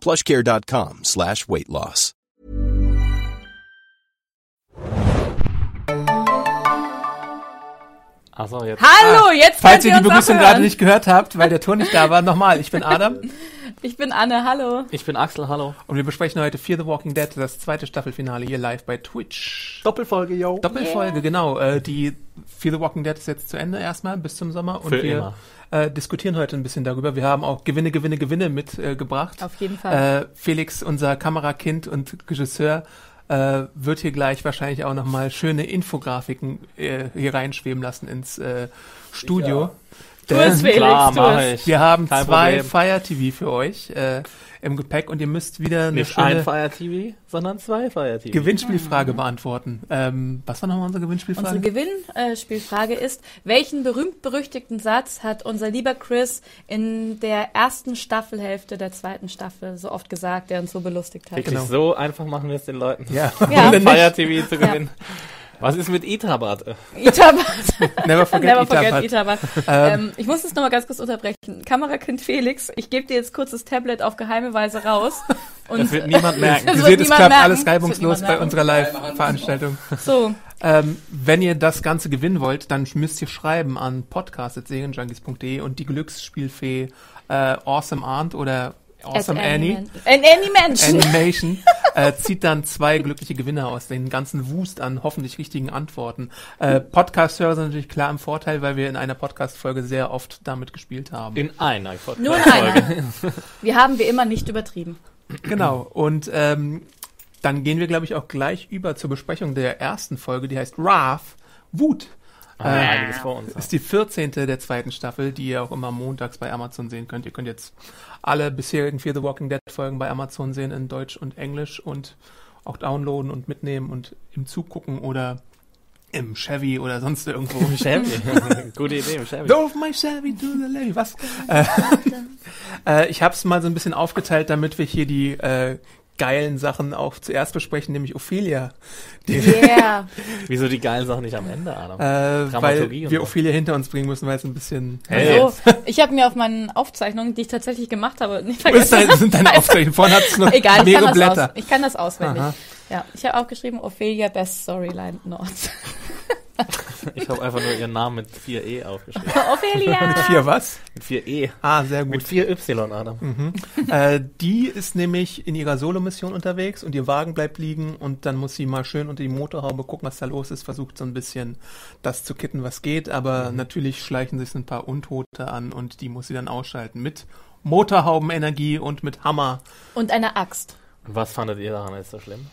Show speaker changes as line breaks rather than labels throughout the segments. plushcare.com slash weight loss.
Also jetzt.
Hallo, jetzt
Äh, Falls ihr
könnt
die
uns
Begrüßung
abhören.
gerade nicht gehört habt, weil der Ton nicht da war, nochmal, ich bin Adam
Ich bin Anne, hallo.
Ich bin Axel, hallo.
und wir besprechen heute Fear the Walking Dead, das zweite Staffelfinale hier live bei Twitch.
Doppelfolge, yo.
Doppelfolge, genau. Äh, die Fear the Walking Dead ist jetzt zu Ende erstmal bis zum Sommer und
Für
wir
immer.
äh, diskutieren heute ein bisschen darüber. Wir haben auch Gewinne, Gewinne, Gewinne mitgebracht. Äh, gebracht.
Auf jeden Fall.
äh, Felix, unser Kamerakind und Regisseur, äh, wird hier gleich wahrscheinlich auch nochmal schöne Infografiken äh, hier reinschweben lassen ins äh, Studio.
Tu es,
äh,
Felix,
Klar,
tu
mach
es.
ich.
Wir haben
Kein
zwei
Problem.
Fire TV für euch äh, im Gepäck und ihr müsst wieder eine
Nicht ein
schöne
Fire TV, sondern zwei Fire TV.
Gewinnspielfrage beantworten. Ähm, was war nochmal unsere Gewinnspielfrage?
Unsere Gewinnspielfrage ist, welchen berühmt-berüchtigten Satz hat unser lieber Chris in der ersten Staffelhälfte der zweiten Staffel so oft gesagt, der uns so belustigt hat?
Wirklich
Genau.
so einfach machen wir es den Leuten.
ja.
Ja.
Um
Oder nicht?
Fire TV zu gewinnen. Was ist mit Äh, Itabat?
Itabat.
Never forget,
Never
Itabat.
forget Itabat. ähm, ich muss es nochmal ganz kurz unterbrechen. Kamerakind Felix, ich gebe dir jetzt kurz das Tablet auf geheime Weise raus. Und
Das wird niemand merken.
Das
Ihr
wird
seht, es
niemand
klappt
merken.
alles
Das wird
reibungslos
niemand
bei
merken.
unserer Live-Veranstaltung.
so,
Ähm, wenn ihr das Ganze gewinnen wollt, dann müsst ihr schreiben an podcast.serienjunkies.de und die Glücksspielfee äh, Awesome Aunt oder Awesome
at any
Annie.
man- An any Menschen.
Animation äh, zieht dann zwei glückliche Gewinner aus, den ganzen Wust an hoffentlich richtigen Antworten. Äh, Podcast-Hörer sind natürlich klar im Vorteil, weil wir in einer Podcast-Folge sehr oft damit gespielt haben.
In einer Podcast.
Nur in einer. Wir haben wie immer nicht übertrieben.
Genau. Und ähm, dann gehen wir, glaube ich, auch gleich über zur Besprechung der ersten Folge, die heißt Wrath, Wut.
Ah, einiges vor uns.
Ist die 14. der zweiten Staffel, die ihr auch immer montags bei Amazon sehen könnt. Ihr könnt jetzt alle bisherigen Fear the Walking Dead Folgen bei Amazon sehen in Deutsch und Englisch und auch downloaden und mitnehmen und im Zug gucken oder im Chevy oder sonst irgendwo.
Chevy. Gute Idee, im Chevy.
Dove my Chevy to the levy. Was? Äh, äh, ich habe es mal so ein bisschen aufgeteilt, damit wir hier die äh, geilen Sachen auch zuerst besprechen, nämlich Ophelia. Die,
Yeah.
Wieso die geilen Sachen nicht am Ende, Adam?
äh, weil
Dramaturgie und
wir
so.
Ophelia hinter uns bringen müssen, weil es ein bisschen...
Hey.
So, Also, ich habe mir auf meinen Aufzeichnungen, die ich tatsächlich gemacht habe, nicht
Wo
vergessen.
ist dein, halt- sind deine Aufzeichnungen? Vorne hat's noch
Egal, ich
mehrere
kann, das aus,
Blätter.
ich kann das auswendig.
Aha.
Ja, ich habe aufgeschrieben, Ophelia Best Storyline North.
Ich habe einfach nur ihren Namen mit 4E aufgeschrieben.
Mit
Ophelia!
vier was?
Mit E. 4E.
Ah, sehr
Mit
gut.
4Y, Adam.
äh, die ist nämlich in ihrer Solo-Mission unterwegs und ihr Wagen bleibt liegen und dann muss sie mal schön unter die Motorhaube gucken, was da los ist, versucht so ein bisschen das zu kitten, was geht, aber natürlich schleichen sich ein paar Untote an und die muss sie dann ausschalten mit Motorhaubenenergie und mit Hammer.
Und eine Axt.
Und was fandet ihr daran jetzt so schlimm?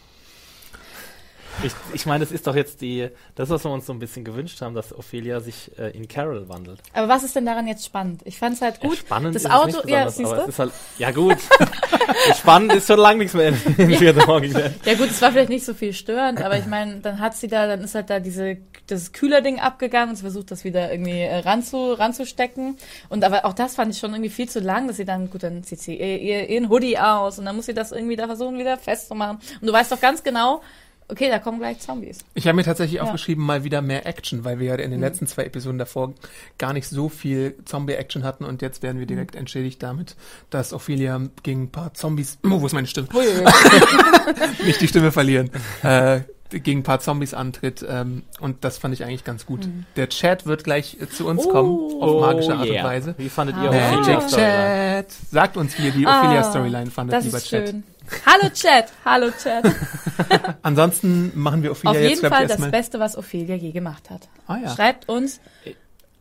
Ich, ich meine, das ist doch jetzt die, das, was wir uns so ein bisschen gewünscht haben, dass Ophelia sich äh, in Carol wandelt.
Aber was ist denn daran jetzt spannend? Ich fand es halt gut.
Ja, spannend
das
ist es
Auto,
nicht
ja,
besonders,
siehst
aber es
du?
ist halt, ja gut. spannend ist schon lange nichts mehr in Vierter Morgen.
Ja gut, es war vielleicht nicht so viel störend, aber ich meine, dann hat sie da, dann ist halt da diese das Kühlerding abgegangen und sie versucht das wieder irgendwie äh, ranzu, ranzustecken. Und aber auch das fand ich schon irgendwie viel zu lang, dass sie dann, gut, dann zieht sie ihr, ihr, ihren Hoodie aus und dann muss sie das irgendwie da versuchen, wieder festzumachen. Und du weißt doch ganz genau, okay, da kommen gleich Zombies.
Ich habe mir tatsächlich aufgeschrieben, mal wieder mehr Action, weil wir ja
Mhm.
in den letzten zwei Episoden davor gar nicht so viel Zombie-Action hatten und jetzt werden wir
Mhm.
direkt entschädigt damit, dass Ophelia gegen ein paar Zombies, oh, wo ist meine Stimme? nicht die Stimme verlieren, äh, gegen ein paar Zombies antritt ähm, und das fand ich eigentlich ganz gut.
Mhm.
Der Chat wird gleich äh, zu uns
Oh,
kommen, auf magische Art und Weise.
Oh, Wie fandet ihr
Ah.
Ophelia?
Magic
Storyline?
Chat! Sagt uns, wie ihr die Ophelia-Storyline fandet,
Das
lieber
ist
Chat.
schön. Hallo Chat, hallo Chat.
Ansonsten machen wir Ophelia
Auf
jetzt,
jeden
glaub
Fall
ich,
das
erstmal.
Beste, was Ophelia je gemacht hat.
Ah, ja.
Schreibt uns,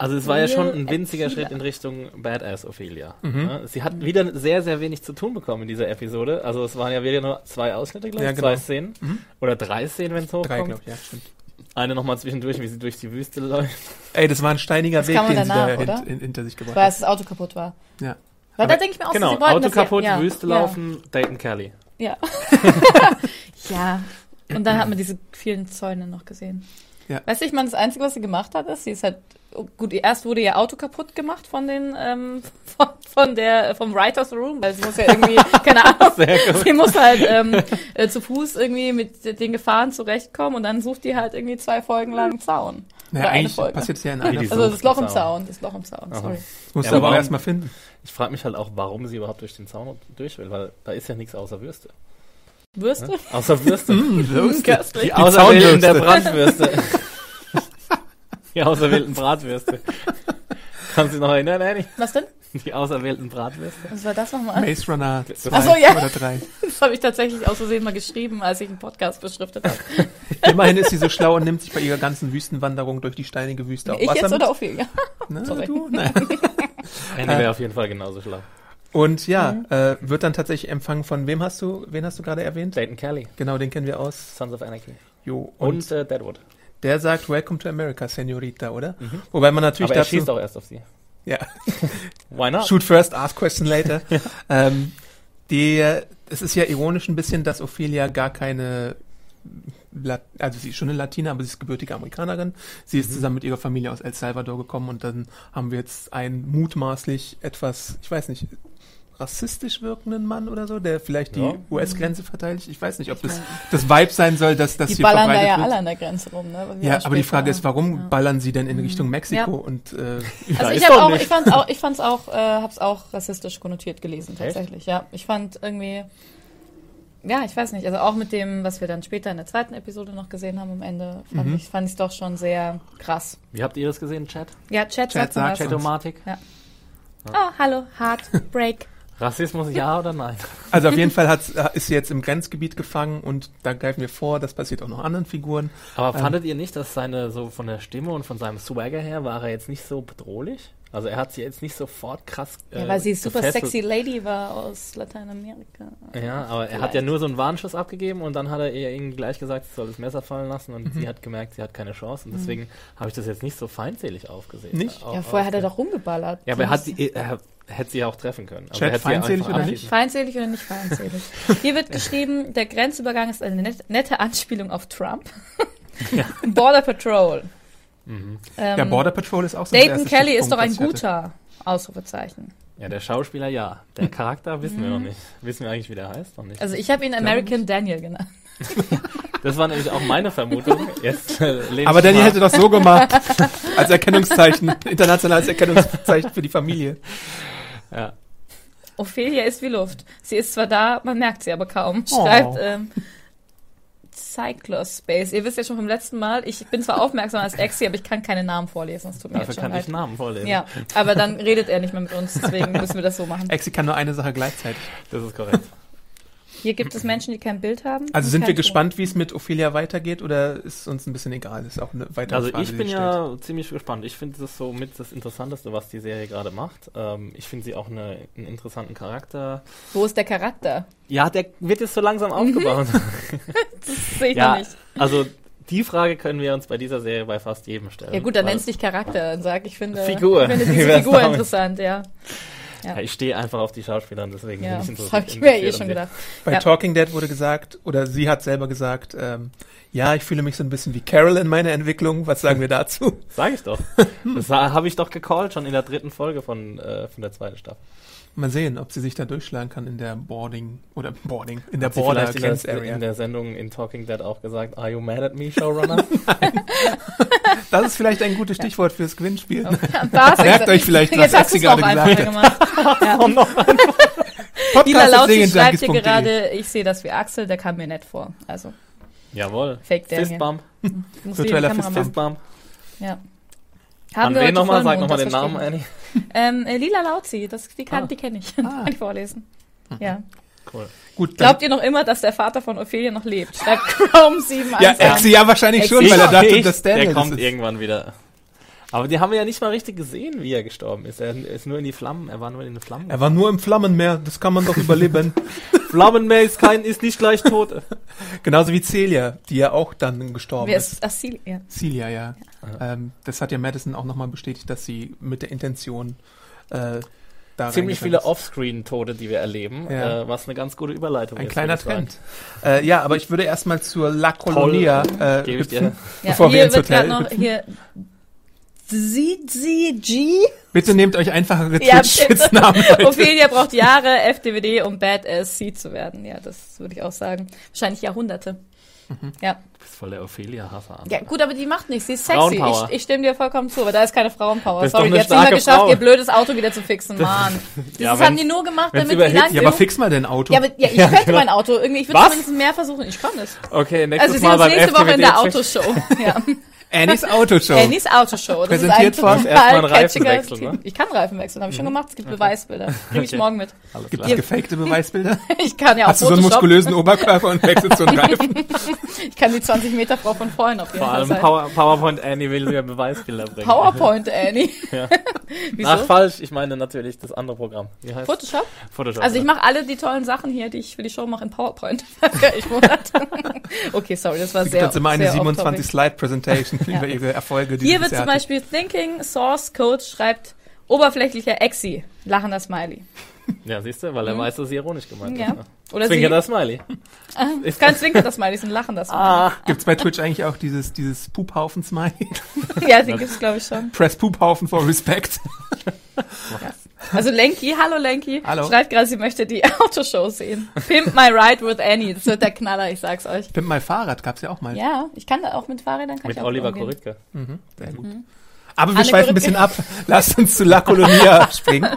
Also es war ja schon ein
Real
winziger
Ophelia.
Schritt in Richtung Badass Ophelia. Ja, Sie hat wieder sehr, sehr wenig zu tun bekommen in dieser Episode. Also es waren ja wieder nur zwei Ausschnitte, glaube ich,
Ja, genau.
zwei Szenen. Oder Mhm. drei Szenen, wenn es
Drei,
hochkommt.
glaube ich, ja, stimmt.
Eine nochmal zwischendurch, wie sie durch die Wüste läuft.
Ey, das war ein steiniger Weg,
kann man
den sie da
danach, oder?
hint, hin- hinter sich gebracht
weil
hat.
das Auto kaputt war.
Ja.
Weil
Aber-
da denke ich mir auch, so,
genau,
sie wollten
Auto
dass sie-
kaputt,
ja,
Wüste
ja.
laufen, Dayton Kelly.
Ja. Ja. Und dann hat man diese vielen Zäune noch gesehen.
Ja.
Weißt du, ich meine, das Einzige, was sie gemacht hat, ist, sie ist halt, oh, gut, erst wurde ihr Auto kaputt gemacht von den, ähm, von, von der, vom Writers Room, weil sie muss ja irgendwie, keine Ahnung,
Sehr gut.
sie muss halt ähm, äh, zu Fuß irgendwie mit den Gefahren zurechtkommen und dann sucht die halt irgendwie zwei Folgen lang einen Zaun.
Naja,
Oder eine
eigentlich
Folge.
passiert es ja in
Nee,
einer
die
Folge.
Also das
Sucht einen
Loch im
Zaun.
Zaun, das Loch im Zaun,
Aha.
sorry.
Musst
Ja,
du
aber
aber
warum-
erstmal finden.
Ich frage mich halt auch, warum sie überhaupt durch den Zaun durch will, weil da ist ja nichts außer Würste.
Würste?
Ne? Außer Würste.
Mhm. Köstlich.
Die auserwählten der
Zaunwürste.
Bratwürste. Die auserwählten Bratwürste. Kannst du dich noch erinnern, Annie?
Was denn?
Die auserwählten Bratwürste.
Was war das nochmal?
Maze Runner 2
Ach so, ja.
oder 3.
Das habe ich tatsächlich aus Versehen mal geschrieben, als ich einen Podcast beschriftet habe.
Immerhin ist sie so schlau und nimmt sich bei ihrer ganzen Wüstenwanderung durch die steinige Wüste auch
ich
Wasser
jetzt oder
mit.
auf Ja.
Na,
Sorry.
du? Naja.
Annie wäre auf jeden Fall genauso schlau.
Und ja,
Mhm.
äh, wird dann tatsächlich empfangen von wem hast du, wen hast du gerade erwähnt?
Dayton Kelly,
Genau, den kennen wir aus.
Sons of Anarchy.
Jo. Und,
Und äh, Deadwood.
der sagt Welcome to America, Senorita, oder?
Mhm.
Wobei man natürlich
Aber er schießt
dazu.
auch erst auf sie.
Ja.
Why not?
Shoot first, ask question later. ähm, die, es ist ja ironisch ein bisschen, dass Ophelia gar keine, Lat- also sie ist schon eine Latina, aber sie ist gebürtige Amerikanerin. Sie ist zusammen mit ihrer Familie aus El Salvador gekommen und dann haben wir jetzt einen mutmaßlich etwas, ich weiß nicht, rassistisch wirkenden Mann oder so, der vielleicht die
Ja.
US-Grenze verteidigt. Ich weiß nicht, ob das das Vibe sein soll, dass das
Die
hier
ballern da
verbreitet
ja
wird.
alle an der Grenze rum, ne? Wie wir
Ja,
auch
aber die
später-
Frage ist, warum
Ja.
ballern sie denn in Richtung Mexiko
Ja.
und äh,
Also
Ja,
ich
ist
habe
doch
auch,
nicht.
ich fand's auch, ich fand's auch, äh, hab's auch rassistisch konnotiert gelesen
Echt?
tatsächlich. Ja, ich fand irgendwie, ja, ich weiß nicht. Also auch mit dem, was wir dann später in der zweiten Episode noch gesehen haben am Ende, fand
Mhm.
ich, fand ich's doch schon sehr krass.
Wie habt ihr das gesehen, Chat?
Ja, Chat,
Chat
Chat sagt
sagt-
was.
Chatomatik?
Oh, hallo, Heartbreak.
Rassismus ja oder nein?
Also auf jeden Fall hat's, ist sie jetzt im Grenzgebiet gefangen und da greifen wir vor, das passiert auch noch anderen Figuren.
Aber
Ähm.
fandet ihr nicht, dass seine, so von der Stimme und von seinem Swagger her, war er jetzt nicht so bedrohlich? Also er hat sie jetzt nicht sofort krass. äh,
Ja, weil sie super
gefesselt.
sexy Lady war aus Lateinamerika.
Ja, aber er hat
Vielleicht.
ja nur so einen Warnschuss abgegeben und dann hat er ihr irgendwie gleich gesagt, sie soll das Messer fallen lassen und
Mhm.
sie hat gemerkt, sie hat keine Chance und deswegen habe ich das jetzt nicht so feindselig aufgesehen.
Nicht?
Äh,
Ja,
au-
vorher hat er
aufge-
doch rumgeballert.
Ja, aber er hat sie, er hätte sie ja auch treffen können. Also er
Chat,
hätte sie ja
feindselig
einfach
oder
abschießen-
Feindselig oder nicht feindselig? Hier wird geschrieben, der Grenzübergang ist eine net nette Anspielung auf Trump. Border Patrol. Ähm,
ja, Border Patrol ist auch so
Dayton
erste
Kelly ist
Stichpunkt,
doch ein
was ich hatte.
guter Ausrufezeichen.
Ja, der Schauspieler ja. Der Charakter wissen wir noch nicht. Wissen wir eigentlich, wie der heißt? Noch nicht.
Mhm. Also ich habe ihn American Daniel genannt.
das war nämlich auch meine Vermutung. Jetzt äh, lehne ich
Aber Danny
mal-
hätte doch so gemacht, als Erkennungszeichen, internationales Erkennungszeichen für die Familie.
Ja.
Ophelia ist wie Luft. Sie ist zwar da, man merkt sie aber kaum. Schreibt ähm, Cyclospace. Ihr wisst ja schon vom letzten Mal, ich bin zwar aufmerksam als Exi, aber ich kann keine Namen vorlesen. Das tut mir
Dafür
jetzt schon
kann
leid.
ich Namen vorlesen.
Ja, aber dann redet er nicht mehr mit uns, deswegen müssen wir das so machen.
Exi kann nur eine Sache gleichzeitig.
Das ist korrekt.
Hier gibt es Menschen, die kein Bild haben.
Also
und
sind
kein
wir
Ton.
gespannt, wie es mit Ophelia weitergeht oder ist uns ein bisschen egal? Ist auch eine weitere
Also
Frage,
ich
die
bin
sich stellt.
ja ziemlich gespannt. Ich finde das so mit das Interessanteste, was die Serie gerade macht. Ähm, ich finde sie auch eine, einen interessanten Charakter.
Wo ist der Charakter?
Ja, der wird jetzt so langsam
Mhm.
aufgebaut.
Das sehe ich
ja,
noch nicht.
also die Frage können wir uns bei dieser Serie bei fast jedem stellen.
Ja gut, dann
Weil-
nennst du dich Charakter und sag, ich finde,
äh, Figur.
ich finde
Wie
diese
wär's
Figur
damit?
interessant, ja.
Ja, ich stehe einfach auf die Schauspieler und deswegen
ja.
bin ich
Das
interessiert-
habe ich mir eh
interessiert
schon
an sie.
gedacht.
Bei
Ja.
Talking Dead wurde gesagt, oder sie hat selber gesagt, ähm, ja, ich fühle mich so ein bisschen wie Carol in meiner Entwicklung. Was sagen wir dazu?
Sag ich doch. Das habe ich doch gecallt schon in der dritten Folge von, äh, von der zweiten Staffel.
Mal sehen, ob sie sich da durchschlagen kann in der Boarding oder Boarding, in der
Hat sie vielleicht
Border
in
Grenz
der, in
Area.
der Sendung in Talking Dead auch gesagt, Are you mad at me, Showrunner?
Das ist vielleicht ein gutes Stichwort fürs Gewinnspiel.
War's,
Merkt
jetzt-
euch vielleicht, was
jetzt hast
Exi
du's noch
gerade
einfacher gemacht. ja.
Und noch
Lila
at
Lauzi schreibt hier
serienjunkies.de.
gerade, ich sehe das wie Axel, der kam mir nett vor. Also,
Jawohl.
fake der hier.
Fistbump.
Muss
So
die
trailer
Kamera machen.
Fistbump.
Ja.
An
heute
wen nochmal? Sag
Vollmond,
nochmal
das
den
verstehe
Namen,
ich.
Annie.
Ähm, äh, Lila Lauzi, das, die, kann-
Ah.
die kenne ich.
Ah.
Kann ich vorlesen.
Hm.
Ja.
Cool.
Gut, dann,
Glaubt ihr noch immer, dass der Vater von Ophelia noch lebt? Schreibt Chrome 7
ja, Exi ja wahrscheinlich
Exi-
schon, weil er
Ich-
dachte,
ich-
dass Daniel
Der kommt
das ist.
irgendwann wieder. Aber die haben wir ja nicht mal richtig gesehen, wie er gestorben ist. Er ist nur in die Flammen, er war nur in den Flammen.
Er war nur im Flammenmeer, das kann man doch überleben.
Flammenmeer ist kein, ist nicht gleich tot.
Genauso wie Celia, die ja auch dann gestorben
Wer
ist.
ist Asili? Ja.
Celia, ja. Ähm, das hat ja Madison auch nochmal bestätigt, dass sie mit der Intention äh, da
ziemlich
reingegangen
viele Offscreen-Tode, die wir erleben,
Ja.
äh, was eine ganz gute Überleitung
Ein
ist.
kleiner
würde ich sagen.
Trend. Äh, ja, aber ich würde erstmal zur La Colonia äh,
Gebe ich dir.
hüpfen.
Ja,
Bevor wir
hier
ins
wird
Hotel
gerade noch hier ZZG.
Bitte nehmt euch einfachere
Ja,
Twitch-Spitznamen. Leute.
Ophelia braucht Jahre FDWD, um Badass C zu werden. Ja, das würde ich auch sagen. Wahrscheinlich Jahrhunderte. Ja.
Du bist voll der Ophelia-Hasser an.
ja, gut, aber die macht nichts. Sie ist sexy.
Frauenpower.
Ich, ich stimme dir vollkommen zu, aber da ist keine Frauenpower.
Das ist
Sorry,
doch eine
die hat nicht mal
starke
geschafft,
Frau.
ihr blödes Auto wieder zu fixen. Mann. Das
Ja,
haben
wenn's-
die nur gemacht,
wenn's
damit die
überhitzt-
lang
Ja, aber fix mal dein Auto.
Ja, aber ja, ich
Ja,
fette
genau.
mein Auto. Irgendwie, ich würde
Was?
zumindest mehr versuchen. Ich kann das.
Okay, nächstes
Also wir sehen
Mal
uns
beim
nächste Woche in der
FTWD
Autoshow. Ja.
Annies Autoshow.
Annies Autoshow. Das
Präsentiert
ist
von-
ein
Muss erst mal einen
total
Reifen
catchiger
wechseln,
Titel.
ne?
Ich kann Reifen wechseln, habe ich schon
Mhm.
gemacht. Es gibt Beweisbilder. Bring ich
Okay.
morgen mit.
Alles
Gibt
klar.
es gefakte Beweisbilder?
Ich kann ja auch
Hast du so einen
Photoshop.
muskulösen Oberkörper und wechselst so einen Reifen?
ich kann die 20 Meter Frau von vorhin auf jeden
Vor
Fall
allem
sein.
Power, PowerPoint Annie will sogar Beweisbilder bringen.
PowerPoint, Annie. Wieso?
Ach, falsch. Ich meine natürlich das andere Programm. Wie heißt
Photoshop?
Photoshop.
Also ich mache alle die tollen Sachen hier, die ich für die Show mache, in PowerPoint. Ja, ich Monat. okay, sorry, das war sehr
Das ist immer eine
sehr off-topic.
27-Slide-Presentation
Ja.
über ihre Erfolge. die
Hier
sie
wird
bisher
zum
hatte.
Beispiel Thinking Source Code schreibt oberflächlicher Exi, lachender Smiley.
Ja, siehst du, weil er
Mhm.
weiß, dass sie ironisch gemeint
Ja.
ist.
Oder
Ne? Zwinker das Smiley.
sie. Ist kein Zwinker das Smiley, ist ein lachender Smiley.
Ah.
Gibt's bei Twitch eigentlich auch dieses, dieses Puphaufen-Smiley?
Ja, den gibt's glaube ich schon.
Press Puphaufen for Respect.
Also Lenky, hallo Lenky,
Hallo.
schreibt gerade, sie möchte die Autoshow sehen. Pimp my ride with Annie, das wird der Knaller, ich sag's euch.
Pimp mein Fahrrad gab's ja auch mal.
Ja, ich kann da auch mit Fahrrädern kann
Mit
ich auch
Oliver
umgehen.
Koritke.
Mhm.
Sehr gut. Aber wir
Anne
schweifen ein bisschen ab. Lasst uns zu La Colonia springen.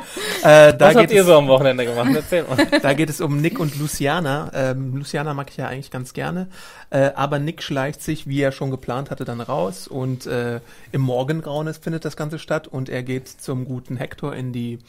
Äh, da,
Was habt
geht
ihr
es,
so am Wochenende gemacht? Erzähl mal.
da geht es um Nick und Luciana. Ähm, Luciana mag ich ja eigentlich ganz gerne. Äh, aber Nick schleicht sich, wie er schon geplant hatte, dann raus. Und äh, im Morgengrauen ist- findet das Ganze statt. Und er geht zum guten Hector in die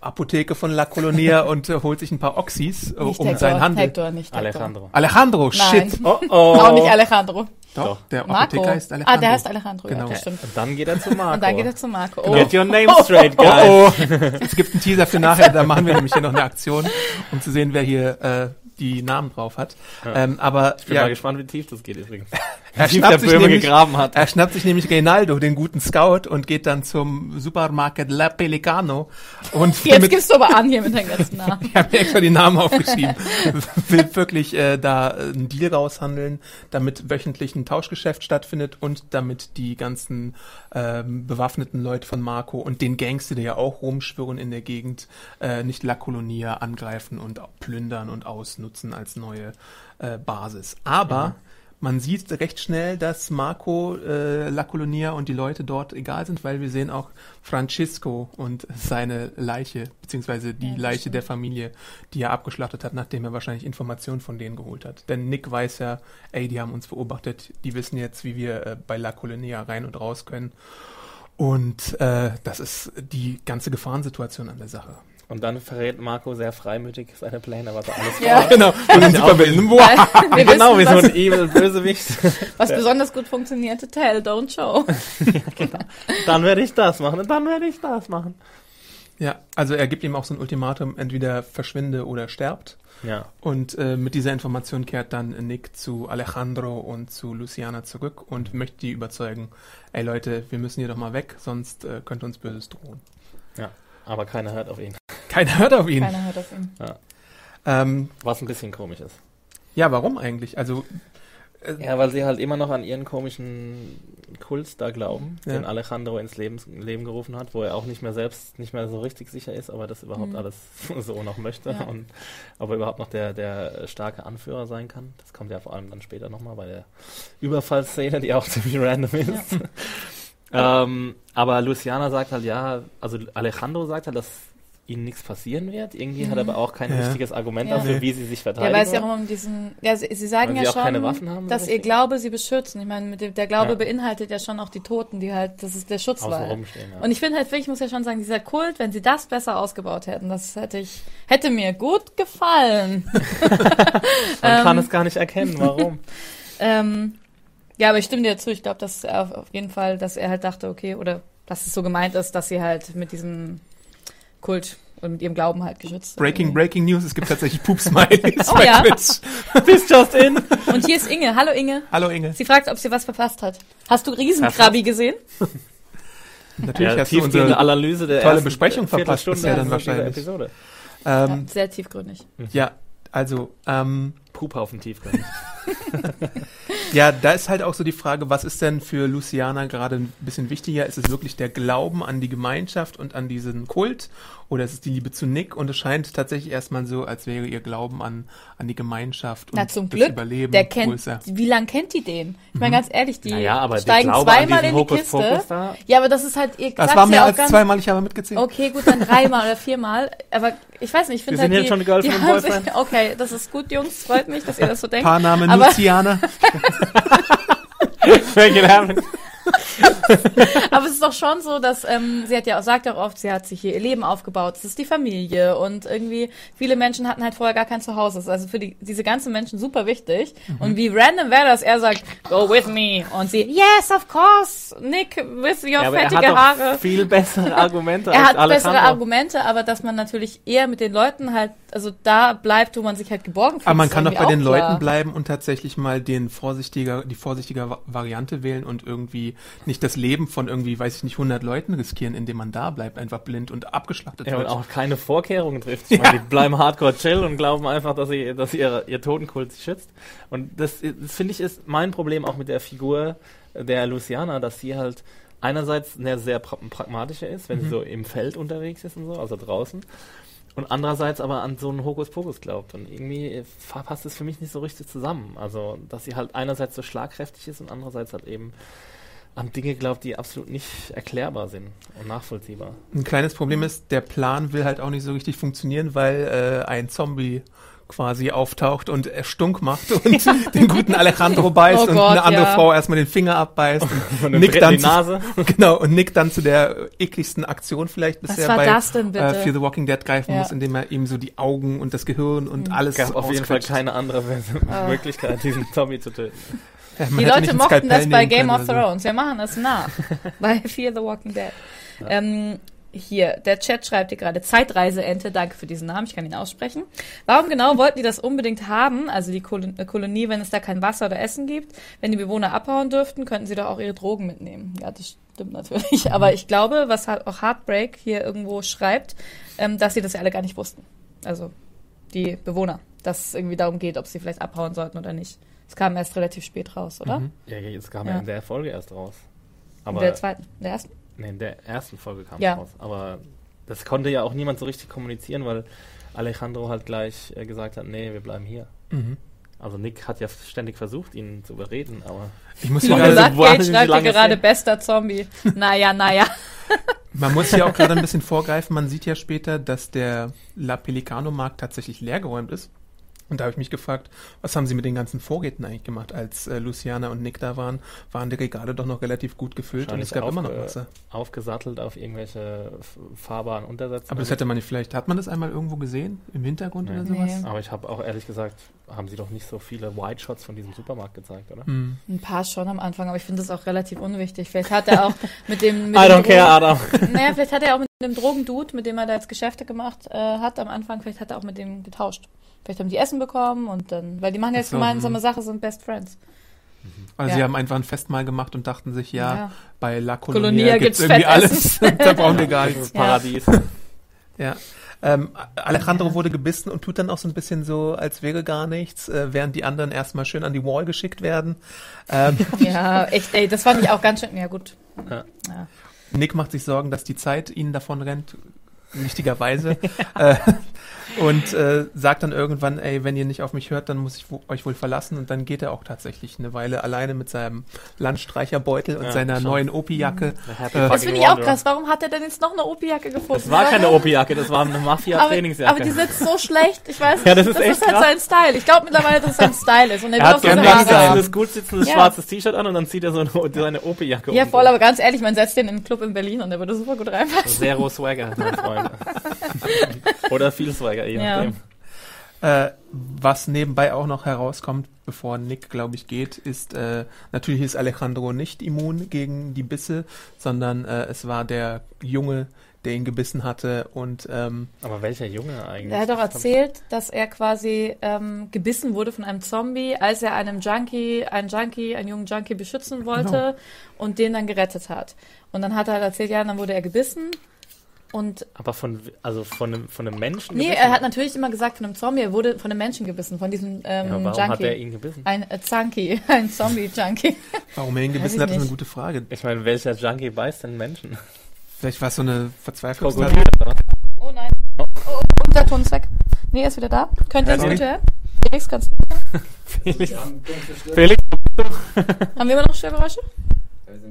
Apotheke von La Colonia und äh, holt sich ein paar Oxys, äh, um
Nicht Hector,
seinen Handel.
Hector, nicht Hector.
Alejandro.
Alejandro,
Nein.
shit.
Oh, oh.
Auch nicht Alejandro.
Doch,
Doch.
der
Marco.
Apotheker heißt Alejandro.
Ah, der heißt Alejandro,
Genau.
ja, das stimmt.
Und dann geht er zu Marco.
Und dann geht er zu Marco. Oh.
Get your name straight, guys.
Oh, oh. Es gibt einen Teaser für nachher, da machen wir nämlich hier noch eine Aktion, um zu sehen, wer hier äh, die Namen drauf hat.
Ja.
Ähm, aber
Ich bin
ja,
mal gespannt, wie tief das geht übrigens.
er,
Wie tief der
schnappt sich
Böhme
nämlich,
gegraben hat.
er schnappt sich nämlich Reinaldo, den guten Scout, und geht dann zum Supermarket La Pelicano und
Jetzt
mit-
gibst du aber an hier mit deinem ganzen Namen.
ich habe mir extra die Namen aufgeschrieben. Will wirklich äh, da einen Deal raushandeln, damit wöchentlich ein Tauschgeschäft stattfindet und damit die ganzen ähm, bewaffneten Leute von Marco und den Gangs, die da ja auch rumschwirren in der Gegend, äh, nicht La Colonia angreifen und auch plündern und ausnutzen als neue äh, Basis. Aber man sieht recht schnell, dass Marco, äh, La Colonia und die Leute dort egal sind, weil wir sehen auch Francisco und seine Leiche, beziehungsweise die Leiche der Familie, die er abgeschlachtet hat, nachdem er wahrscheinlich Informationen von denen geholt hat. Denn Nick weiß ja, ey, die haben uns beobachtet, die wissen jetzt, wie wir äh, bei La Colonia rein und raus können. Und äh, das ist die ganze Gefahrensituation an der Sache.
Und dann verrät Marco sehr freimütig seine Pläne, was er alles
Ja.
Genau, und dann Superwillen. Wow.
Wir
Genau, wie
wissen,
so ein evil Bösewicht.
was, was besonders gut funktionierte, tell, don't show.
Dann werde ich das machen und dann werde ich das machen.
Ja, also er gibt ihm auch so ein Ultimatum, entweder verschwinde oder stirbt.
Ja.
Und äh, mit dieser Information kehrt dann Nick zu Alejandro und zu Luciana zurück und möchte die überzeugen, ey Leute, wir müssen hier doch mal weg, sonst äh, könnte uns Böses drohen.
Aber keiner hört auf ihn.
Keiner hört auf ihn.
Keiner hört auf ihn.
Ähm,
Was ein bisschen komisch ist.
ja, warum eigentlich? Also, äh,
Ja, weil sie halt immer noch an ihren komischen Kult da glauben,
Ja.
den Alejandro ins Leben, Leben gerufen hat, wo er auch nicht mehr selbst nicht mehr so richtig sicher ist, aber das überhaupt
Mhm.
alles so noch möchte
Ja.
und ob er überhaupt noch der, der starke Anführer sein kann. Das kommt ja vor allem dann später nochmal bei der Überfallszene, die auch ziemlich random ist. ähm, aber Luciana sagt halt ja, also Alejandro sagt halt, dass ihnen nichts passieren wird. Irgendwie hat er aber auch kein
Ja.
richtiges Argument
Mhm. Ja.
dafür,
Nee.
wie sie sich
Ja,
verteidigen.
weil es ja
wird,
auch um diesen, ja, sie, sie sagen
weil sie
ja
auch keine
schon,
Waffen haben.
dass ihr
Hm, richtig.
Glaube sie beschützen. Ich meine, mit dem, der Glaube
Ja.
beinhaltet ja schon auch die Toten, die halt, das ist der Schutz war.
außenrum stehen. Ja.
Und ich finde halt wirklich, ich muss ja schon sagen, dieser Kult, wenn sie das besser ausgebaut hätten, das hätte ich, hätte mir gut gefallen.
Man kann
Ähm.
es gar nicht erkennen, warum.
ähm, ja, aber ich stimme dir zu. Ich glaube, dass er auf, auf jeden Fall, dass er halt dachte, okay, oder dass es so gemeint ist, dass sie halt mit diesem Kult und mit ihrem Glauben halt geschützt sind.
Breaking, Breaking News, es gibt tatsächlich Poop-Smileys
Oh
bei
ja.
Twitch.
This just in.
Und hier ist Inge. Hallo Inge.
Hallo Inge.
Sie fragt, ob sie was verpasst hat. Hast du Riesenkrabi gesehen?
Natürlich
ja,
hast du
tiefgehende
unsere
Analyse der
tolle
ersten
Besprechung verpasst
Viertelstunde
bisher dann
dieser
wahrscheinlich.
Episode.
Ja,
Ähm,
sehr tiefgründig.
Hm.
ja. also, ähm,
Puphaufen Tiefgang.
ja, da ist halt auch so die Frage, was ist denn für Luciana gerade ein bisschen wichtiger? Ist es wirklich der Glauben an die Gemeinschaft und an diesen Kult? Oder ist es die Liebe zu Nick? Und es scheint tatsächlich erstmal so, als wäre ihr Glauben an, an die Gemeinschaft und
Na, zum
das
Glück.
Überleben
Der kennt,
größer.
wie lange kennt die den? Ich
Mhm.
meine, ganz ehrlich, die
Naja, aber der
steigen
Glaube an
zweimal
diesen
in die
Hokus
Kiste.
Pokus da-
Ja, aber das ist halt, ihr
Das
sagt's
war mehr
ja auch
als
ganz-
zweimal, ich habe mitgezählt.
Okay, gut, dann dreimal oder viermal. Aber ich weiß nicht, ich finde
Wir sind
halt
jetzt schon Girlfriend
die
und
haben sich-
Boyfriend.
Okay, das ist gut, Jungs, freut mich, dass ihr das so denkt.
Paarname
aber-
Luciana.
Make it happen.
Aber es ist doch schon so, dass ähm, sie hat ja auch, sagt auch oft, sie hat sich hier ihr Leben aufgebaut, es ist die Familie und irgendwie viele Menschen hatten halt vorher gar kein Zuhause. Das ist also für die, diese ganzen Menschen super wichtig. Und wie random wäre das, er sagt, go with me. Und sie, yes, of course, Nick, with your
Ja, aber er hat
fettige
doch
Haare.
viel bessere Argumente
Er
als
hat bessere
Alessandro.
Argumente, aber dass man natürlich eher mit den Leuten halt, also da bleibt, wo man sich halt geborgen fühlt.
Aber man
ist
kann doch
irgendwie
bei den
auch klar.
Leuten bleiben und tatsächlich mal den vorsichtiger, die vorsichtiger Va- Variante wählen und irgendwie nicht das Leben von irgendwie, weiß ich nicht, 100 Leuten riskieren, indem man da bleibt, einfach blind und abgeschlachtet
Ja, und
wird.
auch keine Vorkehrungen trifft. Ich meine, die bleiben hardcore chill und glauben einfach, dass sie, dass ihr, ihr Totenkult sie schützt. Und das, das finde ich ist mein Problem auch mit der Figur der Luciana, dass sie halt einerseits eine sehr pra pragmatische ist, wenn sie so im Feld unterwegs ist und so, also draußen. Und andererseits aber an so einen Hokuspokus glaubt. Und irgendwie fa- passt es für mich nicht so richtig zusammen. Also, dass sie halt einerseits so schlagkräftig ist und andererseits halt eben an Dinge glaubt, die absolut nicht erklärbar sind und nachvollziehbar.
Ein kleines Problem ist, der Plan will halt auch nicht so richtig funktionieren, weil äh, ein Zombie quasi auftaucht und er stunk macht und den guten Alejandro beißt
Oh
und
Gott,
eine andere
ja.
Frau erstmal den Finger abbeißt und,
Und
Nick dann
die
zu-
Nase.
genau und Nick dann zu der ekligsten Aktion vielleicht
Was
bisher
war
bei
das denn bitte?
äh, Fear the Walking Dead greifen
Ja. Hm.
muss, indem er ihm so die Augen und das Gehirn und alles
Es gab auf jeden Fall
ausquetscht.
keine andere Vers-
Ah.
Möglichkeit, diesen Zombie zu töten.
Ja, man
Die
hätte nicht
Leute
ein
mochten
Skalpell
das bei
nehmen
Game
können also.
of
oder so.
Thrones. Wir machen das nach. bei Fear the Walking Dead. Ähm, hier, der Chat schreibt dir gerade Zeitreiseente. Danke für diesen Namen. Ich kann ihn aussprechen. Warum genau wollten die das unbedingt haben? Also die Kolon äh, Kolonie, wenn es da kein Wasser oder Essen gibt. Wenn die Bewohner abhauen dürften, könnten sie doch auch ihre Drogen mitnehmen. Ja, das stimmt
Mhm.
natürlich. Aber ich glaube, was halt auch Heartbreak hier irgendwo schreibt, ähm, dass sie das ja alle gar nicht wussten. Also die Bewohner, dass es irgendwie darum geht, ob sie vielleicht abhauen sollten oder nicht. Es kam erst relativ spät raus, oder?
Ja, jetzt kam
Ja.
ja. in der Folge erst raus.
In
Mhm. Aber
der zweiten, in der ersten.
nee, in der ersten Folge kam
Ja.
es raus. Aber das konnte ja auch niemand so richtig kommunizieren, weil Alejandro halt gleich äh, gesagt hat, nee, wir bleiben hier.
Mhm.
Also Nick hat ja ständig versucht, ihn zu überreden, aber
Ich muss
Wie
hier
Ja,
gerade,
also
gesagt,
wo haben
Geld
sie
schreibt ja
lange
gerade
Szenen?
bester Zombie. Naja, naja.
man muss hier auch gerade ein bisschen vorgreifen. Man sieht ja später, dass der La Pelicano-Markt tatsächlich leergeräumt ist. Und da habe ich mich gefragt, was haben sie mit den ganzen Vorräten eigentlich gemacht? Als äh, Luciana und Nick da waren, waren die Regale doch noch relativ gut gefüllt und
Wahrscheinlich
es
äh,
gab immer noch
aufge-
Wasser.
aufgesattelt auf irgendwelche f- fahrbaren Untersätze.
Aber das hätte man nicht, vielleicht hat man das einmal irgendwo gesehen? Im Hintergrund
also Nee.
oder sowas?
aber ich habe auch ehrlich gesagt, haben sie doch nicht so viele White Shots von diesem Supermarkt gezeigt, oder?
Hm.
Ein paar schon am Anfang, aber ich finde das auch relativ unwichtig. Vielleicht hat er auch mit dem.
I
Mit dem
don't care,
Drogen-
Adam.
Naja, vielleicht hat er auch mit dem Drogendude, mit dem er da jetzt Geschäfte gemacht äh, hat am Anfang, vielleicht hat er auch mit dem getauscht. Vielleicht haben die Essen bekommen und dann, weil die machen ja jetzt
Ach so,
gemeinsame
mhm.
hm.
Sache, sind Best Friends.
Also
Ja.
sie haben einfach ein Festmahl gemacht und dachten sich, ja, bei La
Colonia
Colonia
gibt's
gibt's irgendwie alles.
Fettessen.
da brauchen wir
Ja,
gar
das
nichts.
ist Paradies.
Ja. Ähm, Alejandro wurde gebissen und tut dann auch so ein bisschen so, als wäre gar nichts, äh, während die anderen erstmal schön an die Wall geschickt werden. Ähm,
Ja, echt, ey, das fand ich auch ganz schön. Ja, gut.
Ja.
Ja.
Nick macht sich Sorgen, dass die Zeit ihnen davon rennt, wichtigerweise. äh, und äh, sagt dann irgendwann, ey, wenn ihr nicht auf mich hört, dann muss ich wo euch wohl verlassen. Und dann geht er auch tatsächlich eine Weile alleine mit seinem Landstreicherbeutel und
Ja,
seiner
schon.
neuen Opi-Jacke.
The happy
Äh, Das
Das
fucking
finde ich auch
wanderer.
krass. Warum hat er denn jetzt noch eine Opi-Jacke gefunden?
Das war keine
Warum?
Opi-Jacke, das war eine
aber,
Mafia-Trainingsjacke.
aber die sitzt so schlecht, ich weiß nicht.
Ja, das ist echt
halt
krass.
sein Style. Ich glaube mittlerweile, dass es sein Style ist. Und er,
er hat so ein
will
gerne
auch
Haare
ganz
so eine
sein.
sitzendes, gut sitzendes
Ja.
schwarzes T-Shirt an und dann zieht er so eine, seine Opi-Jacke
Ja,
um.
voll, aber ganz ehrlich, man setzt den in einen Club in Berlin und der würde super gut reinpassen.
Zero Swagger, mein Freund. Oder viel Swagger, je
Ja.
nachdem.
Äh, Äh, was nebenbei auch noch herauskommt, bevor Nick, glaube ich, geht, ist, äh, natürlich ist Alejandro nicht immun gegen die Bisse, sondern äh, es war der Junge, der ihn gebissen hatte und ähm,
Aber welcher Junge eigentlich?
Er hat doch
Das hab-
erzählt, dass er quasi ähm, gebissen wurde von einem Zombie, als er einem Junkie, einen Junkie, einen jungen Junkie beschützen
Genau.
wollte und den dann gerettet hat. Und dann hat er halt erzählt, ja, dann wurde er gebissen. Und
Aber von, also von, einem- von einem Menschen?
nee,
gebissen?
er hat natürlich immer gesagt von einem Zombie, er wurde von einem Menschen gebissen, von diesem
ja,
ähm,
Warum
Junkie.
hat er ihn gebissen?
ein äh, Zunky, ein Zombie-Junkie.
warum er ihn gebissen
ich
hat, ist eine
nicht.
gute Frage.
Ich meine, welcher Junkie beißt denn Menschen?
Vielleicht war es so eine Verzweiflung.
Krokodil, oder?
Oh nein. Oh, oh, unser Ton ist weg. Nee, er ist wieder da. Könnt ihr uns
Sorry.
gut hören? Felix, kannst du?
Felix. Felix.
Haben wir immer noch Störgeräusche?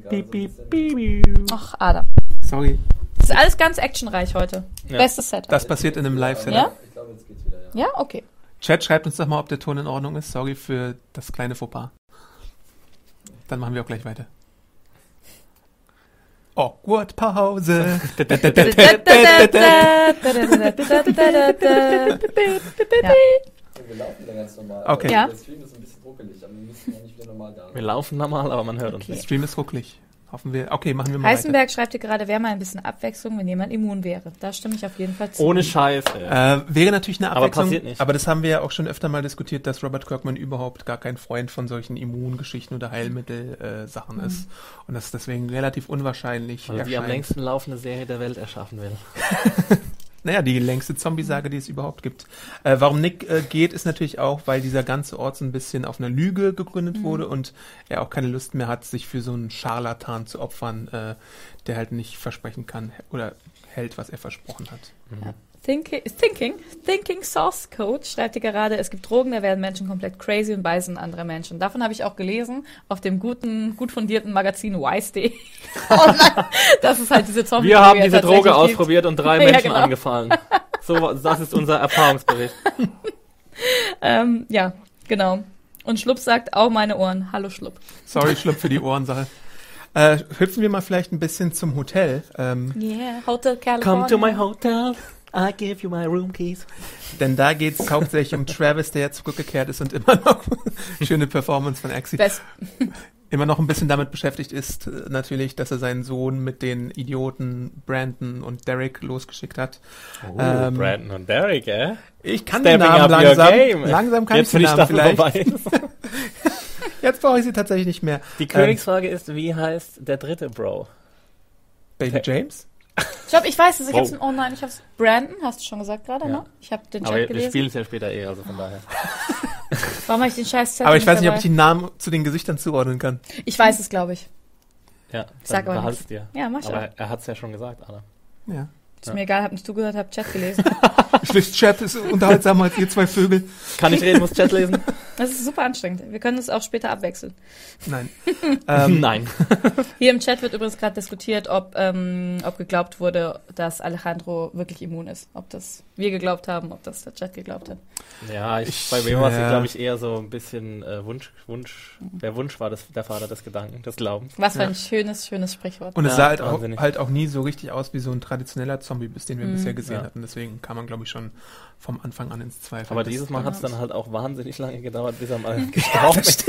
Piep, piep, piep.
Ach, Adam.
Sorry.
Das ist alles ganz actionreich heute.
Ja.
Bestes Set.
Das passiert in einem Live-Setup.
Ja? Ja, okay.
Chat, schreibt uns doch mal, ob der Ton in Ordnung ist. Sorry für das kleine Fauxpas. Dann machen wir auch gleich weiter. Awkward Pause.
Wir laufen ja ganz normal.
Okay.
Ja.
Der Stream ist ein bisschen ruckelig, aber wir müssen ja nicht wieder normal da.
Wir laufen normal, aber man hört uns
Okay.
nicht.
Der Stream ist rucklig. Hoffen wir. Okay, machen wir mal
Heisenberg schreibt dir gerade, wäre mal ein bisschen Abwechslung, wenn jemand immun wäre. Da stimme ich auf jeden Fall zu.
Ohne Also Scheiß, ey.
weiter. Äh, wäre natürlich eine
Aber
Abwechslung,
passiert nicht.
aber das haben wir ja auch schon öfter mal diskutiert, dass Robert Kirkman überhaupt gar kein Freund von solchen Immungeschichten oder Heilmittel-Sachen ist und das deswegen relativ unwahrscheinlich
Weil Also die am
erscheint.
längsten laufende Serie der Welt erschaffen will.
Naja, die längste Zombie-Sage, die es überhaupt gibt. Äh, warum Nick äh, geht, ist natürlich auch, weil dieser ganze Ort so ein bisschen auf einer Lüge gegründet wurde und er auch keine Lust mehr hat, sich für so einen Scharlatan zu opfern, äh, der halt nicht versprechen kann h- oder hält, was er versprochen hat.
Thinking, thinking, thinking Source Code schreibt dir gerade, es gibt Drogen, da werden Menschen komplett crazy und beißen andere Menschen. Davon habe ich auch gelesen auf dem guten, gut fundierten Magazin Wise.de. Online. das ist halt diese Zombie.
Wir haben
die
diese
es
Droge
tatsächlich gibt.
ausprobiert und drei
Ja,
Menschen
genau.
angefallen. So, das ist unser Erfahrungsbericht.
Ähm, ja, genau. Und Schlupp sagt, au meine Ohren. Hallo Schlupp.
Sorry, schlimm für die Ohrensache. Äh, hüpfen wir mal vielleicht ein bisschen zum Hotel, ähm,
Yeah, Hotel
Come
California.
to my hotel, I give you my room keys.
denn da geht's hauptsächlich um Travis, der ja zurückgekehrt ist und immer noch schöne Performance von Axie
Best
immer noch ein bisschen damit beschäftigt ist, äh, natürlich, dass er seinen Sohn mit den Idioten Brandon und Derek losgeschickt hat.
Oh,
Ähm,
Brandon und Derek, eh?
Ich kann
Stepping
den
up
Namen
your
langsam.
game.
Langsam kann
Jetzt
ich
bin
den
ich
Namen
da
vielleicht.
vorbei.
Jetzt brauche ich sie tatsächlich nicht mehr.
Die Königsfrage ist, wie heißt der dritte Bro?
Baby James?
Ich glaube, ich weiß es. Ich
Wow.
hab's in, oh nein, ich hab's. Brandon, hast du schon gesagt gerade,
Ja.
ne? Ich habe den Chat
Aber wir
gelesen.
spielen es ja später eh, also von daher.
Warum habe ich den scheiß Zettel
Aber ich weiß nicht, ob
dabei?
ich den Namen zu den Gesichtern zuordnen kann.
Ich weiß es, glaube ich.
Ja,
Sag aber
behalt's dir.
Ja, mach ich
Aber
auch.
er hat's ja schon gesagt, Adam.
Ja.
Ist mir egal, hab nicht zugehört, hab Chat gelesen.
Schlicht Chat ist unterhaltsamer als ihr zwei Vögel.
Kann ich reden, muss Chat lesen?
Das ist super anstrengend. Wir können es auch später abwechseln.
Nein. Ähm,
Nein.
Hier im Chat wird übrigens gerade diskutiert, ob, ähm, ob geglaubt wurde, dass Alejandro wirklich immun ist. Ob das wir geglaubt haben, ob das der Chat geglaubt hat.
Ja, ich, äh,
Ich-
bei wem war es,
ja.
glaube ich, eher so ein bisschen äh, Wunsch, Wunsch. Der Wunsch war das, der Vater des Gedanken, des Glaubens.
Was für
Ja.
ein schönes, schönes Sprichwort.
Und es
Ja,
sah halt auch,
wahnsinnig.
halt auch nie so richtig aus wie so ein traditioneller Zombie, bis den wir
Mhm.
bisher gesehen
Ja.
hatten. Deswegen kam man, glaube ich, schon vom Anfang an ins Zweifel.
Aber
Das-
dieses Mal hat's
Ja.
dann halt auch wahnsinnig lange gedauert, bis er mal gestorben ist.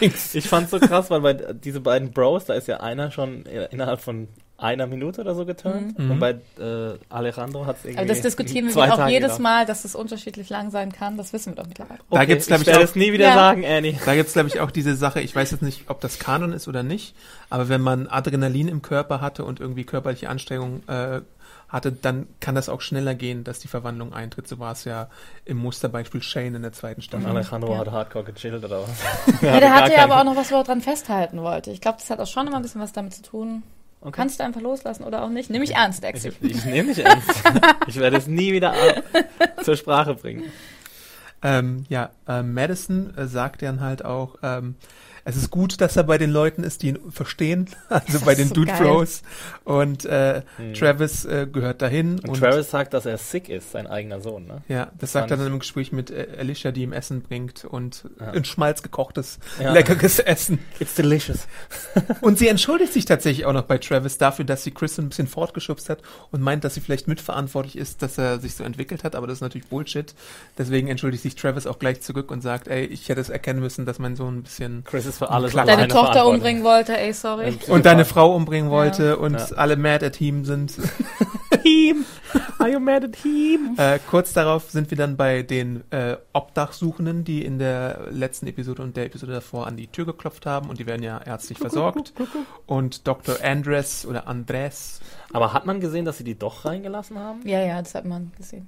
Ich fand's so krass, weil bei d- diese beiden Bros, da ist ja einer schon i- innerhalb von einer Minute oder so geturnt.
Mhm.
Und bei äh, Alejandro hat's irgendwie.
Aber das diskutieren
zwei
wir auch
Tage
jedes
gedauert.
Mal, dass es unterschiedlich lang sein kann. Das wissen wir doch mittlerweile.
Da gibt's, glaub
ich
ich,
werde
auch-
es nie wieder
Ja.
sagen, Annie.
Da gibt's glaub glaube ich, auch diese Sache, ich weiß jetzt nicht, ob das Kanon ist oder nicht, aber wenn man Adrenalin im Körper hatte und irgendwie körperliche Anstrengung äh, hatte, dann kann das auch schneller gehen, dass die Verwandlung eintritt. So war es ja im Musterbeispiel Shane in der zweiten
Und
Staffel.
Alejandro
Ja.
hat hardcore gechillt oder was?
Ja, der hatte ja aber auch noch was, wo er dran festhalten wollte. Ich glaube, das hat auch schon immer ein bisschen was damit zu tun.
Okay.
Kannst du einfach loslassen oder auch nicht? Nimm mich ernst,
Ich,
Axel.
ich nehme dich ernst. ich werde es nie wieder a- zur Sprache bringen.
Ähm, ja, äh, Madison äh, sagt dann halt auch, ähm, es ist gut, dass er bei den Leuten ist, die ihn verstehen, also
Das
bei
ist
den
so
Dude
geil.
Bros. Und äh,
Hm.
Travis äh, gehört dahin.
Und, Travis sagt, dass er sick ist, sein eigener Sohn, ne?
Ja, das sagt er
Fand-
dann im Gespräch mit äh, Alicia, die ihm Essen bringt und
Ja.
in Schmalz gekochtes,
Ja.
leckeres Essen.
It's delicious.
Und sie entschuldigt sich tatsächlich auch noch bei Travis dafür, dass sie Chris ein bisschen fortgeschubst hat und meint, dass sie vielleicht mitverantwortlich ist, dass er sich so entwickelt hat, aber das ist natürlich Bullshit. Deswegen entschuldigt sich Travis auch gleich zurück und sagt, ey, ich hätte es erkennen müssen, dass mein Sohn ein bisschen
Chris ist für alles
Klar.
Deine
alleine
Tochter
verantwortlich.
umbringen wollte, ey, sorry.
Ein
und deine
Psychopath.
Frau umbringen wollte und
Ja.
alle mad at him sind.
Him. Are you mad at him?
Äh, kurz darauf sind wir dann bei den äh, Obdachsuchenden, die in der letzten Episode und der Episode davor an die Tür geklopft haben und die werden ja ärztlich versorgt. Und Dr. Andres oder Andres,
Aber hat man gesehen, dass sie die doch reingelassen haben?
Ja, ja, das hat man gesehen.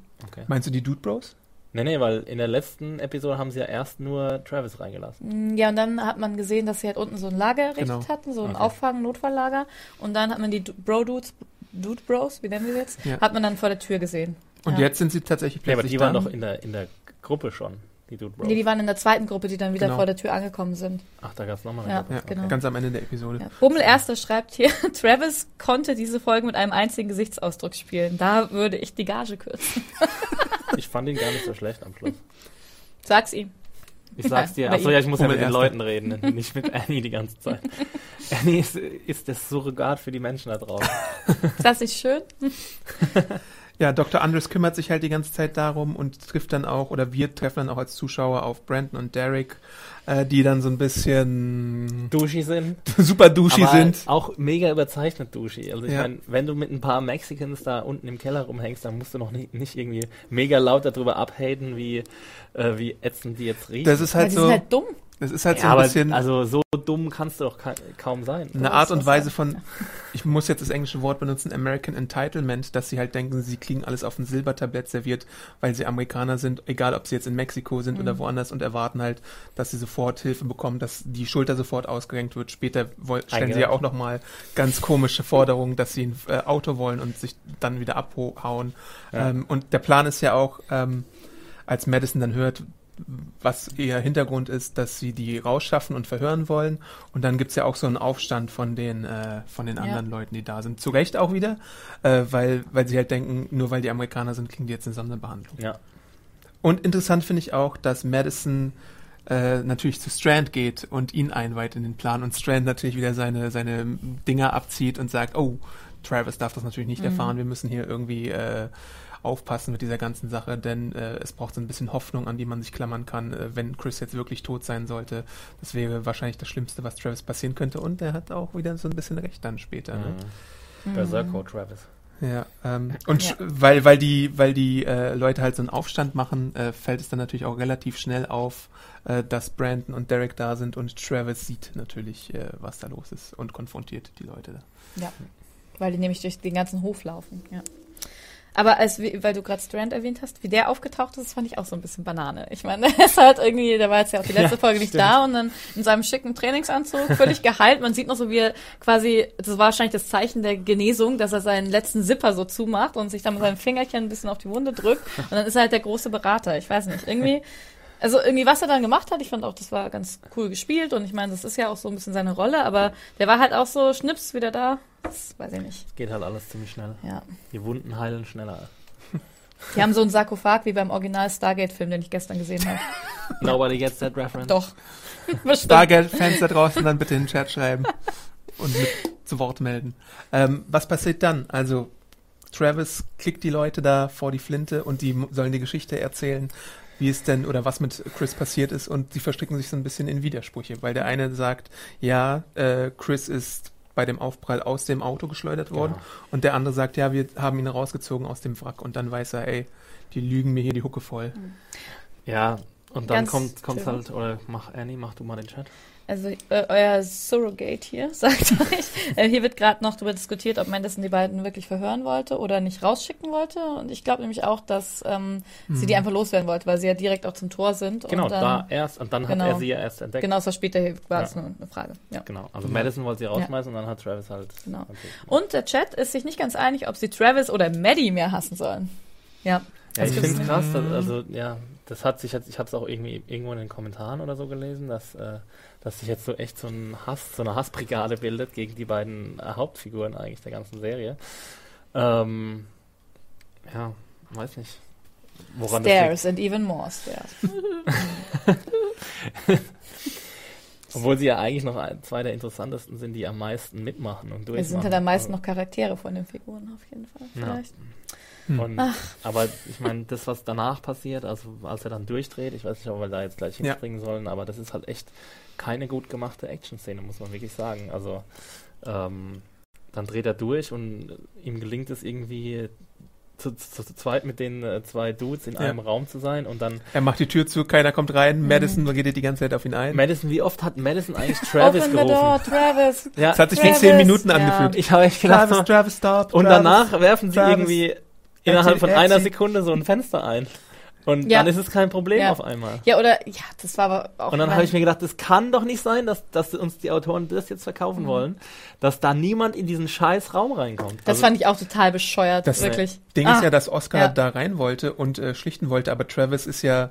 meinst du die Dude Bros?
Nee, nee, weil in der letzten Episode haben sie ja erst nur Travis reingelassen.
Mm, Ja, und dann hat man gesehen, dass sie halt unten so ein Lager errichtet
Genau.
hatten, so ein
Okay.
Auffang, Notfalllager. Und dann hat man die Du- Bro-Dudes, Dude Bros, wie nennen wir sie jetzt,
Ja.
hat man dann vor der Tür gesehen.
Und
Ja.
jetzt sind sie tatsächlich
Nee, aber
plötzlich
die waren
da.
doch in der, in der Gruppe schon, die Dude Bros.
Nee, die waren in der zweiten Gruppe, die dann wieder
Genau.
vor der Tür angekommen sind.
Ach, da gab's nochmal eine
Ja.
Gruppe.
ja,
genau.
ganz am Ende der Episode.
Ja. Bummel Erster schreibt hier, Travis konnte diese Folge mit einem einzigen Gesichtsausdruck spielen. Da würde ich die Gage kürzen.
Ich fand ihn gar nicht so schlecht am Schluss.
Sag's ihm.
Ich sag's dir.
Bei
Achso,
ihm.
ja, ich muss ja
Hummel
mit den
erster.
Leuten reden, nicht mit Annie die ganze Zeit. Annie ist, ist das Surrogat für die Menschen da draußen.
Ist das nicht schön?
Ja, Dr. Andres kümmert sich halt die ganze Zeit darum und trifft dann auch, oder wir treffen dann auch als Zuschauer auf Brandon und Derek, äh, die dann so ein bisschen
Duschi sind.
super duschi
aber
sind.
Auch mega überzeichnet Duschi. Also ich
Ja.
meine, wenn du mit ein paar Mexicans da unten im Keller rumhängst, dann musst du noch nicht, nicht irgendwie mega laut darüber abhaten, wie, äh, wie ätzend die jetzt riechen.
Das ist
Weil
halt
die
so,
sind halt dumm.
das ist halt
ja,
so ein
aber
bisschen
also so dumm kannst du doch ka kaum sein.
eine
das
Art und
ist
Weise
halt-
von, ich muss jetzt das englische Wort benutzen, American Entitlement, dass sie halt denken, sie kriegen alles auf ein Silbertablett serviert, weil sie Amerikaner sind, egal ob sie jetzt in Mexiko sind oder woanders und erwarten halt, dass sie sofort Hilfe bekommen, dass die Schulter sofort ausgerenkt wird. Später woll- stellen sie ja
Eingerenkt.
auch nochmal ganz komische Forderungen, dass sie ein äh, Auto wollen und sich dann wieder abhauen.
Ja.
Ähm, und der Plan ist ja auch, ähm, als Madison dann hört, was ihr Hintergrund ist, dass sie die rausschaffen und verhören wollen. Und dann gibt's ja auch so einen Aufstand von den, äh, von den
Ja.
anderen Leuten, die da sind. Zu Recht auch wieder, äh, weil, weil sie halt denken, nur weil die Amerikaner sind, kriegen die jetzt eine Sonderbehandlung.
Ja.
Und interessant finde ich auch, dass Madison äh, natürlich zu Strand geht und ihn einweiht in den Plan und Strand natürlich wieder seine, seine Dinger abzieht und sagt, oh, Travis darf das natürlich nicht erfahren, wir müssen hier irgendwie äh, aufpassen mit dieser ganzen Sache, denn äh, es braucht so ein bisschen Hoffnung, an die man sich klammern kann, äh, wenn Chris jetzt wirklich tot sein sollte. Das wäre wahrscheinlich das Schlimmste, was Travis passieren könnte und er hat auch wieder so ein bisschen recht dann später. Ne?
Mhm. Berserker Travis.
Ja, ähm, und
Ja.
sch- weil weil die weil die äh, Leute halt so einen Aufstand machen, äh, fällt es dann natürlich auch relativ schnell auf, äh, dass Brandon und Derek da sind und Travis sieht natürlich, äh, was da los ist und konfrontiert die Leute. da.
Weil die nämlich durch den ganzen Hof laufen, ja. Aber als, wir- weil du gerade Strand erwähnt hast, wie der aufgetaucht ist, das fand ich auch so ein bisschen Banane. Ich meine, es hat irgendwie, der war jetzt ja auch die letzte
Ja,
Folge nicht
stimmt.
da und dann in seinem schicken Trainingsanzug, völlig geheilt. Man sieht noch so, wie er quasi, das war wahrscheinlich das Zeichen der Genesung, dass er seinen letzten Zipper so zumacht und sich dann mit seinem Fingerchen ein bisschen auf die Wunde drückt. Und dann ist er halt der große Berater. Ich weiß nicht, irgendwie, also irgendwie, was er dann gemacht hat, ich fand auch, das war ganz cool gespielt und ich meine, das ist ja auch so ein bisschen seine Rolle, aber der war halt auch so schnips wieder da. Das weiß ich nicht.
Geht halt alles ziemlich schnell.
Ja.
Die Wunden heilen schneller.
Die haben so einen Sarkophag wie beim Original Stargate-Film, den ich gestern gesehen habe.
Nobody gets that reference.
Doch. Bestimmt.
Stargate-Fans da draußen dann bitte in den Chat schreiben und mit zu Wort melden. Ähm, was passiert dann? Also Travis klickt die Leute da vor die Flinte und die m- sollen die Geschichte erzählen, wie es denn oder was mit Chris passiert ist und sie verstricken sich so ein bisschen in Widersprüche, weil der eine sagt, ja, äh, Chris ist bei dem Aufprall aus dem Auto geschleudert worden
Genau.
und der andere sagt, ja, wir haben ihn rausgezogen aus dem Wrack und dann weiß er, ey, die lügen mir hier die Hucke voll.
Ja, und dann
Ganz
kommt kommt
schlimm.
halt, oder mach Annie, mach du mal den Chat.
Also äh, euer Surrogate hier sagt euch, äh, hier wird gerade noch darüber diskutiert, ob Mendelssohn die beiden wirklich verhören wollte oder nicht rausschicken wollte. Und ich glaube nämlich auch, dass ähm, sie
Hm.
die einfach loswerden wollte, weil sie ja direkt auch zum Tor sind.
Mhm. Genau,
und dann,
da erst, und dann
Genau.
hat er sie ja erst entdeckt.
Genau, das war später hier war
Ja.
es nur eine Frage. Ja.
Genau, also Madison wollte sie rausschmeißen und dann hat Travis halt.
Genau.
Okay.
Und der Chat ist sich nicht ganz einig, ob sie Travis oder Maddie mehr hassen sollen. Ja.
Ja, ich
gibt's
finde es krass, dass, also ja, das hat sich jetzt, ich habe es auch irgendwie irgendwo in den Kommentaren oder so gelesen, dass, äh, dass sich jetzt so echt so ein Hass, so eine Hassbrigade bildet gegen die beiden äh, Hauptfiguren eigentlich der ganzen Serie. Ähm, ja, weiß nicht. Woran
Stairs and even more stairs.
das liegt. Obwohl sie ja eigentlich noch ein, zwei der interessantesten sind, die am meisten mitmachen und durchmachen.
Es sind halt am meisten noch Charaktere von den Figuren auf jeden Fall.
Ja.
Vielleicht.
Hm.
Und, aber ich meine, das, was danach passiert, also als er dann durchdreht, ich weiß nicht, ob wir da jetzt gleich
Ja.
hinspringen sollen, aber das ist halt echt keine gut gemachte Action-Szene, muss man wirklich sagen. Also ähm, dann dreht er durch und ihm gelingt es irgendwie zu, zu, zu zweit mit den äh, zwei Dudes in
Ja.
einem Raum zu sein und dann
Er macht die Tür zu, keiner kommt
Hm.
rein. Madison redet die ganze Zeit auf ihn ein.
Madison, wie oft hat Madison eigentlich Travis
Open the door,
gerufen?
Travis.
Ja,
Es hat sich wie
Travis,
zehn Minuten
ja.
angefühlt.
ich habe echt gedacht,
Travis, Travis, stop.
Und
Travis.
danach werfen sie
Travis,
irgendwie innerhalb von
Epsi,
einer
Epsi.
Sekunde so ein Fenster ein. Und
Ja.
dann ist es kein Problem
Ja.
auf einmal.
Ja, oder, ja, das war aber auch.
Und dann
mein-
habe ich mir gedacht, es kann doch nicht sein, dass, dass uns die Autoren das jetzt
Mhm.
verkaufen wollen, dass da niemand in diesen scheiß Raum reinkommt. Also,
das fand ich auch total bescheuert,
äh,
Das-
wirklich.
Ding
Ah,
ist ja, dass Oscar
ja.
da rein wollte und äh, schlichten wollte, aber Travis ist ja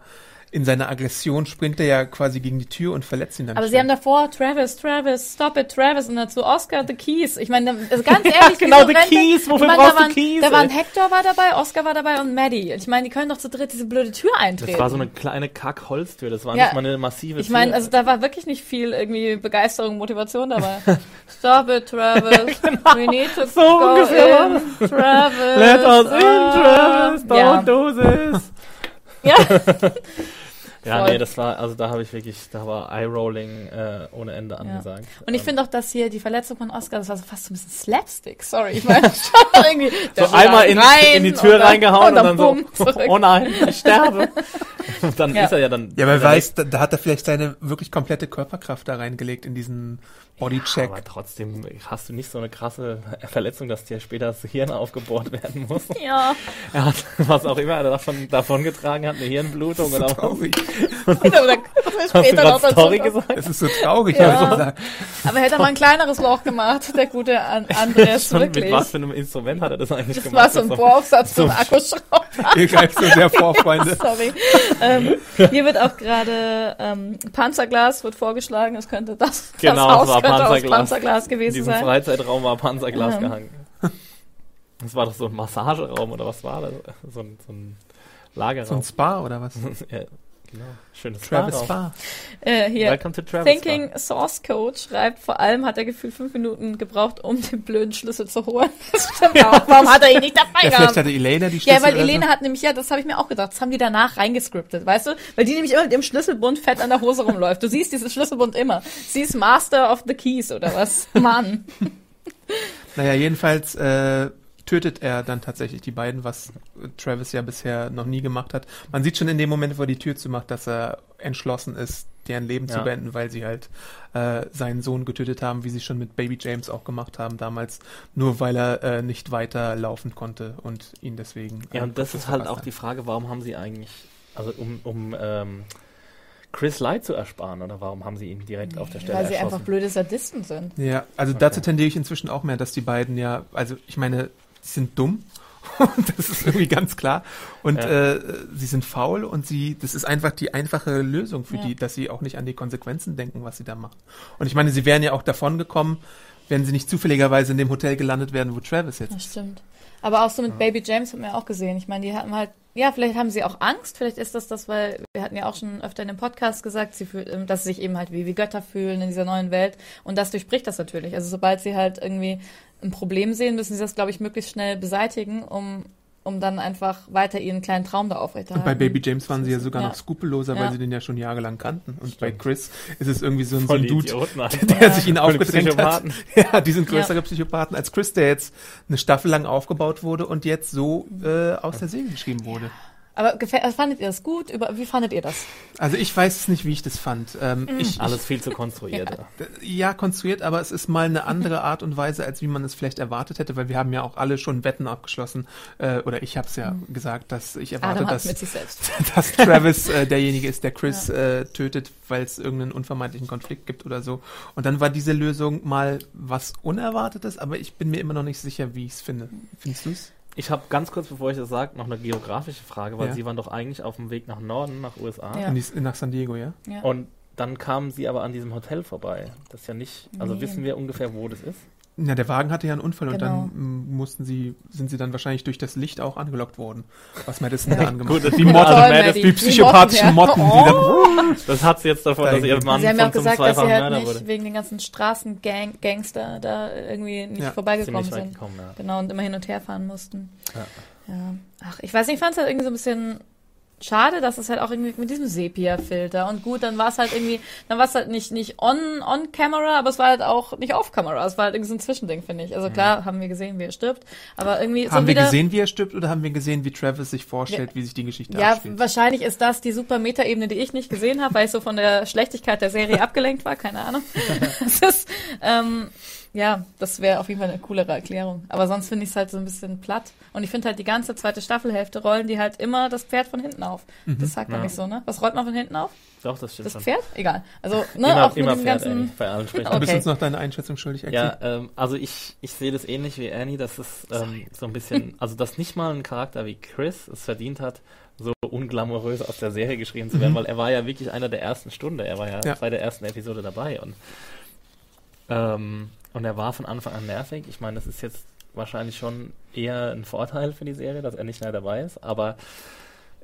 in seiner Aggression springt er ja quasi gegen die Tür und verletzt ihn dann.
Aber
schwer.
sie haben davor Travis, Travis, stop it, Travis und dazu Oscar, the keys. Ich meine, also ganz ehrlich, wieso
genau, the
rennt denn-
keys, wofür
ich meine,
brauchst
da
du
waren,
keys,
Da
ey?
waren Hector war dabei, Oscar war dabei und Maddie. Ich meine, die können doch zu dritt diese blöde Tür eintreten.
das war so eine kleine Kackholztür, das war
Ja.
nicht mal eine massive
ich meine,
Tür.
also da war wirklich nicht viel irgendwie Begeisterung, Motivation dabei. Stop it, Travis. We need
Genau.
to
So
go
ungefähr war
in, Travis.
Let us in,
Ah.
Travis, don't
äh, ja.
do this.
Ja.
Ja,
Voll.
nee, das war, also da habe ich wirklich, da war Eye-Rolling äh, ohne Ende angesagt.
Und ich
Ähm,
finde auch, dass hier die Verletzung von Oscar, das war so fast so ein bisschen Slapstick. Sorry, ich meine, schon irgendwie. der
so
wurde
einmal in,
rein
in die Tür
und dann-
reingehauen und dann,
bumm,
so,
zurück.
oh nein, ich sterbe. Und dann
Ja.
ist er ja dann.
Ja, wer
ist er
weiß, Also da, da hat er vielleicht seine wirklich komplette Körperkraft da reingelegt in diesen
weg.
Bodycheck.
Aber trotzdem hast du nicht so eine krasse Verletzung, dass dir später das Hirn aufgebohrt werden muss.
Ja,
Er hat, was auch immer er davon, davon getragen hat, eine Hirnblutung oder was.
traurig.
oder, oder was wir
Hast du
später noch
gerade
dazu
Story
kommen.
gesagt?
Es ist so traurig,
Ja.
muss ich sagen.
Aber hätte er mal ein kleineres Loch gemacht, der gute An Andreas,
Schon,
wirklich.
mit was für einem Instrument hat er das eigentlich
Das war
gemacht?
so ein
Das
Bohraufsatz zum Akkuschrauber.
Ihr greift so sehr vor, Freunde.
Sorry. ähm, hier wird auch gerade ähm, Panzerglas wird vorgeschlagen. Es könnte das,
Genau, es
das Haus
war
könnte aus
Panzerglas.
Panzerglas
in
gewesen
diesem
sein.
Freizeitraum war Panzerglas
Ja.
gehangen. Das war doch so ein Massageraum oder was war das? So ein, so ein
So
Lagerraum.
ein Spa oder was?
ja, genau. Schönes
Travis
Spa-Raum.
Spa.
Äh, hier.
Welcome to Travis.
Thinking Source Code schreibt, vor allem hat er gefühlt fünf Minuten gebraucht, um den blöden Schlüssel zu holen. Das stimmt auch. Warum hat er ihn nicht dabei
Ja, vielleicht
gehabt?
hatte Elena die Schlüssel
Ja, weil
oder
Elena
ne?
hat nämlich, ja, das habe ich mir auch gedacht, das haben die danach reingescriptet, weißt du? Weil die nämlich immer mit ihrem Schlüsselbund fett an der Hose rumläuft. Du siehst diesen Schlüsselbund immer. Sie ist Master of the Keys oder was? Mann.
so. Naja, jedenfalls äh, tötet er dann tatsächlich die beiden, was Travis ja bisher noch nie gemacht hat. Man sieht schon in dem Moment, wo er die Tür zumacht, dass er entschlossen ist, deren Leben zu
Ja.
beenden, weil sie halt äh, seinen Sohn getötet haben, wie sie schon mit Baby James auch gemacht haben damals, nur weil er äh, nicht weiter laufen konnte und ihn deswegen.
Ja,
äh,
und das ist halt auch die Frage, warum haben sie eigentlich, also um, um ähm, Chris Light zu ersparen, oder warum haben sie ihn direkt auf der Stelle
Weil sie einfach
erschossen?
blöde Sadisten sind.
Ja, also
Okay.
dazu tendiere ich inzwischen auch mehr, dass die beiden ja, also ich meine, sie sind dumm. Und das ist irgendwie ganz klar. Und
Ja.
äh, sie sind faul und sie, das ist einfach die einfache Lösung für
Ja.
die, dass sie auch nicht an die Konsequenzen denken, was sie da machen. Und ich meine, sie wären ja auch davon gekommen, wenn sie nicht zufälligerweise in dem Hotel gelandet wären, wo Travis jetzt
Das stimmt. Aber auch so mit Baby James hat man ja auch gesehen. Ich meine, die hatten halt, ja, vielleicht haben sie auch Angst. Vielleicht ist das das, weil wir hatten ja auch schon öfter in dem Podcast gesagt, sie fühl, ähm, dass sie sich eben halt wie, wie Götter fühlen in dieser neuen Welt. Und das durchbricht das natürlich. Also sobald sie halt irgendwie ein Problem sehen, müssen sie das, glaube ich, möglichst schnell beseitigen, um, um dann einfach weiter ihren kleinen Traum da
Und
aufrechterhalten.
bei Baby James waren sie ja sogar
Ja.
noch skrupelloser,
Ja.
weil sie den ja schon jahrelang kannten. Und bei
Stimmt.
Chris ist es irgendwie so ein, so
Voll
ein
die
Dude,
Idioten einfach.
der
Ja.
sich ihnen
Voll die
aufgedrängt hat.
Psychopathen.
Ja, die sind größere Psychopathen als Chris, der jetzt eine Staffel lang aufgebaut wurde und jetzt so äh, aus der Seele geschrieben wurde.
Aber gefä- also fandet ihr das gut? Über, wie fandet ihr das?
Also ich weiß nicht, wie ich das fand. Ähm,
Mhm.
ich, äh,
Alles viel zu konstruiert. ja.
ja, konstruiert, aber es ist mal eine andere Art und Weise, als wie man es vielleicht erwartet hätte, weil wir haben ja auch alle schon Wetten abgeschlossen. Äh, oder ich habe es ja gesagt, dass ich erwarte,
Mhm. Adam hat
dass
mit sich selbst.
dass Travis äh, derjenige ist, der Chris äh, tötet, weil es irgendeinen unvermeidlichen Konflikt gibt oder so. Und dann war diese Lösung mal was Unerwartetes, aber ich bin mir immer noch nicht sicher, wie ich es finde. Findest du es?
ich habe ganz kurz, bevor ich das sage, noch eine geografische Frage, weil
Ja.
sie waren doch eigentlich auf dem Weg nach Norden, nach USA.
Ja.
In die, nach San Diego, ja?
Ja.
Und dann kamen sie aber an diesem Hotel vorbei. Das ist ja nicht. Also
Nee.
wissen wir ungefähr, wo das ist?
Na, der Wagen hatte ja einen Unfall und
Genau.
dann m, mussten sie, sind sie dann wahrscheinlich durch das Licht auch angelockt worden. Was Madison da angemacht
Gut, das-
hat.
Die Motten,
Toll,
ne?
Maddie.
die psychopathischen
also Motten,
Motten,
ja. Oh,
die dann.
Das hat sie jetzt davon,
Geil.
dass ihr Mann
Sie haben ja auch
von zum
gesagt, dass sie
zweifachen
halt
Mörder
nicht
wurde.
wegen den ganzen Straßengangster da irgendwie nicht
Ja,
vorbeigekommen
Ziemlich weit
sind.
gekommen, ja.
Genau, und immer hin und her fahren mussten.
Ja.
Ja. Ach, ich weiß nicht, ich fand es halt irgendwie so ein bisschen schade, dass es halt auch irgendwie mit diesem Sepia-Filter und gut, dann war es halt irgendwie, dann war es halt nicht, nicht on, on Camera, aber es war halt auch nicht auf Kamera. Es war halt irgendwie so ein Zwischending, finde ich. Also klar, haben wir gesehen, wie er stirbt, aber irgendwie so
Mhm. Haben wir
wieder.
gesehen, wie er stirbt oder haben wir gesehen, wie Travis sich vorstellt, wie sich die Geschichte
Ja,
abspielt?
wahrscheinlich ist das die super Metaebene, die ich nicht gesehen habe, weil ich so von der Schlechtigkeit der Serie abgelenkt war, keine Ahnung. das ist, ähm, ja, das wäre auf jeden Fall eine coolere Erklärung. Aber sonst finde ich es halt so ein bisschen platt. Und ich finde halt die ganze zweite Staffelhälfte rollen die halt immer das Pferd von hinten auf. Das sagt man
Mhm. Ja.
nicht so, ne? Was rollt man von hinten auf?
Doch, das stimmt
Das
schon.
Pferd? Egal. Also, ne,
immer
auch mit
immer
diesem
Pferd,
ganzen.
eigentlich, bei allen Sprechern.
Du bist
okay.
uns noch deine Einschätzung schuldig, Axel.
Ja, ähm, also ich, ich sehe das ähnlich wie Annie, dass es ähm, so ein bisschen, also dass nicht mal ein Charakter wie Chris es verdient hat, so unglamourös aus der Serie geschrieben zu werden, weil er war ja wirklich einer der ersten Stunde, er war ja,
Ja.
bei der ersten Episode dabei und, ähm, und er war von Anfang an nervig. Ich meine, das ist jetzt wahrscheinlich schon eher ein Vorteil für die Serie, dass er nicht mehr dabei ist, aber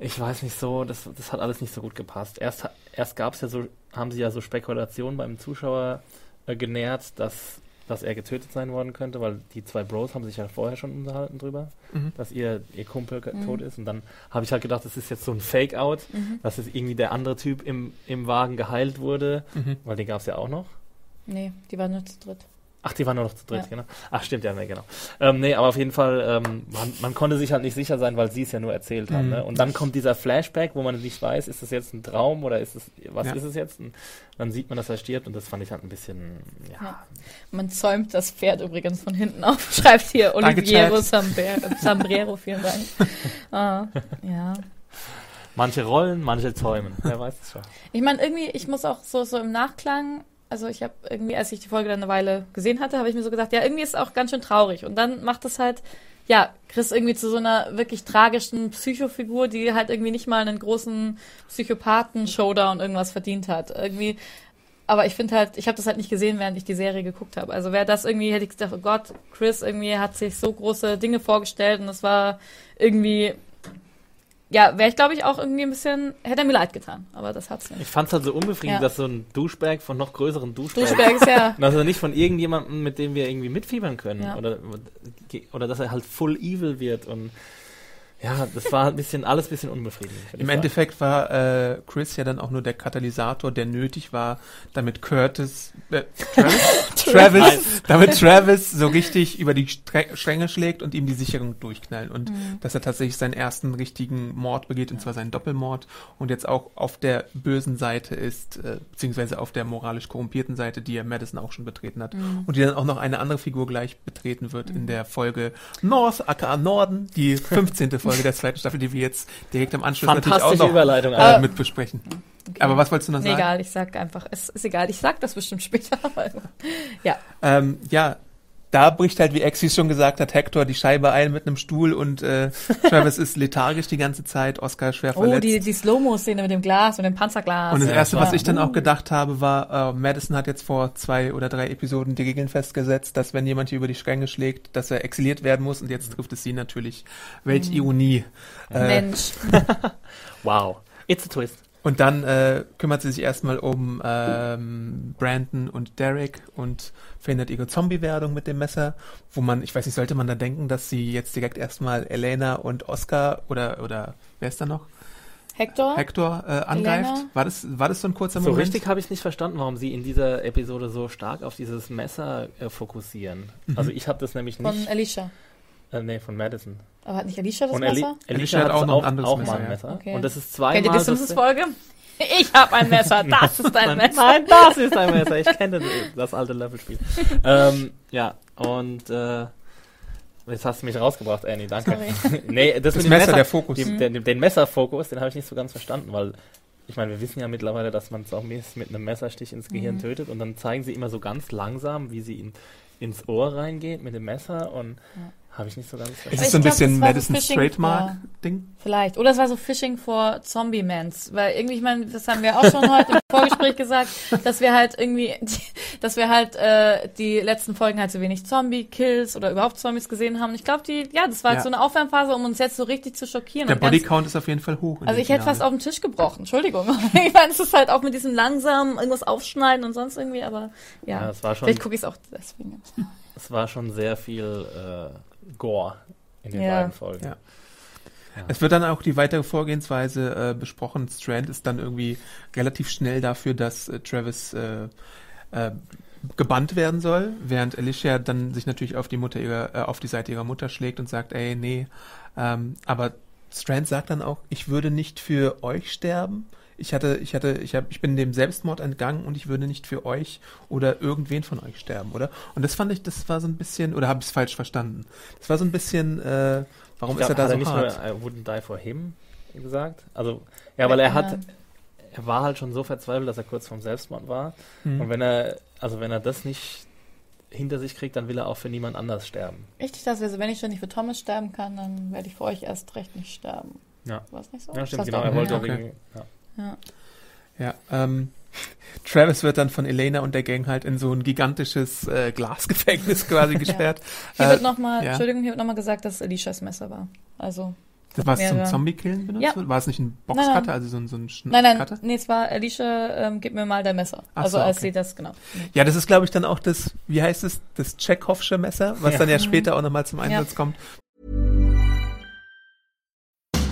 ich weiß nicht so, das, das hat alles nicht so gut gepasst. Erst, ha- erst gab es ja so, haben sie ja so Spekulationen beim Zuschauer äh, genährt, dass, dass er getötet sein worden könnte, weil die zwei Bros haben sich ja vorher schon unterhalten drüber,
Mhm.
dass ihr, ihr Kumpel ge-
Mhm.
tot ist. Und dann habe ich halt gedacht, das ist jetzt so ein Fake-Out,
Mhm.
dass jetzt irgendwie der andere Typ im, im Wagen geheilt wurde,
Mhm.
weil den gab es ja auch noch.
Nee, die waren nur zu dritt.
Ach, die waren nur noch zu dritt,
Ja.
genau. Ach, stimmt, ja, nee, genau. Ähm, nee, aber auf jeden Fall, ähm, man, man konnte sich halt nicht sicher sein, weil sie es ja nur erzählt haben.
Mhm.
Ne? Und dann kommt dieser Flashback, wo man nicht weiß, ist das jetzt ein Traum oder ist es, was
Ja.
ist es jetzt? Und dann sieht man, dass er stirbt und das fand ich halt ein bisschen, ja,
Ja. Man zäumt das Pferd übrigens von hinten auf, schreibt hier
Danke,
Oliviero
Chad.
Samber- Sambrero, vielen Dank. Ah, ja.
manche rollen, manche zäumen. Wer weiß es schon.
Ich meine, irgendwie, ich muss auch so, so im Nachklang, also ich habe irgendwie, als ich die Folge dann eine Weile gesehen hatte, habe ich mir so gedacht, ja, irgendwie ist es auch ganz schön traurig. Und dann macht es halt, ja, Chris irgendwie zu so einer wirklich tragischen Psychofigur, die halt irgendwie nicht mal einen großen Psychopathen-Showdown irgendwas verdient hat. Irgendwie. Aber ich finde halt, ich habe das halt nicht gesehen, während ich die Serie geguckt habe. Also wäre das irgendwie, hätte ich gedacht, oh Gott, Chris irgendwie hat sich so große Dinge vorgestellt und das war irgendwie, ja, wäre ich glaube ich auch irgendwie ein bisschen, hätte er mir leid getan. Aber das hat's nicht.
Ich fand es halt so unbefriedigend,
Ja.
dass so ein Duschberg von noch größeren Duschberg.
Duschberg ist ja.
Und Also nicht von irgendjemandem, mit dem wir irgendwie mitfiebern können.
Ja.
Oder, oder dass er halt full evil wird und ja, das war ein bisschen, alles ein bisschen unbefriedigend. würd ich
Im
sagen.
Endeffekt war äh, Chris ja dann auch nur der Katalysator, der nötig war, damit Curtis, äh, Travis, Travis damit Travis so richtig über die Stre- Stränge schlägt und ihm die Sicherung durchknallen und dass er tatsächlich seinen ersten richtigen Mord begeht und zwar seinen Doppelmord und jetzt auch auf der bösen Seite ist, äh, beziehungsweise auf der moralisch korrumpierten Seite, die ja Madison auch schon betreten hat und die dann auch noch eine andere Figur gleich betreten wird in der Folge North, aka Norden, die 15. Folge der zweiten Staffel, die wir jetzt direkt am Anschluss natürlich auch
Fantastische
noch
Überleitung.
äh,
Alter.
mit besprechen.
Okay.
Aber was wolltest du noch
Nee,
sagen?
egal, ich sag einfach, es ist egal, ich sag das bestimmt später. aber-
Ähm, ja, da bricht halt, wie Exis schon gesagt hat, Hector die Scheibe ein mit einem Stuhl und äh, Travis ist lethargisch die ganze Zeit, Oscar schwer
oh,
verletzt.
die, die Slow-Mo-Szene mit dem Glas, mit dem Panzerglas.
und das
Ja,
Erste,
klar.
was ich dann auch gedacht habe, war, äh, Madison hat jetzt vor zwei oder drei Episoden die Regeln festgesetzt, dass wenn jemand hier über die Stränge schlägt, dass er exiliert werden muss und jetzt trifft es sie natürlich. Welch Ironie. Äh,
Mensch.
Wow. It's a twist.
Und dann äh, kümmert sie sich erstmal um ähm, Brandon und Derek und verhindert ihre Zombie-Werdung mit dem Messer, wo man, ich weiß nicht, sollte man da denken, dass sie jetzt direkt erstmal Elena und Oscar oder oder wer ist da noch?
Hector?
Hector äh, angreift?
Elena?
War das war das so ein kurzer
So
Moment?
richtig habe ich es nicht verstanden, warum sie in dieser Episode so stark auf dieses Messer äh, fokussieren.
Mhm.
Also ich habe das nämlich
Von
nicht.
Alicia.
Äh, nee, von Madison.
Aber hat nicht Alicia das
Und Eli
Messer?
Alicia
hat
hat auch
es
noch ein anderes
auch
Messer,
mal ein
ja.
Messer.
Okay.
Und das ist
Kennt ihr
zweimal.
die
das-
Simpsons-Folge? Ich hab ein Messer, das ist ein Messer.
Nein, das ist ein Messer. Ich kenne das- das alte Levelspiel. ähm, ja, und äh, jetzt hast du mich rausgebracht, Annie. Danke.
Sorry.
nee, das, mit dem
das
Mhm.
Messer,
Messer,
der Fokus.
den, den, den Messerfokus, den habe ich nicht so ganz verstanden, weil ich meine, wir wissen ja mittlerweile, dass man Zombies mit einem Messerstich ins Gehirn
Mhm.
tötet und dann zeigen sie immer so ganz langsam, wie sie ihn ins Ohr reingeht mit dem Messer und
Ja.
Habe ich nicht so ganz
Ist
verstanden.
es
ich
so ein
glaub,
bisschen
das war so
Madison
Fishing-
Trademark-Ding?
Vielleicht. Oder es war so Fishing for Zombie-Mans. Weil irgendwie, ich meine, das haben wir auch schon heute im Vorgespräch gesagt, dass wir halt irgendwie, dass wir halt äh, die letzten Folgen halt so wenig Zombie-Kills oder überhaupt Zombies gesehen haben. Ich glaube, die, ja, das war halt
Ja.
so eine Aufwärmphase, um uns jetzt so richtig zu schockieren.
Der
und Genau, ganz-
Bodycount ist auf jeden Fall hoch. in
also
dem
ich hätte
Finale.
fast auf den Tisch gebrochen. Entschuldigung. ich meine, es ist halt auch mit diesem langsamen irgendwas aufschneiden und sonst irgendwie, aber ja.
Ja, es war schon-
Vielleicht gucke ich es auch deswegen.
Es war schon sehr viel äh, Gore in den
Ja.
beiden Folgen.
Ja. Es wird dann auch die weitere Vorgehensweise äh, besprochen. Strand ist dann irgendwie relativ schnell dafür, dass äh, Travis äh, äh, gebannt werden soll, während Alicia dann sich natürlich auf die Mutter ihrer, äh, auf die Seite ihrer Mutter schlägt und sagt, ey, nee. Ähm, aber Strand sagt dann auch, ich würde nicht für euch sterben. Ich hatte, ich hatte, ich hab, ich bin dem Selbstmord entgangen und ich würde nicht für euch oder irgendwen von euch sterben, oder? Und das fand ich, das war so ein bisschen, oder habe ich es falsch verstanden? Das war so ein bisschen, äh, warum
Ich
ist er
glaub,
da
hat
so
er nicht
hart?
nur I wouldn't die for him gesagt? Also, ja, weil er hat, er war halt schon so verzweifelt, dass er kurz vorm Selbstmord war.
Hm.
Und wenn er, also wenn er das nicht hinter sich kriegt, dann will er auch für niemand anders sterben.
Richtig, dass wir, so, wenn ich schon nicht für Thomas sterben kann, dann werde ich für euch erst recht nicht sterben.
Ja.
War es nicht so?
Ja, stimmt,
Das
genau.
war-
Er wollte
ja.
Okay.
wegen, ja.
Ja.
Ja, ähm, Travis wird dann von Elena und der Gang halt in so ein gigantisches äh, Glasgefängnis quasi gesperrt.
Hier
äh,
wird nochmal,
ja.
Entschuldigung, hier wird nochmal gesagt, dass Alicias Messer war. Also,
das war es Äh, zum
mehrere-
Zombie-Killen benutzt?
Ja.
wurde? War es nicht ein
nein.
Boxcutter, also so ein, so ein Schn-
nein, nein,
Cutter?
nee, es war Alicia, ähm, gib mir mal dein Messer.
Ach
also,
so,
als
okay.
sie das, genau.
Ja, das ist glaube ich dann auch das, wie heißt es, das Tschekhovsche Messer, was
Ja.
dann ja später auch nochmal zum Einsatz kommt.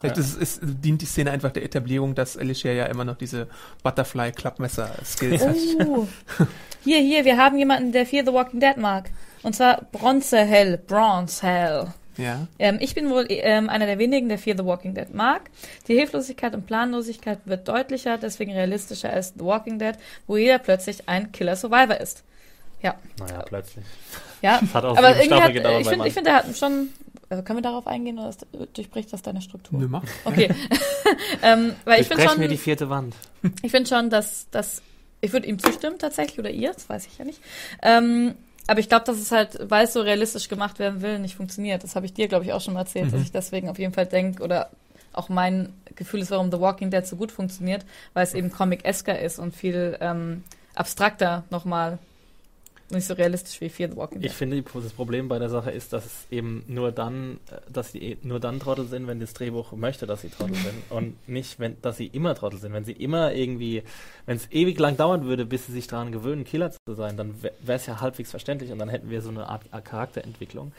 Vielleicht ist, ist, dient die Szene einfach der Etablierung, dass Alicia ja immer noch diese Butterfly-Klappmesser-Skills hat.
Uh, hier, hier, wir haben jemanden, der Fear the Walking Dead mag. Und zwar Bronze Hell, Bronze Hell.
Ja.
Ähm, ich bin wohl ähm, einer der wenigen, der Fear the Walking Dead mag. Die Hilflosigkeit und Planlosigkeit wird deutlicher, deswegen realistischer als The Walking Dead, wo jeder plötzlich ein Killer-Survivor ist. Ja,
Naja, plötzlich.
ja.
Das hat auch
aber
sieben
irgendwie
Staffeln
hat,
gedauert
ich
beim
finde, ich finde, er hat schon. Also können wir darauf eingehen oder ist, durchbricht das deine Struktur?
Nö, mach.
Okay. ähm, weil ich finde
Brechen wir die
schon,
vierte Wand.
ich finde schon, dass, dass ich würde ihm zustimmen tatsächlich oder ihr, das weiß ich ja nicht. Ähm, aber ich glaube, dass es halt, weil es so realistisch gemacht werden will, nicht funktioniert. Das habe ich dir, glaube ich, auch schon mal erzählt,
Mhm.
dass ich deswegen auf jeden Fall denke oder auch mein Gefühl ist, warum The Walking Dead so gut funktioniert, weil es eben Comic-esker ist und viel ähm, abstrakter nochmal. Nicht so realistisch wie Fear the Walking Dead.
Ich finde, die- das Problem bei der Sache ist, dass es eben nur dann, äh, dass sie eh- nur dann Trottel sind, wenn das Drehbuch möchte, dass sie Trottel sind und nicht, wenn, dass sie immer Trottel sind. Wenn sie immer irgendwie, wenn es ewig lang dauern würde, bis sie sich daran gewöhnen, Killer zu sein, dann wäre es ja halbwegs verständlich und dann hätten wir so eine Art Art Charakterentwicklung.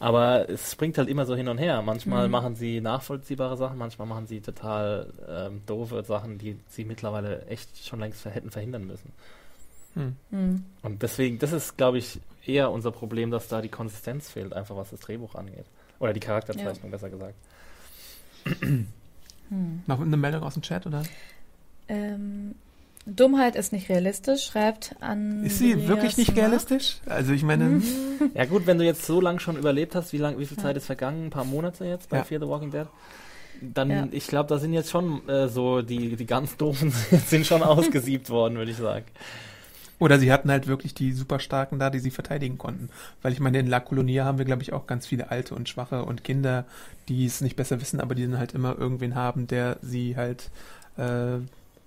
Aber es springt halt immer so hin und her. Manchmal machen sie nachvollziehbare Sachen, manchmal machen sie total ähm, doofe Sachen, die sie mittlerweile echt schon längst ver hätten verhindern müssen.
Hm.
Hm.
Und deswegen, das ist, glaube ich, eher unser Problem, dass da die Konsistenz fehlt, einfach was das Drehbuch angeht. Oder die Charakterzeichnung, besser gesagt.
Noch eine Meldung aus dem Chat, oder?
Hm. Ähm, Dummheit ist nicht realistisch, schreibt an.
Hm, Ist sie wirklich nicht realistisch? Also ich meine,
Hm.
Ja gut, wenn du jetzt so lang schon überlebt hast, wie, lang, wie viel Zeit ist vergangen? Ein paar Monate jetzt bei
Ja.
Fear the Walking Dead? Dann,
Ja.
ich glaube, da sind jetzt schon äh, so, die, die ganz doofen sind schon ausgesiebt worden, würde ich sagen.
Oder sie hatten halt wirklich die super starken da, die sie verteidigen konnten. Weil ich meine, in La Colonia haben wir, glaube ich, auch ganz viele Alte und Schwache und Kinder, die es nicht besser wissen, aber die dann halt immer irgendwen haben, der sie halt äh,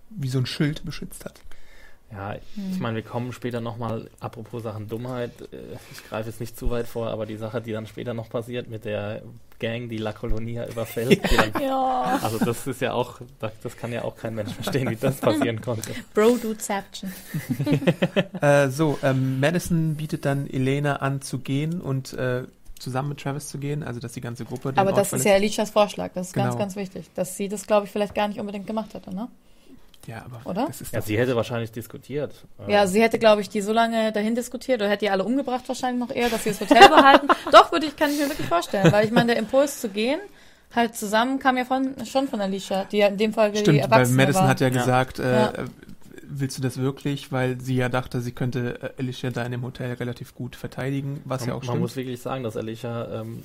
wie so ein Schild beschützt hat.
Ja, ich meine, wir kommen später nochmal, apropos Sachen Dummheit, äh, ich greife jetzt nicht zu weit vor, aber die Sache, die dann später noch passiert mit der Gang, die La Colonia überfällt, die dann
Ja.
Also das ist ja auch, das das kann ja auch kein Mensch verstehen, wie das passieren konnte.
Broduception.
Äh, so, ähm, Madison bietet dann Elena an zu gehen und äh, zusammen mit Travis zu gehen, also dass die ganze Gruppe. den
Aber
Ort
das ist
verlässt.
ja Alicias Vorschlag, das ist
Genau.
ganz, ganz wichtig. Dass sie das, glaube ich, vielleicht gar nicht unbedingt gemacht hätte, ne?
Ja, aber
Oder?
das ist
Ja,
doch-
sie hätte wahrscheinlich diskutiert. Äh,
Ja, sie hätte, glaube ich, die so lange dahin diskutiert oder hätte die alle umgebracht wahrscheinlich noch eher, dass sie das Hotel behalten. Doch, würde ich, kann ich mir wirklich vorstellen, weil ich meine, der Impuls zu gehen, halt zusammen kam ja von, schon von Alicia, die ja in dem Fall die
Stimmt, weil
Erwachsene
Madison
war.
hat ja, gesagt, äh,
Ja.
äh, willst du das wirklich? Weil sie ja dachte, sie könnte äh, Alicia da in dem Hotel relativ gut verteidigen, was
Ähm, man,
ja auch
man muss
stimmt.
wirklich sagen, dass Alicia ähm,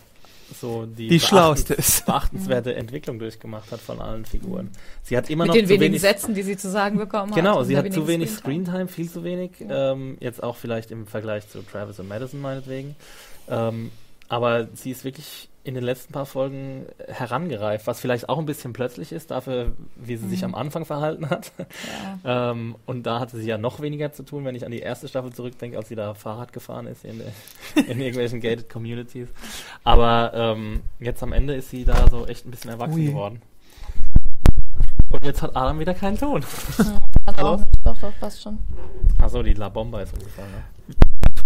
so die,
Die
beachtens-
schlauste ist.
beachtenswerte Entwicklung durchgemacht hat von allen Figuren. Sie hat immer
Mit
noch
den
zu
wenigen
wenig
Sätzen, die sie zu sagen bekommen hat.
Genau,
und
sie
der
hat zu
wenigen
wenig Screentime, viel zu wenig. Ähm, jetzt auch vielleicht im Vergleich zu Travis und Madison meinetwegen. Ähm, aber sie ist wirklich in den letzten paar Folgen herangereift, was vielleicht auch ein bisschen plötzlich ist, dafür, wie sie sich am
Mhm.
Anfang verhalten hat.
Ja.
Ähm, und da hatte sie ja noch weniger zu tun, wenn ich an die erste Staffel zurückdenke, als sie da Fahrrad gefahren ist in, in irgendwelchen gated communities. Aber ähm, jetzt am Ende ist sie da so echt ein bisschen erwachsen
Ui.
geworden. Und jetzt hat Adam wieder keinen Ton.
Kann
Hallo?
auch nicht. Doch, doch, passt schon.
Achso, die La Bomba ist umgefallen. Ne?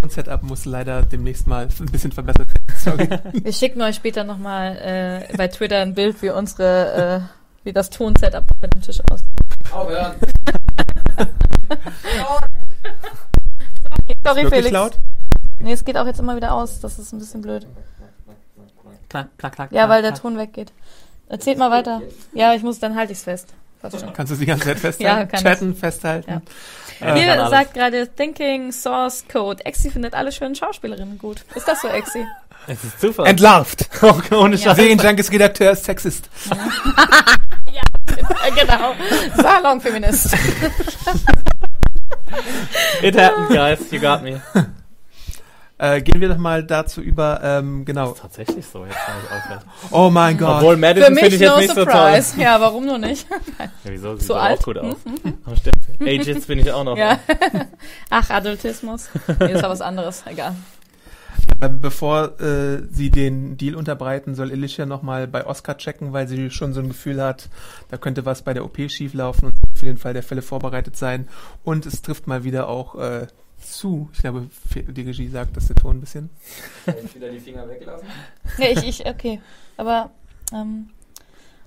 Mein Setup muss leider demnächst mal ein bisschen verbessert werden. Sorry.
Wir schicken euch später nochmal äh, bei Twitter ein Bild, wie unsere, äh, wie das Ton-Setup bei dem Tisch aussieht.
Aufhören!
Sorry,
Wirklich
Felix.
laut?
Nee, es geht auch jetzt immer wieder aus. Das ist ein bisschen blöd.
Klack, klack, klack.
Ja, weil der Ton weggeht. Erzählt mal weiter. Ja, ich muss, dann halte ich's fest. Passt schon.
Kannst du sie die ganze Zeit
Ja,
festhalten?
kann
Chatten, festhalten.
Ja,
Mir
kann alles.
sagt gerade Thinking Source Code. Exi findet alle schönen Schauspielerinnen gut. Ist das so, Exi?
Es ist Zufall.
Entlarvt!
Ohne
Ja.
Scheiß.
Serienjunkies-Redakteur ist Sexist.
Äh, genau. Salonfeminist.
It happened, guys. You got me.
Äh, gehen wir doch mal dazu über, ähm, genau.
Tatsächlich so. Jetzt kann ich aufhören.
Oh mein Gott.
Obwohl
Für
Madison finde ich
mich no
jetzt nicht so
surprise. ja, warum nur nicht?
toll. Ja, wieso? Sieht
Zu
doch
alt? Mhm,
auch gut aus. Am Stift. Agents bin ich auch noch.
Ja. Ach, Adultismus. Nee, ist ja was anderes. Egal.
Ähm, bevor äh, sie den Deal unterbreiten, soll Alicia nochmal bei Oscar checken, weil sie schon so ein Gefühl hat, da könnte was bei der OP schieflaufen und für den Fall der Fälle vorbereitet sein. Und es trifft mal wieder auch äh, zu. Ich glaube, die Regie sagt, dass der Ton ein bisschen.
Soll ich wieder die Finger weglassen?
Ja, ich, ich, okay. Aber, ähm,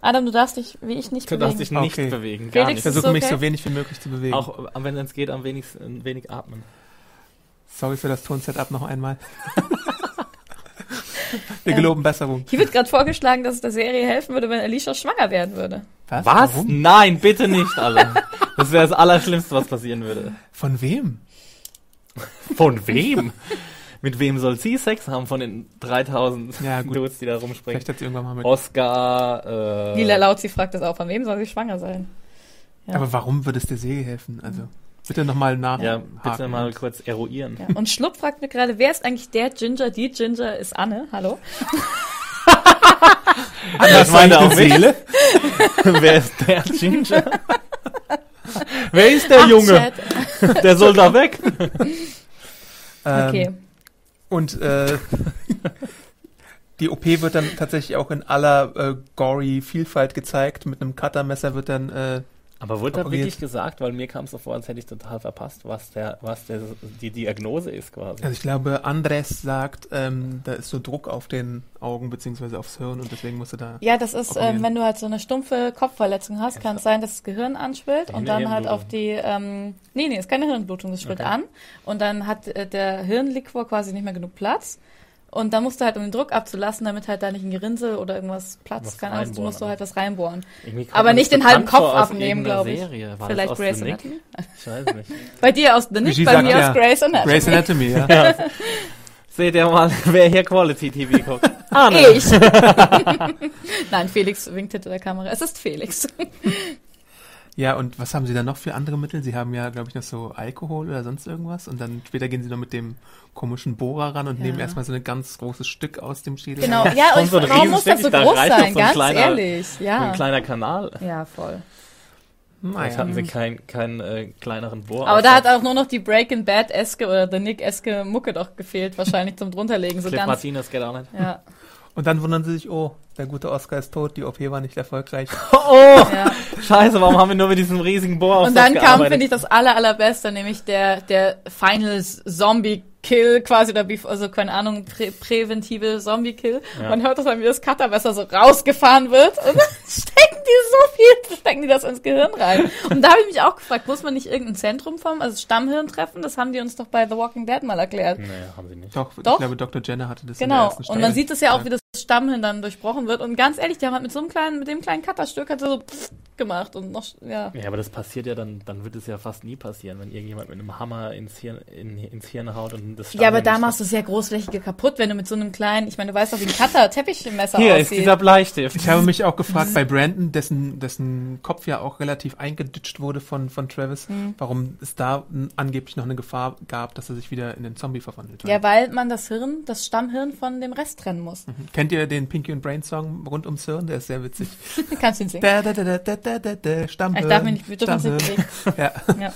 Adam, du darfst dich, wie ich, nicht
Du
bewegen.
darfst dich
Okay.
nicht bewegen. Gar
Felix
nicht.
Ich
ist-
versuche mich
okay?
so wenig wie möglich zu bewegen.
Auch äh, wenn es geht, am wenigsten äh, wenig atmen.
Sorry für das Tonsetup noch einmal.
Ähm,
Wir geloben Besserung.
Hier wird gerade vorgeschlagen, dass es der Serie helfen würde, wenn Alicia schwanger werden würde.
Warum?
Nein, bitte nicht, alle. Das wäre das Allerschlimmste, was passieren würde.
Von wem?
Von wem? Mit wem soll sie Sex haben von den 3000
Ja, gut.
Dudes, die da rumspringen?
Vielleicht hat sie irgendwann mal mit.
Oscar, äh,
Lila Lautzi fragt das auch, von wem soll sie schwanger sein? Ja.
Aber warum würde es der Serie helfen? Also bitte nochmal nach.
Ja, bitte mal kurz eruieren.
Ja. Und Schlupp fragt mir gerade, wer ist eigentlich der Ginger? Die Ginger ist Anne. Hallo.
Ah, Das
meine auch
ich.
Seele.
Wer ist der Ginger? Wer ist der
Ach,
Junge?
Chat.
Der soll da weg.
Ähm,
Okay.
Und äh, die OP wird dann tatsächlich auch in aller äh, gory Vielfalt gezeigt. Mit einem Cuttermesser wird dann äh,
Aber wurde da
Operiert.
wirklich gesagt, weil mir kam es so vor, als hätte ich total verpasst, was der, was der, die Diagnose ist quasi.
Also ich glaube, Andres sagt, ähm, da ist so Druck auf den Augen beziehungsweise aufs Hirn und deswegen musste da.
Ja, das ist,
Operieren.
ähm, wenn du halt so eine stumpfe Kopfverletzung hast, kann es sein, dass das Gehirn anschwillt
Eine
und dann halt
Hirnblutung.
auf die, ähm, nee, nee, ist keine Hirnblutung, das schwillt an und dann hat äh, der Hirnliquor quasi nicht mehr genug Platz und dann musst du halt, um den Druck abzulassen, damit halt da nicht ein Gerinnsel oder irgendwas platzt,
Was
keine Ahnung, du musst du
reinbohren,
halt was reinbohren.
Irgendwie kommt
Aber
mir
nicht
das
den halben
bekannt
Kopf
vor aus
abnehmen,
irgendeiner
glaube ich.
Serie. War
Vielleicht
das aus
Grey's
The Nick?
Anatomy?
Ich weiß nicht.
Bei dir aus The
Regie
Nick, bei
sagt,
mir
ja.
aus Grey's Anatomy.
Grey's Anatomy, ja.
Seht ihr mal, wer hier Quality TV guckt.
Ah, ne.
Ich. Nein, Felix winkt hinter der Kamera. Es ist Felix.
ja, und was haben sie dann noch für andere Mittel? Sie haben ja, glaube ich, noch so Alkohol oder sonst irgendwas und dann später gehen sie noch mit dem komischen Bohrer ran und
Ja.
nehmen erstmal so ein ganz großes Stück aus dem Schädel.
Genau. Ja,
Kommt
und
so ein
warum muss das so
Riesenstück, da
groß
reicht doch
sein?
so ein
Ganz
kleiner-
ehrlich.
So ein
Ja.
kleiner Kanal.
Ja, voll.
Vielleicht
Naja.
hatten sie keinen keinen, äh, kleineren Bohr.
Aber da hat auch nur noch die Breaking Bad Eske oder The Nick Eske Mucke doch gefehlt, wahrscheinlich zum drunterlegen. So
Cliff
ganz.
Martinez geht auch nicht.
Ja,
Und dann wundern sie sich, oh, der gute Oscar ist tot, die OP war nicht erfolgreich.
Oh,
ja.
scheiße, warum haben wir nur mit diesem riesigen Bohr auf
Und
das
dann kam,
gearbeitet?
finde ich, das aller, allerbeste, nämlich der, der Final Zombie Kill quasi oder bef- also keine Ahnung prä präventive Zombie Kill. Man hört das dann, wie das Cuttermesser so rausgefahren wird und dann stecken die so viel, stecken die das ins Gehirn rein. Und da habe ich mich auch gefragt, muss man nicht irgendein Zentrum vom, also Stammhirn treffen? Das haben die uns doch bei The Walking Dead mal erklärt.
Nee, haben sie nicht.
Doch,
Doch.
ich glaube, Dr. Jenner hatte das in der
Genau.
ersten
Und
Staffel.
man sieht es ja auch,
Ja.
wie das Stammhirn dann durchbrochen wird. Und ganz ehrlich, die haben halt mit so einem kleinen, mit dem kleinen Cutterstück hat sie so pff gemacht und noch, ja.
Ja, aber das passiert ja dann, dann wird es ja fast nie passieren, wenn irgendjemand mit einem Hammer ins Hirn, in, ins Hirn haut und das
Ja, aber da
nicht-
machst du es ja großflächig kaputt, wenn du mit so einem kleinen, ich meine, du weißt doch, wie ein Cutter Teppichmesser
Hier ist
aussieht.
dieser Bleistift.
Ich habe mich auch gefragt bei Brandon, dessen, dessen Kopf ja auch relativ eingeditscht wurde von, von Travis,
Mhm.
warum es da m, angeblich noch eine Gefahr gab, dass er sich wieder in den Zombie verwandelt hat.
ja, weil man das Hirn, das Stammhirn von dem Rest trennen muss.
Kennt ihr den Pinky und Brain Song rund ums Hirn? Der ist sehr witzig.
Kannst du ihn singen?
Da, da, da, da, da, da, da, da, Stammhirn.
Ich darf mich nicht, wir dürfen
Stammhirn.
uns nicht bewegen.
Ja,
Ja.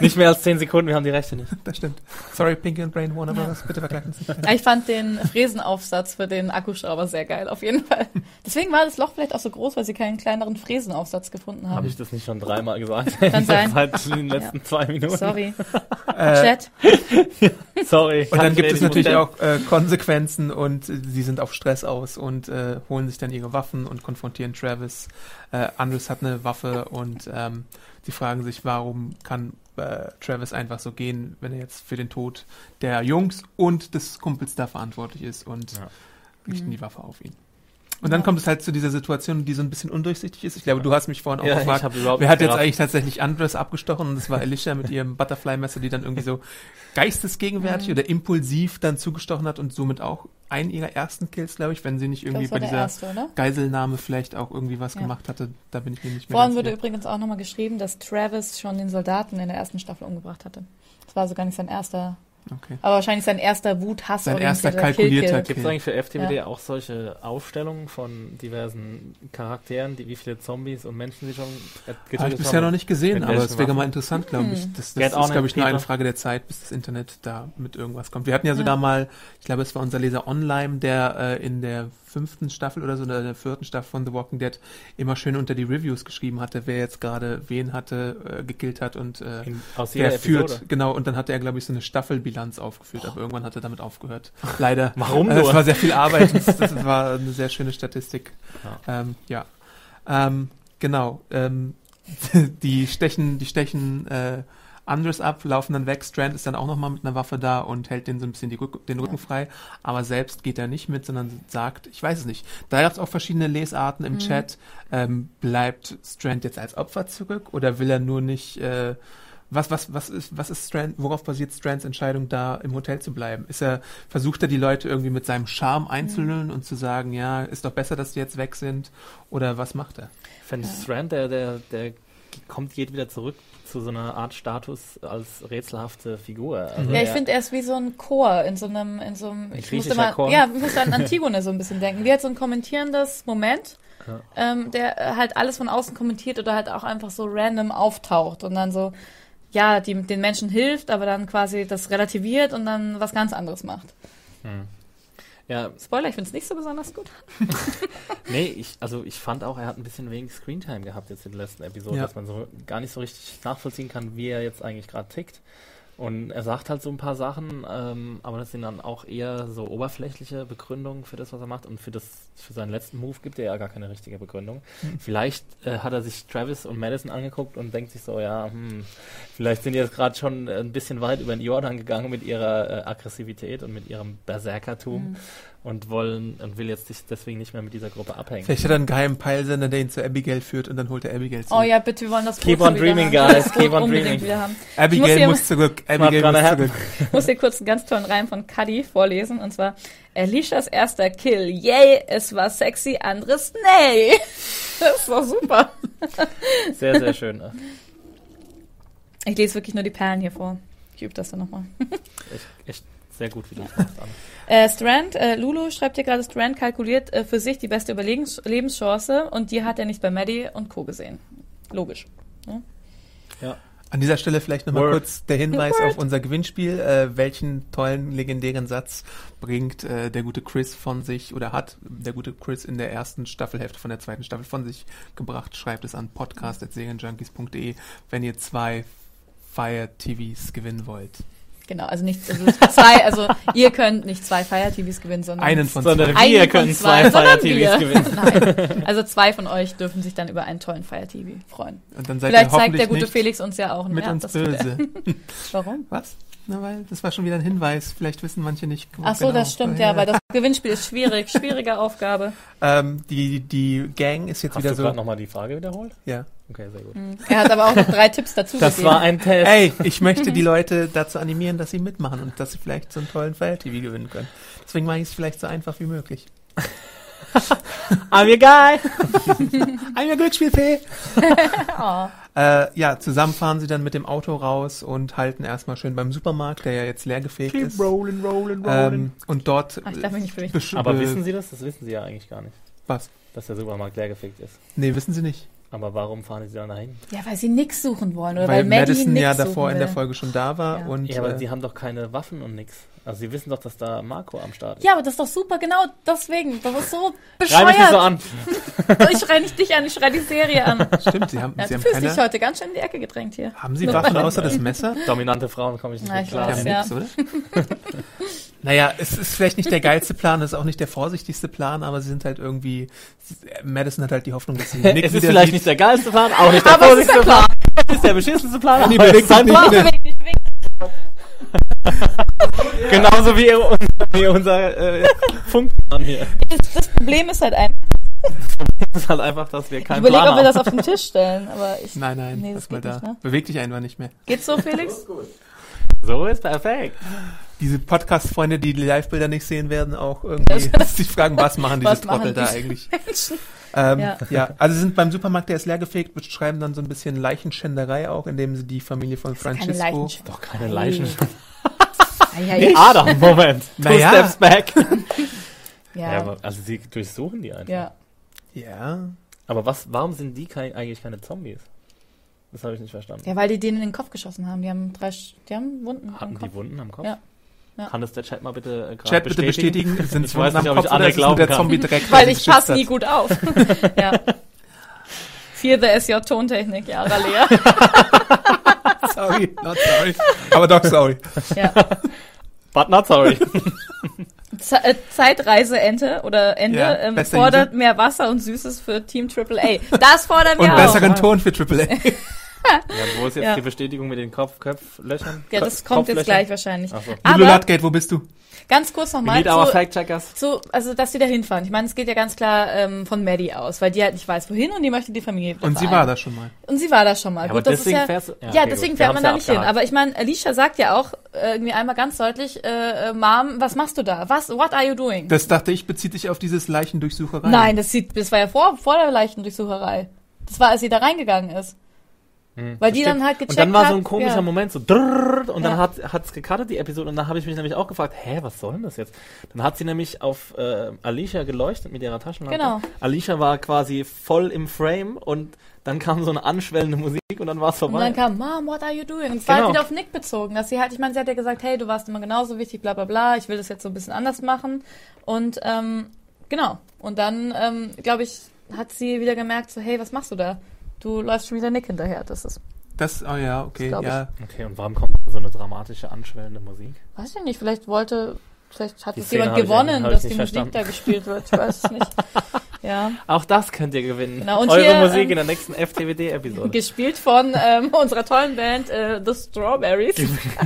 Nicht mehr als 10 Sekunden, wir haben die Rechte nicht.
das stimmt. Sorry, Pinky und Brain Warner Brothers, bitte verklagen Sie.
Aber Ah, Ich fand den Fräsenaufsatz für den Akkuschrauber sehr geil, auf jeden Fall. Deswegen war das Loch vielleicht auch so groß, weil sie keinen kleineren Fräsenaufsatz gefunden
Habe
haben.
ich das nicht schon dreimal gesagt?
Mhm. Kann sein.
Seit den letzten zwei Minuten.
Sorry.
Äh,
Chat.
Sorry.
Und dann gibt es natürlich
auch
auch äh, Konsequenzen und äh, sie sind auf Stress aus und äh, holen sich dann ihre Waffen und konfrontieren Travis. Äh, Andres hat eine Waffe und ähm, sie fragen sich, warum kann äh, Travis einfach so gehen, wenn er jetzt für den Tod der Jungs und des Kumpels da verantwortlich ist und
Ja.
richten
Mhm.
die Waffe auf ihn. Und dann kommt es halt zu dieser Situation, die so ein bisschen undurchsichtig ist. Ich glaube, du hast mich vorhin auch
Ja, ich
gefragt,
habe überhaupt
Wer hat
nicht
jetzt
gerafft.
eigentlich tatsächlich Andres abgestochen? Und das war Alicia mit ihrem Butterfly-Messer, die dann irgendwie so geistesgegenwärtig
Mhm.
oder impulsiv dann zugestochen hat und somit auch einen ihrer ersten Kills, glaube ich, wenn sie
Ich
nicht
glaub,
irgendwie
Das war
bei
der
dieser
erste, oder?
Geiselnahme vielleicht auch irgendwie was
Ja.
gemacht hatte. Da bin ich mir nicht mehr
Vorhin
ganz
wurde
sicher.
übrigens auch nochmal geschrieben, dass Travis schon den Soldaten in der ersten Staffel umgebracht hatte. Das war also gar nicht sein erster,
Okay.
aber wahrscheinlich sein erster Wut, Hass
Sein erster
orientierter
kalkulierter
Gibt es
Okay.
eigentlich für FTWD auch solche Aufstellungen von diversen Charakteren, die, wie viele Zombies und Menschen sie schon äh, getötet
Habe ich bisher noch nicht gesehen,
Mit
aber
welchen
es wäre mal
Waffen?
interessant, glaube ich. Das,
Get
das
on
ist,
it,
glaube ich, nur eine
people.
Frage der Zeit, bis das Internet da mit irgendwas kommt. Wir hatten ja sogar mal, ich glaube, es war unser Leser online, der äh, in der fünften Staffel oder so, oder der vierten Staffel von The Walking Dead immer schön unter die Reviews geschrieben hatte, wer jetzt gerade wen hatte, äh, gekillt hat und äh,
In, aus jeder
wer
Episode.
führt. Genau, und dann hatte er, glaube ich, so eine Staffelbilanz aufgeführt, aber irgendwann hat er damit aufgehört. Leider.
Warum
Äh, Es
nur?
war sehr viel Arbeit. Das, das war eine sehr schöne Statistik. Ja. Ähm, ja. Ähm, genau. Ähm, die stechen, die stechen äh, Andres ab, laufen dann weg. Strand ist dann auch nochmal mit einer Waffe da und hält den so ein bisschen die Rück den Rücken frei. Aber selbst geht er nicht mit, sondern sagt, ich weiß es nicht. Da gab es auch verschiedene Lesarten
Mhm.
im Chat. Ähm, bleibt Strand jetzt als Opfer zurück oder will er nur nicht äh, was, was, was ist, was ist Strand, worauf basiert Strands Entscheidung, da im Hotel zu bleiben? Ist er, versucht er die Leute irgendwie mit seinem Charme
Mhm.
einzulullen und zu sagen, ja, ist doch besser, dass die jetzt weg sind? Oder was macht er?
Wenn Strand, der, der, der kommt, geht wieder zurück zu so einer Art Status als rätselhafte Figur. Also
Ja, ich
er-
finde, er ist wie so ein Chor in so einem, in so einem,
Ein
ich
griechischer
musste mal,
Chor.
ja, ich musste an Antigone so ein bisschen denken. Die hat so ein kommentierendes Moment,
Ja.
ähm, der äh, halt alles von außen kommentiert oder halt auch einfach so random auftaucht und dann so, ja, die, den Menschen hilft, aber dann quasi das relativiert und dann was ganz anderes macht.
Hm. ja,
Spoiler, ich finde es nicht so besonders gut.
Nee, ich, also ich fand auch, er hat ein bisschen wenig Screentime gehabt jetzt in der letzten Episode,
Ja.
dass man so gar nicht so richtig nachvollziehen kann, wie er jetzt eigentlich gerade tickt. Und er sagt halt so ein paar Sachen, ähm, aber das sind dann auch eher so oberflächliche Begründungen für das, was er macht. Und für das, für seinen letzten Move gibt er ja gar keine richtige Begründung. Vielleicht äh, hat er sich Travis und Madison angeguckt und denkt sich so, ja, hm, vielleicht sind die jetzt gerade schon ein bisschen weit über den Jordan gegangen mit ihrer äh, Aggressivität und mit ihrem Berserkertum und wollen und will jetzt nicht, deswegen nicht mehr mit dieser Gruppe abhängen.
Vielleicht hat er einen geheimen Peilsender, der ihn zu Abigail führt und dann holt er Abigail zurück.
Oh ja, bitte, wir wollen das
Keep
Foto
on
wieder
dreaming,
haben.
guys,
Das Foto
keep on
unbedingt
dreaming.
Wieder haben. Ich muss
Abigail
hier-
muss, zurück, Abigail
gonna
muss
happen.
zurück.
muss hier kurz einen ganz tollen Reim von Cuddy vorlesen und zwar Alishas erster Kill. Yay, es war sexy, anderes nee. Das war super.
Sehr, sehr schön. ne?
Ich lese wirklich nur die Perlen hier vor. Ich übe das dann nochmal.
Echt, echt sehr gut, wie du das machst. Anne.
Äh, Strand, äh, Lulu schreibt hier gerade, Strand kalkuliert äh, für sich die beste Überlegens Lebenschance und die hat er nicht bei Maddie und Co. gesehen. Logisch.
An dieser Stelle vielleicht nochmal
Word.
kurz der Hinweis auf unser Gewinnspiel. Äh, welchen tollen, legendären Satz bringt äh, der gute Chris von sich oder hat der gute Chris in der ersten Staffelhälfte von der zweiten Staffel von sich gebracht? Schreibt es an podcast.serienjunkies.de, wenn ihr zwei Fire TVs gewinnen wollt.
Genau, also nicht also es ist zwei, also ihr könnt nicht zwei Fire TVs gewinnen, sondern
Einen von
Sondern
zwei.
einen
wir
von
können zwei Fire
sondern
TVs
wir.
gewinnen.
Nein. Also zwei von euch dürfen sich dann über einen tollen Fire TV freuen.
Und dann seid
Vielleicht
ihr
zeigt
hoffentlich
der gute
nicht
Felix uns ja auch ne?
mit
ja,
uns
das tut er.
böse.
Warum?
Was? Na, weil das war schon wieder ein Hinweis. Vielleicht wissen manche nicht. wo
Ach so,
genau.
das stimmt, ja, weil das
Woher.
Gewinnspiel ist schwierig, schwierige Aufgabe.
Ähm, die, die Gang ist jetzt
Hast
wieder
du gerade
so.
nochmal die Frage wiederholt?
Ja.
Okay, sehr gut.
Hm. Er hat aber auch noch drei Tipps dazu
Das
gegeben.
war ein Test.
Ey, ich möchte die Leute dazu animieren, dass sie mitmachen und dass sie vielleicht so einen tollen Fire TV gewinnen können. Deswegen mache ich es vielleicht so einfach wie möglich.
I'm your guy.
Ein Jahr Glücksspielfee!
oh.
Äh, ja, zusammen fahren sie dann mit dem Auto raus und halten erstmal schön beim Supermarkt, der ja jetzt leergefegt ist.
rolling, rolling,
Ähm, und dort.
Ach, Ah, ich darf mich nicht für mich.
besch-
Aber
äh,
wissen Sie das? Das wissen Sie ja eigentlich gar nicht.
Was?
Dass der Supermarkt leergefegt ist.
Nee, wissen sie nicht.
Aber warum fahren Sie dann dahin?
Ja, weil sie nix suchen wollen oder
Weil,
weil, Maddie
Madison
nix
ja
suchen
davor in der
will.
Folge schon da war
Ja.
und.
Ja, aber
äh,
Sie haben doch keine Waffen und nix. Also Sie wissen doch, dass da Marco am Start ist.
Ja, aber das ist doch super, genau deswegen. Das ist so
Schrei mich nicht so
bescheuert.
an.
ich schrei nicht dich an, ich schrei die Serie an.
Stimmt, sie haben,
Ja, du
sie haben
fühlst dich
keine.
heute ganz schön in die Ecke gedrängt hier.
Haben sie
Mit
Waffen
meinen-
außer das Messer?
Dominante Frauen komme ich nicht
Na,
mit
ich
klar.
weiß.
Ja,
Ja.
nix, oder? naja, es ist vielleicht nicht der geilste Plan, es ist auch nicht der vorsichtigste Plan, aber sie sind halt irgendwie. Madison hat halt die Hoffnung, dass sie Nick
Es ist
wieder
vielleicht
sieht.
nicht der geilste Plan, auch nicht der
Aber es ist
vorsichtigste
der
Plan. Es ist der beschissenste Plan,
die
aber es
bewegt
ist ein
sich nicht
Plan.
wieder.
Wink, wink.
Genauso wie, ihr- wie unser äh, Funkplan hier.
Das, das Problem ist halt einfach.
Das ist halt einfach, dass wir
Ich
keinen
überlege,
Plan
ob wir
haben.
das auf den Tisch stellen, aber ich.
Nein, nein,
Nee, das
lass mal
geht
da.
nicht, ne?
Beweg dich einfach nicht mehr.
Geht's so, Felix?
so ist perfekt.
diese Podcast-Freunde, die die Live-Bilder nicht sehen werden, auch irgendwie sich fragen, was machen diese
Was machen
Trottel da
diese
eigentlich? Ähm, ja.
Ja.
also sie sind beim Supermarkt, der ist leergefegt, beschreiben dann so ein bisschen Leichenschänderei auch, indem sie die Familie von
Keine
Francisco...
Leichen. Ah,
Doch, keine Leichen.
Hm. Ja,
Nee, Adam, Moment. Two
Naja.
steps back. Ja,
ja.
aber, also sie durchsuchen die einfach.
ja.
Ja,
Aber was, warum sind die kein, eigentlich keine Zombies? Das habe ich nicht verstanden.
Ja, weil die denen in den Kopf geschossen haben. Die haben drei, Sch- die haben Wunden am
Hatten
Kopf.
die Wunden am Kopf?
Ja. Ja.
Kann das der Chat mal bitte äh, gerade
Chat bitte bestätigen, sind
Ich weiß
Wunden
nicht,
am
ob ich
Kopf oder
Anne
ist es nur
glauben
der
kann.
Zombie direkt,
weil
sie
ich
geschützt
passe
hat?
nie gut auf. ja. Fear the is your Tontechnik, ja, Ralea.
Sorry, not sorry. Aber doch sorry.
ja.
But not sorry.
Ze- äh, Zeitreiseente oder Ende
Ja,
ähm,
bester
fordert
User.
mehr Wasser und Süßes für Team AAA. Das fordern
Und
wir auch.
besseren Ton für AAA.
ja, wo ist jetzt
Ja.
die Bestätigung mit den Kopf, Köpflöchern?
Ja, das kommt jetzt gleich
Kopflöchern?
wahrscheinlich.
Ach so.
Lulu
Aber
Ludgate, wo bist du?
ganz kurz
We
nochmal
need our
zu,
fact checkers.
zu, also dass sie da hinfahren. Ich meine, es geht ja ganz klar ähm, von Maddie aus, weil die halt nicht weiß, wohin und die möchte die Familie wieder
Und sie
vereinen.
war da schon mal.
Und sie war da schon mal.
Ja,
Gut,
aber
das
deswegen
ist ja,
fährst du- ja,
ja,
okay,
deswegen
gut. Wir
fährt man da
haben's
nicht
ja
hin.
abgehakt.
Aber ich meine, Alicia sagt ja auch äh, irgendwie einmal ganz deutlich, äh, äh, Mom, was machst du da? Was, what are you doing?
Das dachte ich, bezieht dich auf dieses Leichendurchsucherei.
Nein, das, sieht, das war ja vor, vor der Leichendurchsucherei. Das war, als sie da reingegangen ist. Weil die dann halt gecheckt
Hm, Und dann war
hat,
so ein komischer
ja.
Moment, so drrrr, und dann
Ja.
hat hat's gekartet die Episode und dann habe ich mich nämlich auch gefragt, hä, was soll denn das jetzt? Dann hat sie nämlich auf äh, Alicia geleuchtet mit ihrer Taschenlampe.
Genau.
Alicia war quasi voll im Frame und dann kam so eine anschwellende Musik und dann war's
Und
vorbei.
dann kam, Mom, what are you doing? Und es war
Genau.
halt wieder auf Nick bezogen, dass sie halt, ich meine, sie hat ja gesagt, hey, du warst immer genauso wichtig, bla bla bla, ich will das jetzt so ein bisschen anders machen. Und ähm, genau. Und dann, ähm, glaube ich, hat sie wieder gemerkt, so, hey, was machst du da? Du läufst schon wieder Nick hinterher. Das ist,
Das, oh ja, okay,
Das glaub ich.
ja.
okay, und warum kommt so eine dramatische anschwellende Musik?
weiß ich nicht, vielleicht wollte, vielleicht hat
Die
es
Szene
jemand
hab ich eigentlich-
gewonnen,
hab
dass die
ich
Musik
nicht verstanden.
da gespielt wird. Ich weiß es nicht. Ja.
Auch das könnt ihr gewinnen.
Genau, und
Eure
hier,
Musik
ähm, Genau.
in der nächsten FTWD-Episode.
Gespielt von ähm, unserer tollen Band äh, The Strawberries.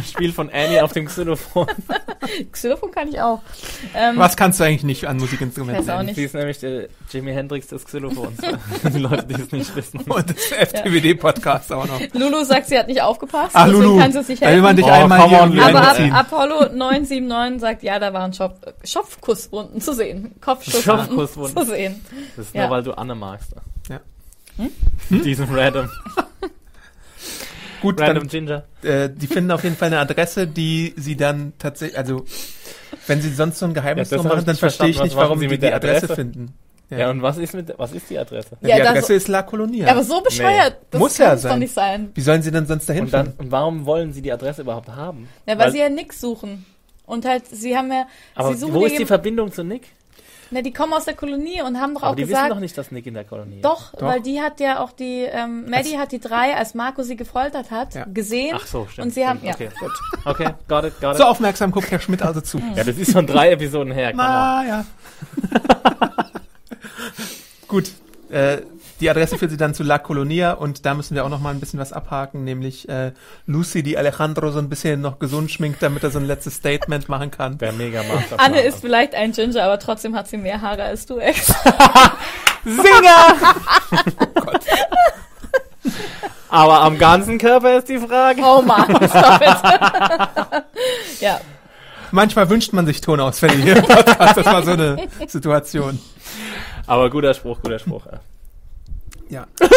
Spiel von Annie auf dem Xylophon.
Xylophon kann ich auch. Ähm,
Was kannst du eigentlich nicht an Musikinstrumenten?
Weiß auch
lernen?
nicht.
Sie ist nämlich der Jimi Hendrix des Xylophons. die Leute, die es nicht wissen.
Und das FTWD-Podcast auch noch.
Lulu sagt, sie hat nicht aufgepasst,
Ah,
deswegen
Lulu,
kann sie es nicht
da will
helfen.
man dich
Oh,
einmal
come
hier
on,
irgendwie
Lulu.
Aber ab,
einbeziehen.
Apollo 977 sagt, ja, da waren Schopf, Schopfkusswunden zu sehen. Kopfschusswunden
Schopfkusswunden.
zu sehen.
Das ist
Ja.
nur, weil du Anne magst.
Ja.
Hm? Diesen random,
Gut,
random Ginger.
dann, äh, die finden auf jeden Fall eine Adresse, die sie dann tatsächlich, also wenn sie sonst so ein Geheimnis
Ja, das
drum
hab
machen,
ich
dann
nicht
verstehe ich
verstanden.
nicht,
Was machen
warum
sie
sie die
mit
die
der
Adresse
Adresse?
finden. Ja.
Ja. und was ist mit, was ist die Adresse?
die
Ja, das-
Adresse ist La Colonia.
Ja, aber so bescheuert. Das
Muss
kann
ja
es doch
sein.
nicht sein.
Wie sollen sie denn sonst dahin
Und dann,
finden?
und warum wollen sie die Adresse überhaupt haben?
Ja, weil, sie ja nix suchen. Und halt, sie haben ja,
aber
sie suchen
wo
ja
ist die
jeden-
Verbindung zu Nick?
Na, die kommen aus der Kolonie und haben doch
Aber
auch
die
gesagt,
wissen doch nicht, dass Nick in der Kolonie ist.
Doch,
Doch.
weil die hat ja auch die, ähm, Maddie hat die drei, als Marco sie gefoltert hat,
Ja.
gesehen.
Ach so, stimmt.
Und sie haben,
stimmt.
ja.
Okay, gut. Okay, got it, got it.
So aufmerksam guckt Herr Schmidt also zu.
Ja, das ist schon drei Episoden her. come on.
Naja. Gut. Äh, die Adresse führt sie dann zu La Colonia und da müssen wir auch noch mal ein bisschen was abhaken, nämlich äh, Lucy, die Alejandro so ein bisschen noch gesund schminkt, damit er so ein letztes Statement machen kann.
Der mega Master.
Anne ist vielleicht ein Ginger, aber trotzdem hat sie mehr Haare als du, Ex.
Singer!
Aber am ganzen Körper ist die Frage.
Oh Mann, stop it. ja,
Manchmal wünscht man sich Tonausfälle hier im Podcast. Das war so eine Situation.
Aber guter Spruch, guter Spruch. ja.
Ja.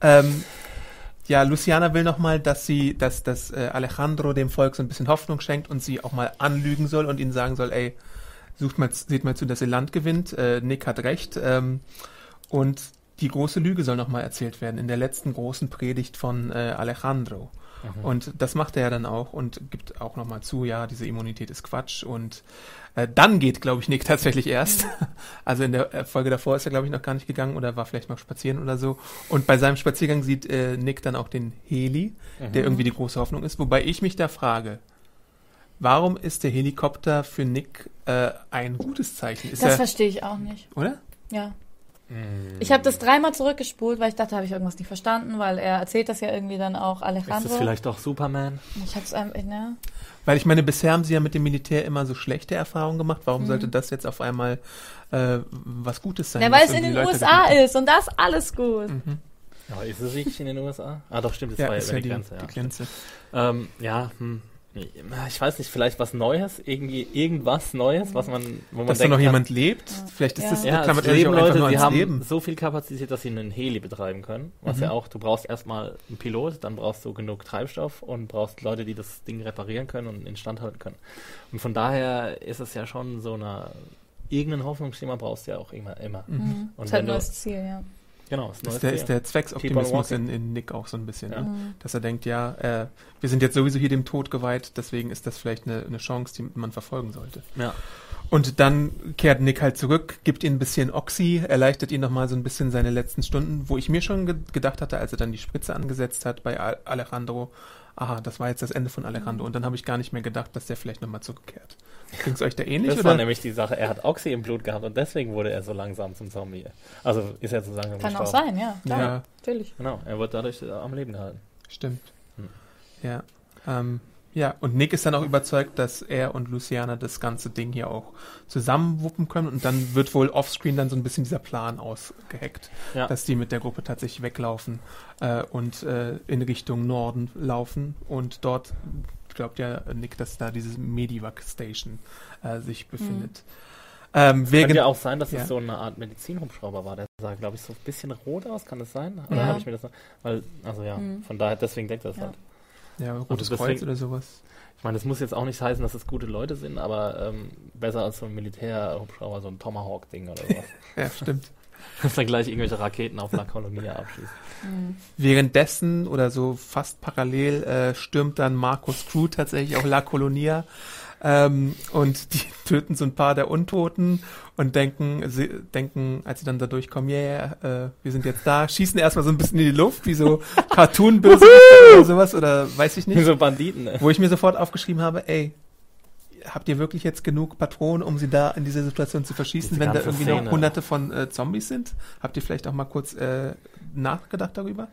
Ähm, ja, Luciana will nochmal, dass sie, dass, dass äh, Alejandro dem Volk so ein bisschen Hoffnung schenkt und sie auch mal anlügen soll und ihnen sagen soll, ey, sucht mal, seht mal zu, dass ihr Land gewinnt. Äh, Nick hat recht. Ähm, und die große Lüge soll nochmal erzählt werden in der letzten großen Predigt von äh, Alejandro. Und das macht er ja dann auch und gibt auch nochmal zu, ja, diese Immunität ist Quatsch. Und äh, dann geht, glaube ich, Nick tatsächlich erst. Also in der äh, Folge davor ist er, glaube ich, noch gar nicht gegangen oder war vielleicht noch spazieren oder so. Und bei seinem Spaziergang sieht äh, Nick dann auch den Heli, der irgendwie die große Hoffnung ist. Wobei ich mich da frage, warum ist der Helikopter für Nick äh, ein gutes Zeichen? Ist
das
er,
verstehe ich auch nicht.
oder?
Ja.
Hm.
Ich habe das dreimal zurückgespult, weil ich dachte, habe ich irgendwas nicht verstanden, weil er erzählt das ja irgendwie dann auch
Ist
Alejandro.
das vielleicht doch Superman?
Ich habe es einfach, ne?
Weil ich meine, bisher haben sie ja mit dem Militär immer so schlechte Erfahrungen gemacht. Warum
Mhm.
sollte das jetzt auf einmal äh, was Gutes sein?
Ja, weil
was
es in den
irgendwie Leute
USA
gewinnen?
ist und da ist alles gut.
Aber ist es wirklich in den USA? Ah, doch, stimmt, das
Ja,
war ja
ist
über
ja
die,
die,
Grenze.
die
Ja,
Grenze.
ähm, ja hm. ich weiß nicht, vielleicht was Neues, irgendwie irgendwas Neues, was man, wo man
Dass da
denken
noch
kann,
jemand lebt. Vielleicht ist
Ja.
das
halt ja,
klammert
es
natürlich
leben
auch einfach nur
Leute, die
ans
haben
Leben. Mhm.
so viel Kapazität, dass sie einen Heli betreiben können. Was ja auch, du brauchst erstmal einen Pilot, dann brauchst du genug Treibstoff und brauchst Leute, die das Ding reparieren können und instand halten können. Und von daher ist es ja schon so eine, irgendein Hoffnungsschema brauchst du ja auch immer. immer.
Mhm.
Und
ist halt
wenn
ein
du,
neues Ziel, ja.
genau, das
Ist
neues
der,
Ziel.
ist der Zwecksoptimismus in, in Nick auch so ein bisschen,
Ja.
Mhm.
ne? dass er denkt, ja, äh, wir sind jetzt sowieso hier dem Tod geweiht, deswegen ist das vielleicht eine, eine Chance, die man verfolgen sollte.
ja.
Und dann kehrt Nick halt zurück, gibt ihm ein bisschen Oxy, erleichtert ihn nochmal so ein bisschen seine letzten Stunden, wo ich mir schon ge gedacht hatte, als er dann die Spritze angesetzt hat bei Al Alejandro, aha, das war jetzt das Ende von Alejandro
Mhm.
und dann habe ich gar nicht mehr gedacht, dass der vielleicht nochmal zurückkehrt. Klingt's euch da ähnlich?
Das war
oder?
nämlich die Sache, er hat Oxy im Blut gehabt und deswegen wurde er so langsam zum Zombie. Also ist er so langsam
Kann auch
gestorben.
sein, ja. Klar,
Ja.
natürlich.
Genau, er wird dadurch äh, am Leben gehalten.
Stimmt.
Hm.
Ja. Ähm, ja, und Nick ist dann auch überzeugt, dass er und Luciana das ganze Ding hier auch zusammenwuppen können und dann wird wohl offscreen dann so ein bisschen dieser Plan ausgeheckt,
Ja.
dass die mit der Gruppe tatsächlich weglaufen äh, und äh, in Richtung Norden laufen und dort glaubt ja Nick, dass da diese Medivac Station äh, sich befindet. Ähm, wegen,
Könnte ja auch sein, dass
Ja.
es so eine Art Medizinhubschrauber war. Der sah, glaube ich, so ein bisschen rot aus. Kann das sein? Oder
Ja.
habe ich mir das weil, also ja,
Mhm.
von daher, deswegen denkt er das
Ja.
halt.
ja, Rotes
deswegen-
Kreuz oder sowas.
Ich meine, das muss jetzt auch nicht heißen, dass es gute Leute sind, aber ähm, besser als so ein Militärhubschrauber, so ein Tomahawk-Ding oder sowas.
Ja, stimmt.
Dass dann gleich irgendwelche Raketen auf La Colonia abschießen.
Mhm.
Währenddessen oder so fast parallel äh, stürmt dann Marcus Crew tatsächlich auch La Colonia ähm, und die töten so ein paar der Untoten und denken, sie denken, als sie dann da durchkommen, ja, yeah, äh, wir sind jetzt da, schießen erstmal so ein bisschen in die Luft, wie so cartoon oder sowas oder weiß ich
Wie
nicht.
so Banditen, ne?
Wo ich mir sofort aufgeschrieben habe, ey, habt ihr wirklich jetzt genug Patronen, um sie da in dieser Situation zu verschießen,
Diese
wenn da
ganze
irgendwie noch
Szene.
hunderte von äh, Zombies sind? Habt ihr vielleicht auch mal kurz äh, nachgedacht darüber?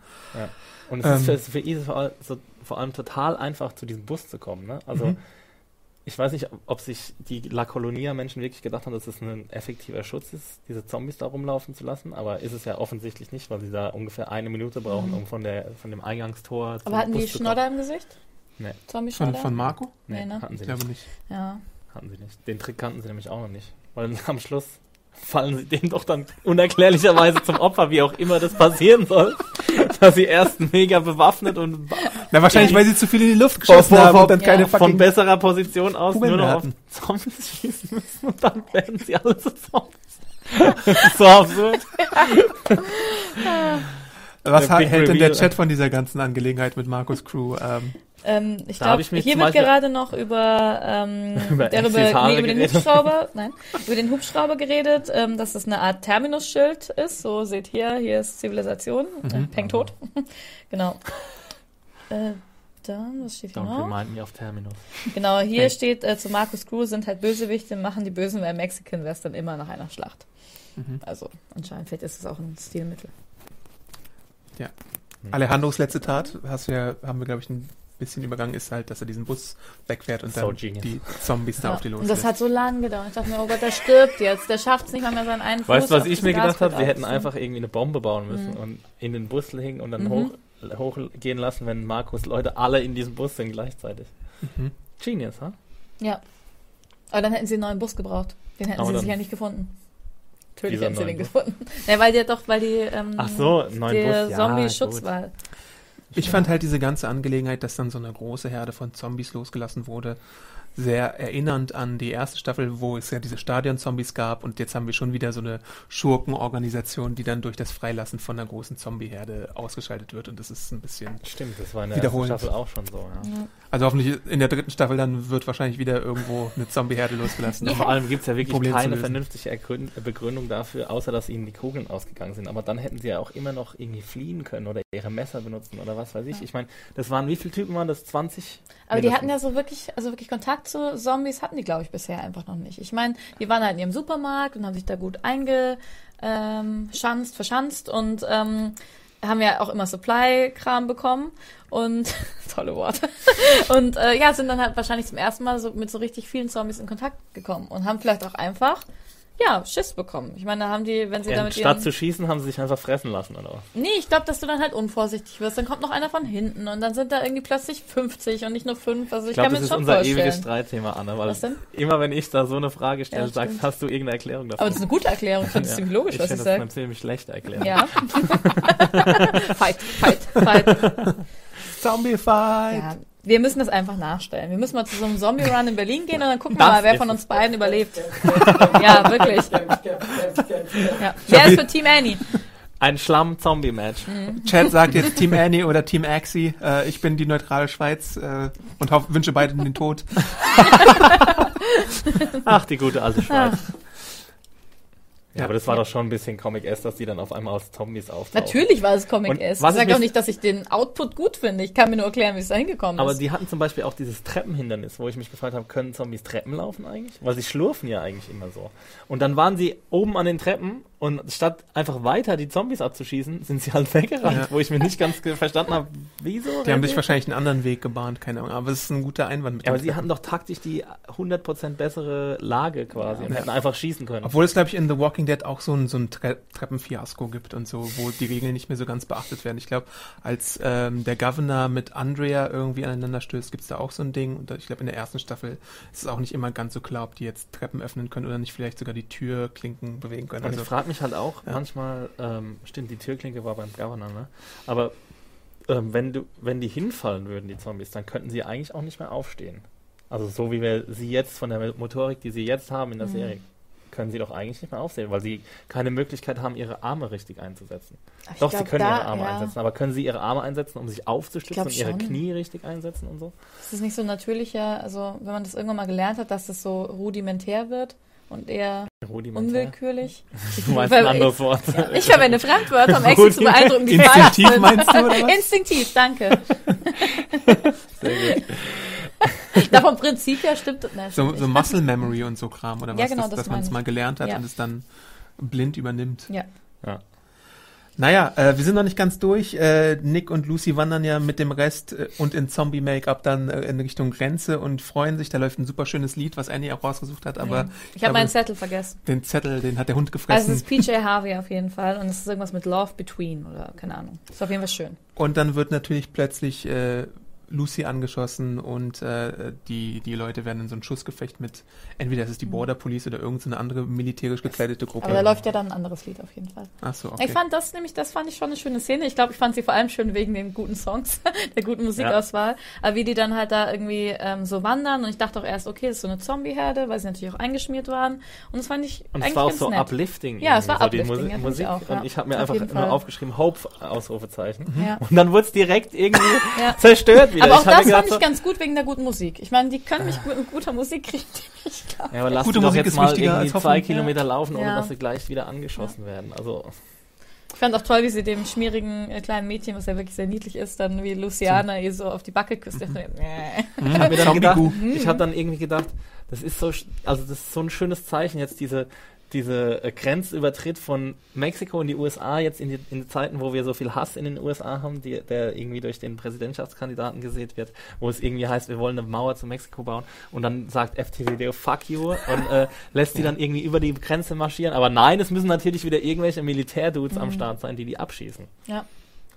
Und es
Ähm.
ist für, für ihn vor, all- so, vor allem total einfach, zu diesem Bus zu kommen. Ne? Also,
Mhm.
ich weiß nicht, ob- ob sich die La Colonia-Menschen wirklich gedacht haben, dass es ein effektiver Schutz ist, diese Zombies da rumlaufen zu lassen, aber ist es ja offensichtlich nicht, weil sie da ungefähr eine Minute brauchen,
Mhm.
um von, der, von dem Eingangstor zum
Aber hatten
Bus
die
zu kommen.
Schnodder im Gesicht?
Nee.
Von,
Zombie-Schnodder?
von Marco?
Nee,
Nee, ne?
hatten, sie
Ich
nicht,
glaube nicht.
Ja.
hatten sie nicht. Den Trick kannten sie nämlich auch noch nicht, weil am Schluss fallen sie dem doch dann unerklärlicherweise zum Opfer, wie auch immer das passieren soll, dass sie erst mega bewaffnet und ba-
Na, wahrscheinlich,
Ja.
weil sie zu viel in die Luft geschossen
vor-
haben
vor-
und dann
ja.
keine
von
fucking...
besserer Position aus
Kugeln
nur noch
mehr
auf
hatten.
Zombies schießen müssen und dann werden sie alle zu Zombies. Das ist so absurd.
Was
Der
hat,
Big
hält denn der
Reveal.
Chat von dieser ganzen Angelegenheit mit Markus Crew? Ähm,
Ähm, ich
Da hab
glaube,
ich mich
hier
zum
wird
Beispiel-
gerade noch über, ähm,
Über Exis
darüber,
Haare
nee, über den
geredet.
Hubschrauber, nein, über den Hubschrauber geredet, ähm, dass das eine Art Terminusschild ist. So seht ihr, hier ist Zivilisation,
Mhm.
äh, hängt tot. genau. Äh, dann, was steht hier
Don't
noch?
remind me of Terminus.
Genau, hier steht äh, zu Markus Crew sind halt Bösewichte, machen die Bösen bei Mexican Western immer nach einer Schlacht.
mhm.
Also anscheinend vielleicht ist es auch ein Stilmittel.
Alejandros letzte Tat, hast du ja, haben wir, glaube ich, ein bisschen übergangen, ist halt, dass er diesen Bus wegfährt und
So
dann
genius.
die Zombies da auf die
und
loslässt.
das hat so lange gedauert. Ich dachte mir, oh Gott, der stirbt jetzt. Der schafft es nicht mal mehr seinen einen
Weißt du,
Fuß
was
auf
ich
das
mir gedacht habe?
Gaspedal
Wir hätten
zu-
einfach irgendwie eine Bombe bauen müssen
Mhm.
und in den Bus legen und dann hoch, hochgehen lassen, wenn Markus Leute alle in diesem Bus sind gleichzeitig.
Mhm.
Genius, ha?
Ja. Aber dann hätten sie einen neuen Bus gebraucht. Den hätten
Aber
sie
dann-
sicher nicht gefunden. Natürlich
Dieser
hätten sie
neuen
den
Bus.
gefunden. Ja, weil die doch, weil die ähm,
Ach so, neuen
der
Bus. Ja,
Zombie-Schutz
gut.
war.
Ich fand halt diese ganze Angelegenheit, dass dann so eine große Herde von Zombies losgelassen wurde, sehr erinnernd an die erste Staffel, wo es ja diese Stadion-Zombies gab und jetzt haben wir schon wieder so eine Schurkenorganisation, die dann durch das Freilassen von einer großen Zombie-Herde ausgeschaltet wird und das ist ein bisschen...
Stimmt, das war in der ersten
Wiederholend.
Staffel auch schon so. Ja.
Also hoffentlich in der dritten Staffel dann wird wahrscheinlich wieder irgendwo eine Zombie-Herde losgelassen. Oh,
Und Vor allem gibt es ja wirklich
Problem zu
keine
lösen.
vernünftige Ergrün- Begründung dafür, außer dass ihnen die Kugeln ausgegangen sind. Aber dann hätten sie ja auch immer noch irgendwie fliehen können oder ihre Messer benutzen oder was weiß ich. Ich meine, das waren wie viele Typen waren das? 20?
Aber die hatten ja
Mindestens.
so wirklich, also wirklich Kontakt zu Zombies hatten die, glaube ich, bisher einfach noch nicht. Ich meine, die waren halt in ihrem Supermarkt und haben sich da gut eingeschanzt, verschanzt und ähm, haben ja auch immer Supply-Kram bekommen und tolle Worte. Und äh, ja, sind dann halt wahrscheinlich zum ersten Mal so mit so richtig vielen Zombies in Kontakt gekommen und haben vielleicht auch einfach ja, Schiss bekommen. Ich meine, da haben die, wenn sie damit
Statt zu schießen, haben sie sich einfach fressen lassen oder was?
Nee, ich glaube, dass du dann halt unvorsichtig wirst. Dann kommt noch einer von hinten und dann sind da irgendwie plötzlich 50 und nicht nur 5. Also ich,
Ich glaube,
kann mir
das
das
ist
schon
unser
vorstellen.
ewiges Streitthema, Anne, weil
Was denn?
immer wenn ich da so eine Frage stelle,
Ja,
sagst,
stimmt.
hast du irgendeine Erklärung dafür.
Aber das ist eine gute Erklärung, ich finde es
Ja.
ziemlich logisch, was ich
finde das eine
sage.
ziemlich schlechte Erklärung.
Ja. fight, fight, fight.
Zombie-Fight!
Ja. Wir müssen das einfach nachstellen. Wir müssen mal zu so einem Zombie-Run in Berlin gehen und dann gucken wir
Das
mal, wer
ist
von
es.
uns beiden überlebt. ja, wirklich. Ja. Wer ist für Team Annie?
Oh. Ein Schlamm-Zombie-Match.
Chat sagt jetzt Team Annie oder Team Axi. Äh, ich bin die neutrale Schweiz äh, und hoff, wünsche beiden den Tod.
Ach, die gute alte Schweiz. Ja,
Ja.
aber das war doch schon ein bisschen Comic-S, dass die dann auf einmal aus Zombies auftauchen.
Natürlich war es Comic
Und
S.
was ich
Ich sage auch
mich-
nicht, dass ich den Output gut finde. Ich kann mir nur erklären, wie es da hingekommen
Aber
ist.
die hatten zum Beispiel auch dieses Treppenhindernis, wo ich mich gefragt habe, können Zombies Treppen laufen eigentlich? Weil sie schlurfen ja eigentlich immer so. Und dann waren sie oben an den Treppen und statt einfach weiter die Zombies abzuschießen, sind sie halt weggerannt,
Ja.
wo ich mir nicht ganz ge- verstanden habe, wieso?
Die haben
rennen
sich wahrscheinlich einen anderen Weg gebahnt, keine Ahnung. Aber es ist ein guter Einwand. Mit
ja, aber
dem
sie
Treffen.
hatten doch taktisch die 100% bessere Lage quasi und
Ja.
hätten einfach schießen können.
Obwohl es, glaube ich, in The Walking Dead auch so ein, so ein Tre Treppenfiasko gibt und so, wo die Regeln nicht mehr so ganz beachtet werden. Ich glaube, als ähm, der Governor mit Andrea irgendwie aneinander stößt, gibt's da auch so ein Ding. Und ich glaube, in der ersten Staffel ist es auch nicht immer ganz so klar, ob die jetzt Treppen öffnen können oder nicht vielleicht sogar die Türklinken bewegen können.
Und
Also,
ich frage mich halt auch,
Ja.
manchmal, ähm, stimmt, die Türklinke war beim Governor, ne? Aber ähm, wenn, du, wenn die hinfallen würden, die Zombies, dann könnten sie eigentlich auch nicht mehr aufstehen. Also so wie wir sie jetzt von der Motorik, die sie jetzt haben in
Mhm.
der Serie, können sie doch eigentlich nicht mehr aufstehen, weil sie keine Möglichkeit haben, ihre Arme richtig einzusetzen.
Aber ich
doch,
glaub,
sie können
da-
ihre Arme
ja.
einsetzen, aber können sie ihre Arme einsetzen, um sich aufzustützen
glaub
und ihre
schon.
Knie richtig einsetzen und so?
Ist das nicht so ein natürlicher, also wenn man das irgendwann mal gelernt hat, dass das so rudimentär wird und eher
Rudimentär.
unwillkürlich?
Du meinst ein anderes Wort.
Ich verwende Fremdwörter, um Exit zu beeindrucken, die falsch
Instinktiv
sind.
meinst du, oder was?
Instinktiv, danke.
Sehr gut.
Na, vom Prinzip her stimmt das. Na,
so,
stimmt
so
nicht.
Muscle Memory und so Kram oder was,
Ja, genau,
dass,
das
dass man es
meine
mal
ich.
gelernt hat
Ja.
und es dann blind übernimmt.
Ja.
Naja, äh, wir sind noch nicht ganz durch. Äh, Nick und Lucy wandern ja mit dem Rest äh, und in Zombie-Make-up dann äh, in Richtung Grenze und freuen sich. Da läuft ein super schönes Lied, was Annie auch rausgesucht hat, aber
ich habe
aber
meinen Zettel vergessen.
den Zettel, den hat der Hund
Also
gefressen.
es ist PJ Harvey auf jeden Fall und es ist irgendwas mit Love Between oder keine Ahnung. Ist auf jeden Fall schön.
und dann wird natürlich plötzlich äh, Lucy angeschossen und äh, die, die Leute werden in so ein Schussgefecht mit, entweder es ist die Border Police oder irgendeine andere militärisch gekleidete Gruppe.
Mhm. Aber da läuft ja dann ein anderes Lied auf jeden Fall.
Ach so, okay.
Ich fand das nämlich, das fand ich schon eine schöne Szene. Ich glaube, ich fand sie vor allem schön wegen den guten Songs, der guten Musikauswahl. Aber wie die dann halt da irgendwie ähm, so wandern und ich dachte auch erst, okay, das ist so eine Zombie-Herde, weil sie natürlich auch eingeschmiert waren. Und das fand ich
Und
eigentlich
es war auch
ganz
so
nett.
uplifting.
Ja, es
irgendwie,
war
so die
uplifting, ja,
Musik.
fand ich auch, ja.
Und ich habe mir
Auf
einfach
jeden Fall.
nur aufgeschrieben, Hope, Ausrufezeichen.
Ja.
Und dann wurde es direkt irgendwie
Ja.
zerstört wieder.
Aber auch
Ich hab mir
das
gedacht
fand
so,
ich ganz gut wegen der guten Musik. Ich meine, die können mich gut, mit guter Musik kriegen, die mich klar.
Ja, aber lass
Gute
die doch
Musik
jetzt
ist
mal
wichtiger
irgendwie
als Hoffnung.
zwei
Ja.
Kilometer laufen, ohne
Ja.
dass sie gleich wieder angeschossen werden. Also
Ich fand auch toll, wie sie dem schmierigen äh, kleinen Mädchen, was ja wirklich sehr niedlich ist, dann wie Luciana ihr so auf die Backe küsst. Ich
Mhm.
dachte, nee.
ich habe mir dann
Zombie
gedacht,
Goo.
ich habe dann irgendwie gedacht, das ist so, sch- also das ist so ein schönes Zeichen jetzt diese diese äh, Grenzübertritt von Mexiko in die USA jetzt in die, in die Zeiten, wo wir so viel Hass in den USA haben, die, der irgendwie durch den Präsidentschaftskandidaten gesät wird, wo es irgendwie heißt, wir wollen eine Mauer zu Mexiko bauen und dann sagt FTW, oh, fuck you und äh, lässt die dann irgendwie über die Grenze marschieren. Aber nein, es müssen natürlich wieder irgendwelche Militärdudes am Start sein, die die abschießen.
Ja,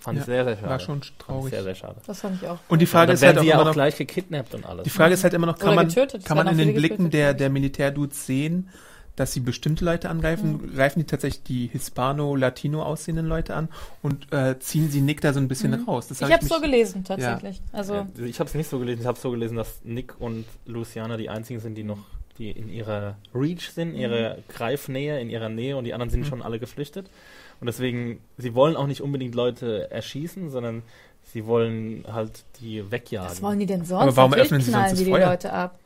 Fand
Mhm. Ja,
ich sehr, sehr schade.
War schon
Fand ich
traurig.
sehr, sehr schade.
das fand ich auch.
Und die
Frage
Frage
dann
ist halt
werden
auch
sie ja
immer
auch
noch,
gleich gekidnappt und alles.
die Frage ist halt immer noch,
Oder
kann man,
getötet, es
kann
werden
man in
auch
den
viele
Blicken
getötet,
der,
glaub
der Militärdudes sehen, dass sie bestimmte Leute
Hm.
angreifen, greifen die tatsächlich die Hispano-Latino aussehenden Leute an und äh, ziehen sie Nick da so ein bisschen raus. Das
Hm. Ich
hab
habe
mich-
so gelesen, tatsächlich. Also,
Ja, ich habe es nicht so gelesen. Ich habe so gelesen, dass Nick und Luciana die einzigen sind, die noch die in ihrer Reach sind, ihrer
Mhm.
Greifnähe, in ihrer Nähe und die anderen sind schon alle geflüchtet. Und deswegen, sie wollen auch nicht unbedingt Leute erschießen, sondern sie wollen halt die wegjagen.
was wollen die denn sonst?
genau. Aber warum
Natürlich
öffnen sie
knallen
sonst
die
das
die
Feuer?
Leute ab.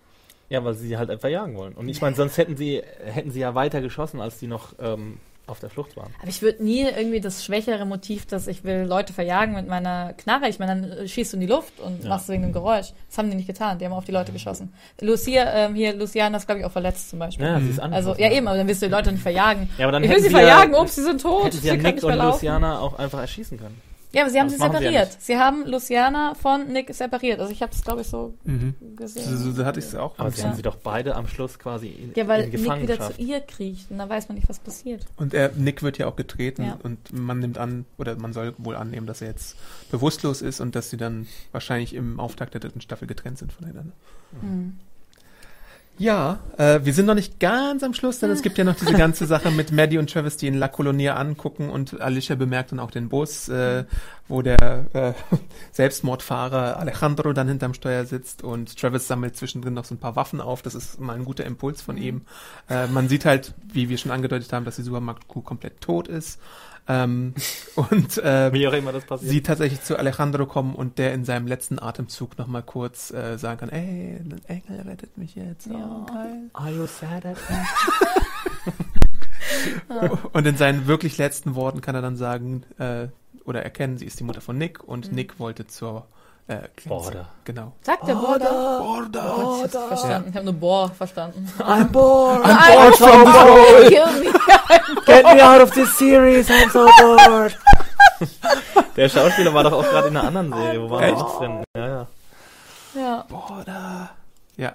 Ja, weil sie sie halt verjagen wollen. Und ich meine, sonst hätten sie hätten sie ja weiter geschossen, als die noch ähm, auf der Flucht waren.
Aber ich würde nie irgendwie das schwächere Motiv, dass ich will Leute verjagen mit meiner Knarre. Ich meine, dann äh, schießt du in die Luft und
Ja.
machst wegen dem Geräusch. Das haben die nicht getan. Die haben auf die Leute geschossen. Lucia, ähm, hier, Luciana ist, glaube ich, auch verletzt zum Beispiel.
Ja, sie ist
Also,
angeschossen.
ja eben, aber dann willst du die Leute nicht verjagen.
Mhm. Ja, aber dann
ich will
hätten
sie
sie ja-
verjagen, ups, sie sind tot,
Hätten
sie
sie ja
können
Nick
nicht mehr
und
laufen.
Luciana auch einfach erschießen können.
Ja, aber sie haben
Das
sie
machen sie ja
separiert. sie haben Luciana von Nick separiert. Also ich habe es, glaube ich, so
Mhm. So, so,
gesehen.
so hatte ich es auch.
Aber sie
Ja.
haben sie doch beide am Schluss quasi in,
Ja, weil
in
Nick wieder
Gefangenschaft.
zu ihr kriecht und dann weiß man nicht, was passiert.
Und er, Nick wird ja auch getreten
Ja.
und man nimmt an, oder man soll wohl annehmen, dass er jetzt bewusstlos ist und dass sie dann wahrscheinlich im Auftakt der dritten Staffel getrennt sind voneinander.
Mhm.
Hm.
Ja, äh, wir sind noch nicht ganz am Schluss, denn es gibt ja noch diese ganze Sache mit Maddie und Travis, die in La Colonia angucken und Alicia bemerkt dann auch den Bus, äh, wo der äh, Selbstmordfahrer Alejandro dann hinterm Steuer sitzt und Travis sammelt zwischendrin noch so ein paar Waffen auf. Das ist mal ein guter Impuls von ihm. Äh, man sieht halt, wie wir schon angedeutet haben, dass die Supermarkt-Kuh komplett tot ist. Ähm, und äh,
Wie auch immer das passiert.
sie tatsächlich zu Alejandro kommen und der in seinem letzten Atemzug nochmal kurz äh, sagen kann, ey, ein Engel rettet mich jetzt.
Ja.
Oh, geil.
Are you sad at
Und in seinen wirklich letzten Worten kann er dann sagen äh, oder erkennen, sie ist die Mutter von Nick
Mhm.
und Nick wollte zur äh, Grenze.
Border.
Genau.
Sagt der Bruder.
Border.
Oh, ich hab's verstanden. Ich habe nur Bohr verstanden.
I'm bored.
I'm
from
Kill me.
Get me out of this series. I'm so bored. Der Schauspieler war doch auch gerade in einer anderen Serie. Wo war er
Echt?
noch drin? Ja, ja.
Ja.
Border. Ja.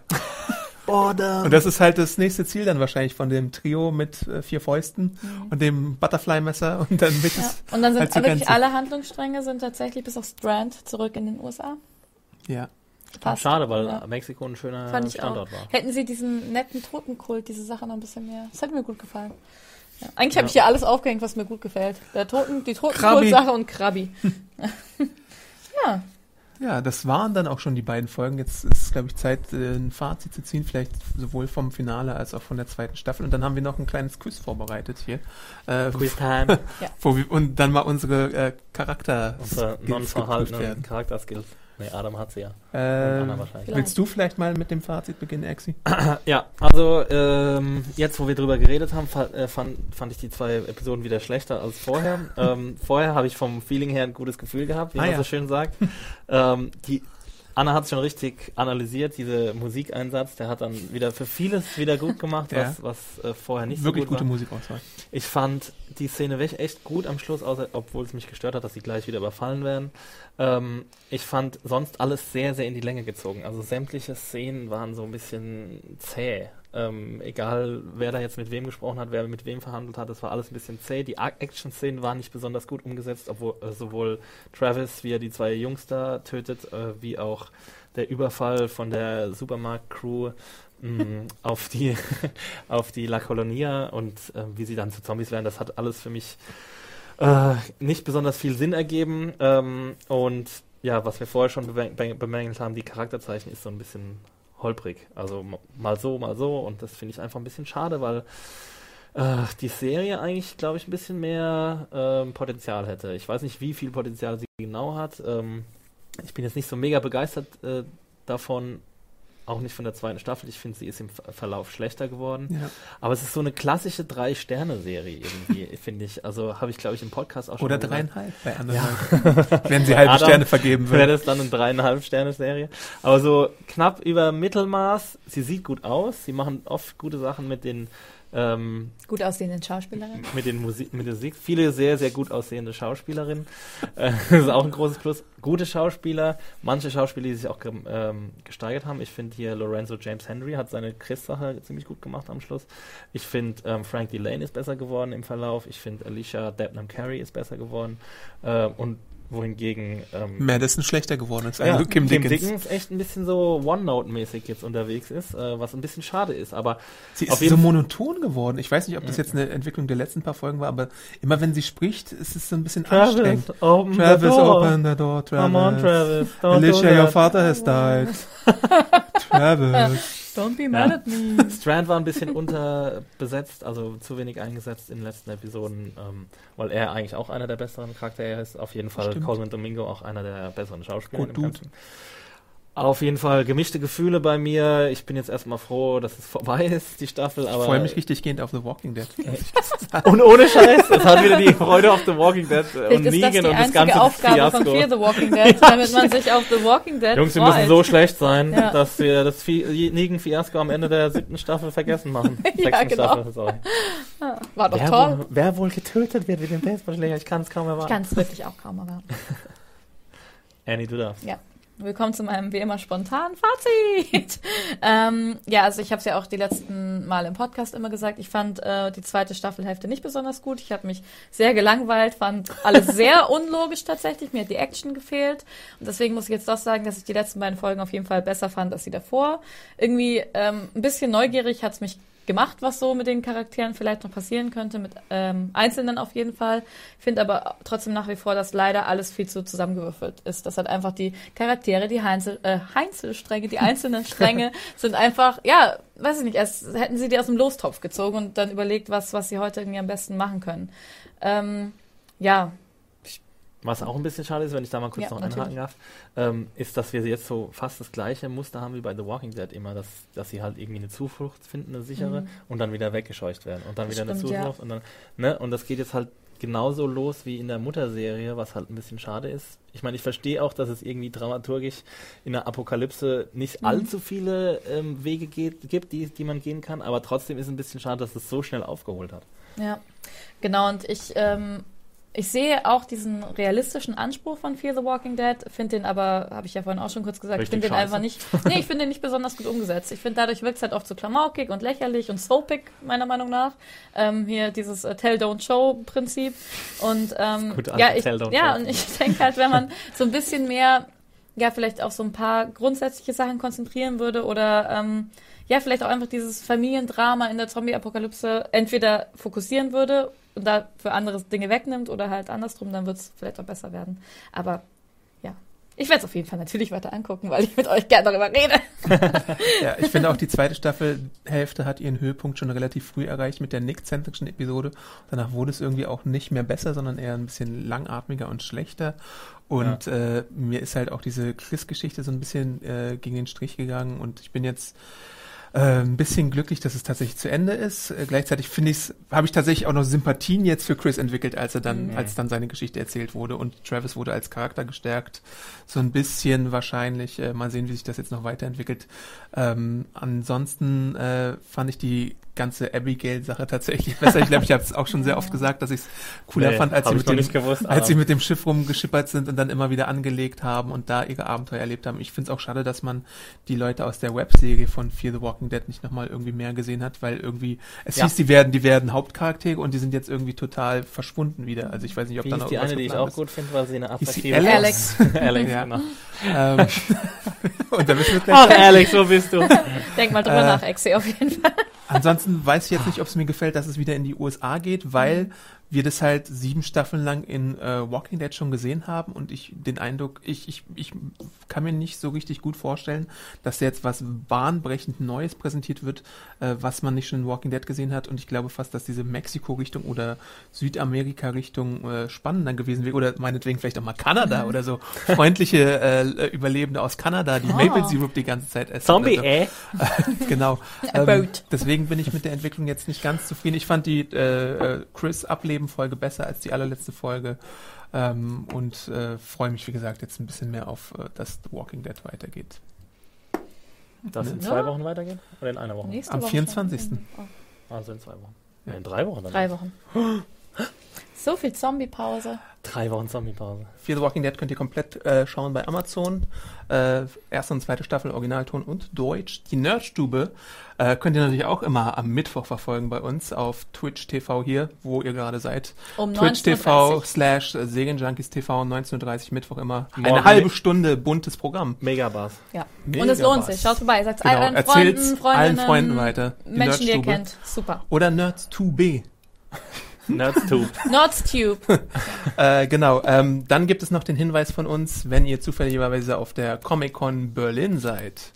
Border.
Und das ist halt das nächste Ziel dann wahrscheinlich von dem Trio mit äh, vier Fäusten und dem Butterfly-Messer und dann mit
ja.
es-
Und dann sind
Halt zur
wirklich
Grenze.
alle Handlungsstränge sind tatsächlich bis auf Strand zurück in den USA.
ja.
Passt.
Schade, weil
Ja.
Mexiko ein schöner
Fand ich
Standort
auch.
war.
Hätten sie diesen netten Totenkult, diese Sache noch ein bisschen mehr. Das hat mir gut gefallen. Ja. Eigentlich habe ich hier alles aufgehängt, was mir gut gefällt. Der Toten, die Totenkult-Sache und Krabi.
Ja, das waren dann auch schon die beiden Folgen. Jetzt ist, glaube ich, Zeit, äh, ein Fazit zu ziehen, vielleicht sowohl vom Finale als auch von der zweiten Staffel. Und dann haben wir noch ein kleines Quiz vorbereitet hier. Äh,
Quiz Time.
wo wir, und dann mal unsere äh, Charakter
Unsere
Skills geprüft
non-verhaltenen
werden.
Charakterskills. Nee, Adam hat sie ja.
Ähm,
Anna wahrscheinlich. Ah,
willst du vielleicht mal mit dem Fazit beginnen, Exi?
Ja, also ähm, jetzt, wo wir drüber geredet haben, fa äh, fand, fand ich die zwei Episoden wieder schlechter als vorher. ähm, vorher habe ich vom Feeling her ein gutes Gefühl gehabt, wie
Ah,
man
ja.
so schön sagt. ähm, die Anna hat schon richtig analysiert, diese Musikeinsatz, der hat dann wieder für vieles wieder gut gemacht,
Ja.
was, was äh, vorher nicht
Wirklich
so gut
gute
war.
Musikauswahl.
Ich fand die Szene wirklich echt gut am Schluss, außer obwohl es mich gestört hat, dass sie gleich wieder überfallen werden. Ähm, ich fand sonst alles sehr, sehr in die Länge gezogen. Also sämtliche Szenen waren so ein bisschen zäh. Ähm, egal, wer da jetzt mit wem gesprochen hat, wer mit wem verhandelt hat, das war alles ein bisschen zäh. Die Ac- Action-Szenen waren nicht besonders gut umgesetzt, obwohl äh, sowohl Travis, wie er die zwei Jungs da tötet, äh, wie auch der Überfall von der Supermarkt-Crew mh, auf die auf die La Colonia und äh, wie sie dann zu Zombies werden, das hat alles für mich äh, nicht besonders viel Sinn ergeben. Ähm, und ja, was wir vorher schon bemäng- beng- bemängelt haben, die Charakterzeichen ist so ein bisschen holprig. Also m- mal so, mal so. Und das finde ich einfach ein bisschen schade, weil äh, die Serie eigentlich, glaube ich, ein bisschen mehr ähm, Potenzial hätte. Ich weiß nicht, wie viel Potenzial sie genau hat. Ähm, ich bin jetzt nicht so mega begeistert äh, davon. Auch nicht von der zweiten Staffel. Ich finde, sie ist im Ver- Verlauf schlechter geworden.
Ja.
Aber es ist so eine klassische Drei-Sterne-Serie irgendwie, finde ich. Also habe ich, glaube ich, im Podcast auch schon
Oder
mal gesagt.
dreieinhalb bei anderen. Wenn sie halbe
Adam,
Sterne vergeben
Wäre
würden.
das dann eine dreieinhalb Sterne Serie. Aber so knapp über Mittelmaß. Sie sieht gut aus. Sie machen oft gute Sachen mit den ähm,
Gut aussehenden Schauspielerin.
mit den Musik, mit der Musik. Viele sehr, sehr gut aussehende Schauspielerinnen. Äh, das ist auch ein großes Plus. Gute Schauspieler, manche Schauspieler, die sich auch gem- ähm, gesteigert haben. Ich finde hier Lorenzo James Henry hat seine Chris-Sache ziemlich gut gemacht am Schluss. Ich finde ähm, Frank Delane ist besser geworden im Verlauf. Ich finde Alicia Debnam Carey ist besser geworden. Äh, und wohingegen ähm,
Madison schlechter geworden ist.
ja,
Also Kim, Dickens.
echt ein bisschen so One-Note-mäßig jetzt unterwegs ist, äh, was ein bisschen schade ist. Aber
Sie
Auf
ist
jeden
so monoton geworden. Ich weiß nicht, ob das jetzt eine Entwicklung der letzten paar Folgen war, aber immer wenn sie spricht, ist es so ein bisschen anstrengend.
open the
Travis,
door.
open the door, Travis.
Come on, Travis. Don't do
Alicia,
that.
your father has died. Travis.
Don't be mad at me.
Strand war ein bisschen unterbesetzt, also zu wenig eingesetzt in den letzten Episoden, ähm, weil er eigentlich auch einer der besseren Charaktere ist. Auf jeden Fall
Stimmt.
Colin Domingo auch einer der besseren Schauspieler.
Gut,
im
Dude.
Ganzen. Auf jeden Fall gemischte Gefühle bei mir. Ich bin jetzt erstmal froh, dass es vorbei ist, die Staffel.
Ich
Aber
freue mich richtig gehend auf The Walking Dead.
Und ohne Scheiß, das hat wieder die Freude auf The Walking Dead äh, und
Vielleicht ist das die
Negan und das
einzige
ganze
Aufgabe von Fear the Walking Dead, damit man sich auf The Walking Dead
Jungs, wir
freut.
müssen so schlecht sein,
Ja.
dass wir das Fi- Negan-Fiasko am Ende der siebten Staffel vergessen machen.
Ja,
Sechsten
genau.
Staffel, sorry.
War doch
wer,
toll.
Wohl, wer wohl getötet wird mit dem Baseballschläger? Ich kann es kaum
Ich
erwarten.
kann es wirklich auch kaum erwarten.
Annie, du darfst.
Willkommen zu meinem wie immer spontanen Fazit. ähm, ja, also ich habe es ja auch die letzten Mal im Podcast immer gesagt. Ich fand äh, die zweite Staffelhälfte nicht besonders gut. Ich habe mich sehr gelangweilt, fand alles sehr unlogisch tatsächlich. Mir hat die Action gefehlt. Und deswegen muss ich jetzt doch sagen, dass ich die letzten beiden Folgen auf jeden Fall besser fand als die davor. Irgendwie ähm, ein bisschen neugierig hat's mich gemacht, was so mit den Charakteren vielleicht noch passieren könnte, mit ähm, Einzelnen auf jeden Fall. Finde aber trotzdem nach wie vor, dass leider alles viel zu zusammengewürfelt ist. Das hat einfach die Charaktere, die Heinzel, äh, Heinzelstränge, die einzelnen Stränge sind einfach, ja, weiß ich nicht, als hätten sie die aus dem Lostopf gezogen und dann überlegt, was, was sie heute irgendwie am besten machen können. Ähm, ja,
Was auch ein bisschen schade ist, wenn ich da mal kurz
Ja,
noch
natürlich.
einhaken darf, ähm, ist, dass wir jetzt so fast das gleiche Muster haben wie bei The Walking Dead immer, dass, dass sie halt irgendwie eine Zuflucht finden, eine sichere, und dann wieder weggescheucht werden. Und dann
Mhm. Das
wieder eine
stimmt, ja.
Zuflucht und dann, ne? Und das geht jetzt halt genauso los wie in der Mutterserie, was halt ein bisschen schade ist. Ich meine, ich verstehe auch, dass es irgendwie dramaturgisch in der Apokalypse nicht
Mhm.
allzu viele ähm, Wege geht, gibt, die, die man gehen kann, aber trotzdem ist es ein bisschen schade, dass es so schnell aufgeholt hat.
Ja, genau. Und ich, ähm, ich sehe auch diesen realistischen Anspruch von Fear the Walking Dead, finde den aber, habe ich ja vorhin auch schon kurz gesagt, ich
Richtig
finde den
scheiße.
einfach nicht, nee, ich finde den nicht besonders gut umgesetzt. Ich finde, dadurch wirkt es halt oft so klamaukig und lächerlich und soapig, meiner Meinung nach. Ähm, hier dieses äh, Tell-Don't-Show-Prinzip. Und ähm,
gute alte
ja, ich,
Tell, don't
ja,
show.
und ich denke halt, wenn man so ein bisschen mehr, ja, vielleicht auch so ein paar grundsätzliche Sachen konzentrieren würde oder ähm, ja, vielleicht auch einfach dieses Familiendrama in der Zombie-Apokalypse entweder fokussieren würde und dafür andere Dinge wegnimmt oder halt andersrum, dann wird es vielleicht auch besser werden. Aber ja, ich werde es auf jeden Fall natürlich weiter angucken, weil ich mit euch gerne darüber rede.
Ja, ich finde auch die zweite Staffelhälfte hat ihren Höhepunkt schon relativ früh erreicht mit der Nick-zentrischen Episode. Danach wurde es irgendwie auch nicht mehr besser, sondern eher ein bisschen langatmiger und schlechter. Und äh, mir ist halt auch diese Chris-Geschichte so ein bisschen äh, gegen den Strich gegangen und ich bin jetzt äh, ein bisschen glücklich, dass es tatsächlich zu Ende ist. Äh, gleichzeitig finde ich, habe ich tatsächlich auch noch Sympathien jetzt für Chris entwickelt, als er dann,
Mhm.
als dann seine Geschichte erzählt wurde und Travis wurde als Charakter gestärkt. So ein bisschen wahrscheinlich. Äh, mal sehen, wie sich das jetzt noch weiterentwickelt. Ähm, ansonsten äh, fand ich die ganze Abigail-Sache tatsächlich besser. Ich glaube, ich habe es auch schon sehr oft gesagt, dass ich es cooler
Nee,
fand, als
hab ich
sie, mit
noch
dem,
nicht gewusst, aber-
als sie mit dem Schiff rumgeschippert sind und dann immer wieder angelegt haben und da ihre Abenteuer erlebt haben. Ich finde es auch schade, dass man die Leute aus der Webserie von Fear the Walking Dead nicht nochmal irgendwie mehr gesehen hat, weil irgendwie es
Ja.
hieß, die werden, die werden Hauptcharaktere und die sind jetzt irgendwie total verschwunden wieder. Also ich weiß nicht, ob
Wie
da
hieß
noch
die
irgendwas
eine, die ich
geplant
auch gut finde, weil sie eine
Hieß sie
attraktive
Alex.
Alex,
Ja.
genau.
ist. Ähm, und da wissen wir
Ach, Ah, Alex, wo bist du?
Denk mal drüber
Äh,
nach, Exi, auf jeden Fall.
Ansonsten weiß ich jetzt nicht, ob es mir gefällt, dass es wieder in die USA geht, weil wir das halt sieben Staffeln lang in äh, Walking Dead schon gesehen haben und ich den Eindruck, ich, ich, ich kann mir nicht so richtig gut vorstellen, dass da jetzt was bahnbrechend Neues präsentiert wird, äh, was man nicht schon in Walking Dead gesehen hat und ich glaube fast, dass diese Mexiko-Richtung oder Südamerika-Richtung äh, spannender gewesen wäre oder meinetwegen vielleicht auch mal Kanada oder so freundliche äh, Überlebende aus Kanada, die Maple Syrup die ganze Zeit essen.
Zombie,
oder so.
äh?
genau.
A
Ähm,
boat.
deswegen bin ich mit der Entwicklung jetzt nicht ganz zufrieden. Ich fand die äh, äh, Chris-Ableben-Folge besser als die allerletzte Folge ähm, und äh, freue mich, wie gesagt, jetzt ein bisschen mehr auf, äh, dass The Walking Dead weitergeht.
Darf es in
Ja.
zwei Wochen weitergehen? Oder in einer Woche?
Nächste
Am
Woche
24..
schon. Oh,
Also in zwei Wochen. Nee, in drei Wochen dann.
drei Wochen. So viel Zombie-Pause.
Drei Wochen Zombie-Pause.
Fear the Walking Dead könnt ihr komplett äh, schauen bei Amazon. Äh, erste und zweite Staffel, Originalton und Deutsch. Die Nerdstube äh, könnt ihr natürlich auch immer am Mittwoch verfolgen bei uns auf Twitch TV hier, wo ihr gerade seid.
Um
Twitch TV
19.30.
slash Serienjunkies TV 19.30 Mittwoch immer.
Morgen
Eine halbe
nicht.
Stunde buntes Programm.
Megabars.
Ja.
Mega
Und es lohnt
was.
sich. Schaut vorbei. Sagt
Genau.
allen
Erzählt's
Freunden,
allen
Freundinnen,
Freunden weiter. Die
Menschen, die ihr
Nerdstube.
kennt. Super.
Oder Nerds 2B.
Nerdstube.
Nordstube.
Äh, genau. Ähm, dann gibt es noch den Hinweis von uns, wenn ihr zufälligerweise auf der Comic-Con Berlin seid.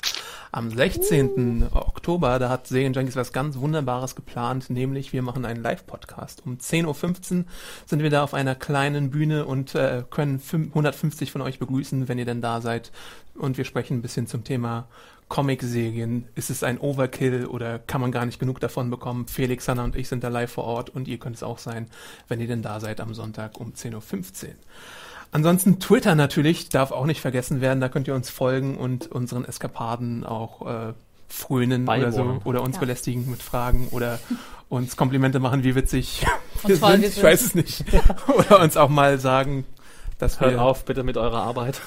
Am 16. Oktober, da hat Serien Junkies was ganz Wunderbares geplant, nämlich wir machen einen Live-Podcast. Um 10.15 Uhr sind wir da auf einer kleinen Bühne und äh, können fün- 150 von euch begrüßen, wenn ihr denn da seid. Und wir sprechen ein bisschen zum Thema Comic-Serien. Ist es ein Overkill oder kann man gar nicht genug davon bekommen? Felix, Hanna und ich sind da live vor Ort und ihr könnt es auch sein, wenn ihr denn da seid am Sonntag um 10.15 Uhr. Ansonsten Twitter natürlich darf auch nicht vergessen werden. Da könnt ihr uns folgen und unseren Eskapaden auch äh, frönen oder so
Beiwohnen.
oder uns
Ja.
belästigen mit Fragen oder uns Komplimente machen, wie witzig
Und
wir
toll
sind.
wir
Ich
sind.
weiß es nicht. oder uns auch mal sagen, dass
Hört
wir
auf bitte mit eurer Arbeit.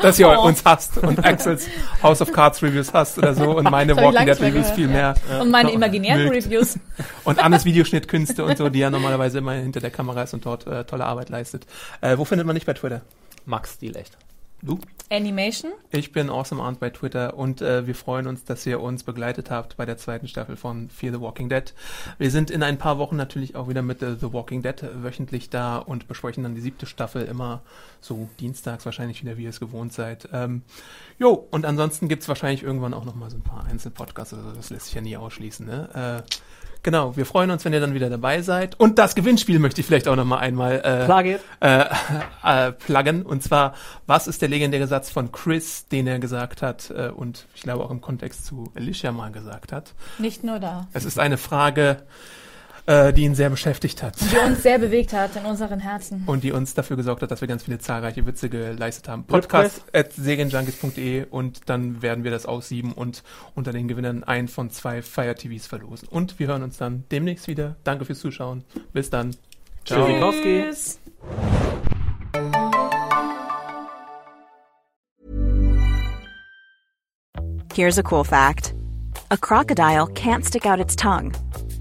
dass ihr
Oh.
uns hasst und Axels House of Cards Reviews hasst oder so und meine
Das hab ich lange
Walking Dead
nicht mehr
Reviews
gehört,
viel mehr
Und meine
genau.
imaginären
Mögt.
Reviews.
und Annes Videoschnittkünste und so, die ja normalerweise immer hinter der Kamera ist und dort äh, tolle Arbeit leistet. Äh, wo findet man dich bei Twitter?
Max Stil echt.
Du?
Animation.
Ich bin Awesome Arndt bei Twitter und äh, wir freuen uns, dass ihr uns begleitet habt bei der zweiten Staffel von Fear the Walking Dead. Wir sind in ein paar Wochen natürlich auch wieder mit äh, The Walking Dead wöchentlich da und besprechen dann die siebte Staffel immer so dienstags wahrscheinlich wieder, wie ihr es gewohnt seid. Ähm, jo, und ansonsten gibt's wahrscheinlich irgendwann auch nochmal so ein paar Einzelpodcasts, also das lässt sich ja nie ausschließen. Ne? Äh, genau, wir freuen uns, wenn ihr dann wieder dabei seid. Und das Gewinnspiel möchte ich vielleicht auch nochmal einmal... Äh,
Plugit.
äh, äh, pluggen. Und zwar, was ist der legendäre Satz von Chris, den er gesagt hat äh, und ich glaube auch im Kontext zu Alicia mal gesagt hat.
Nicht nur da.
Es ist eine Frage, äh, die ihn sehr beschäftigt hat
Die uns sehr bewegt hat in unseren Herzen.
und die uns dafür gesorgt hat, dass wir ganz viele zahlreiche Witze geleistet haben. Podcast at serienjunkies.de und dann werden wir das aussieben und unter den Gewinnern einen von zwei Fire TVs verlosen. Und wir hören uns dann demnächst wieder. Danke fürs Zuschauen. Bis dann. Ciao.
Tschüssikowski.
Tschüss.
Here's a cool fact a crocodile can't stick out its tongue.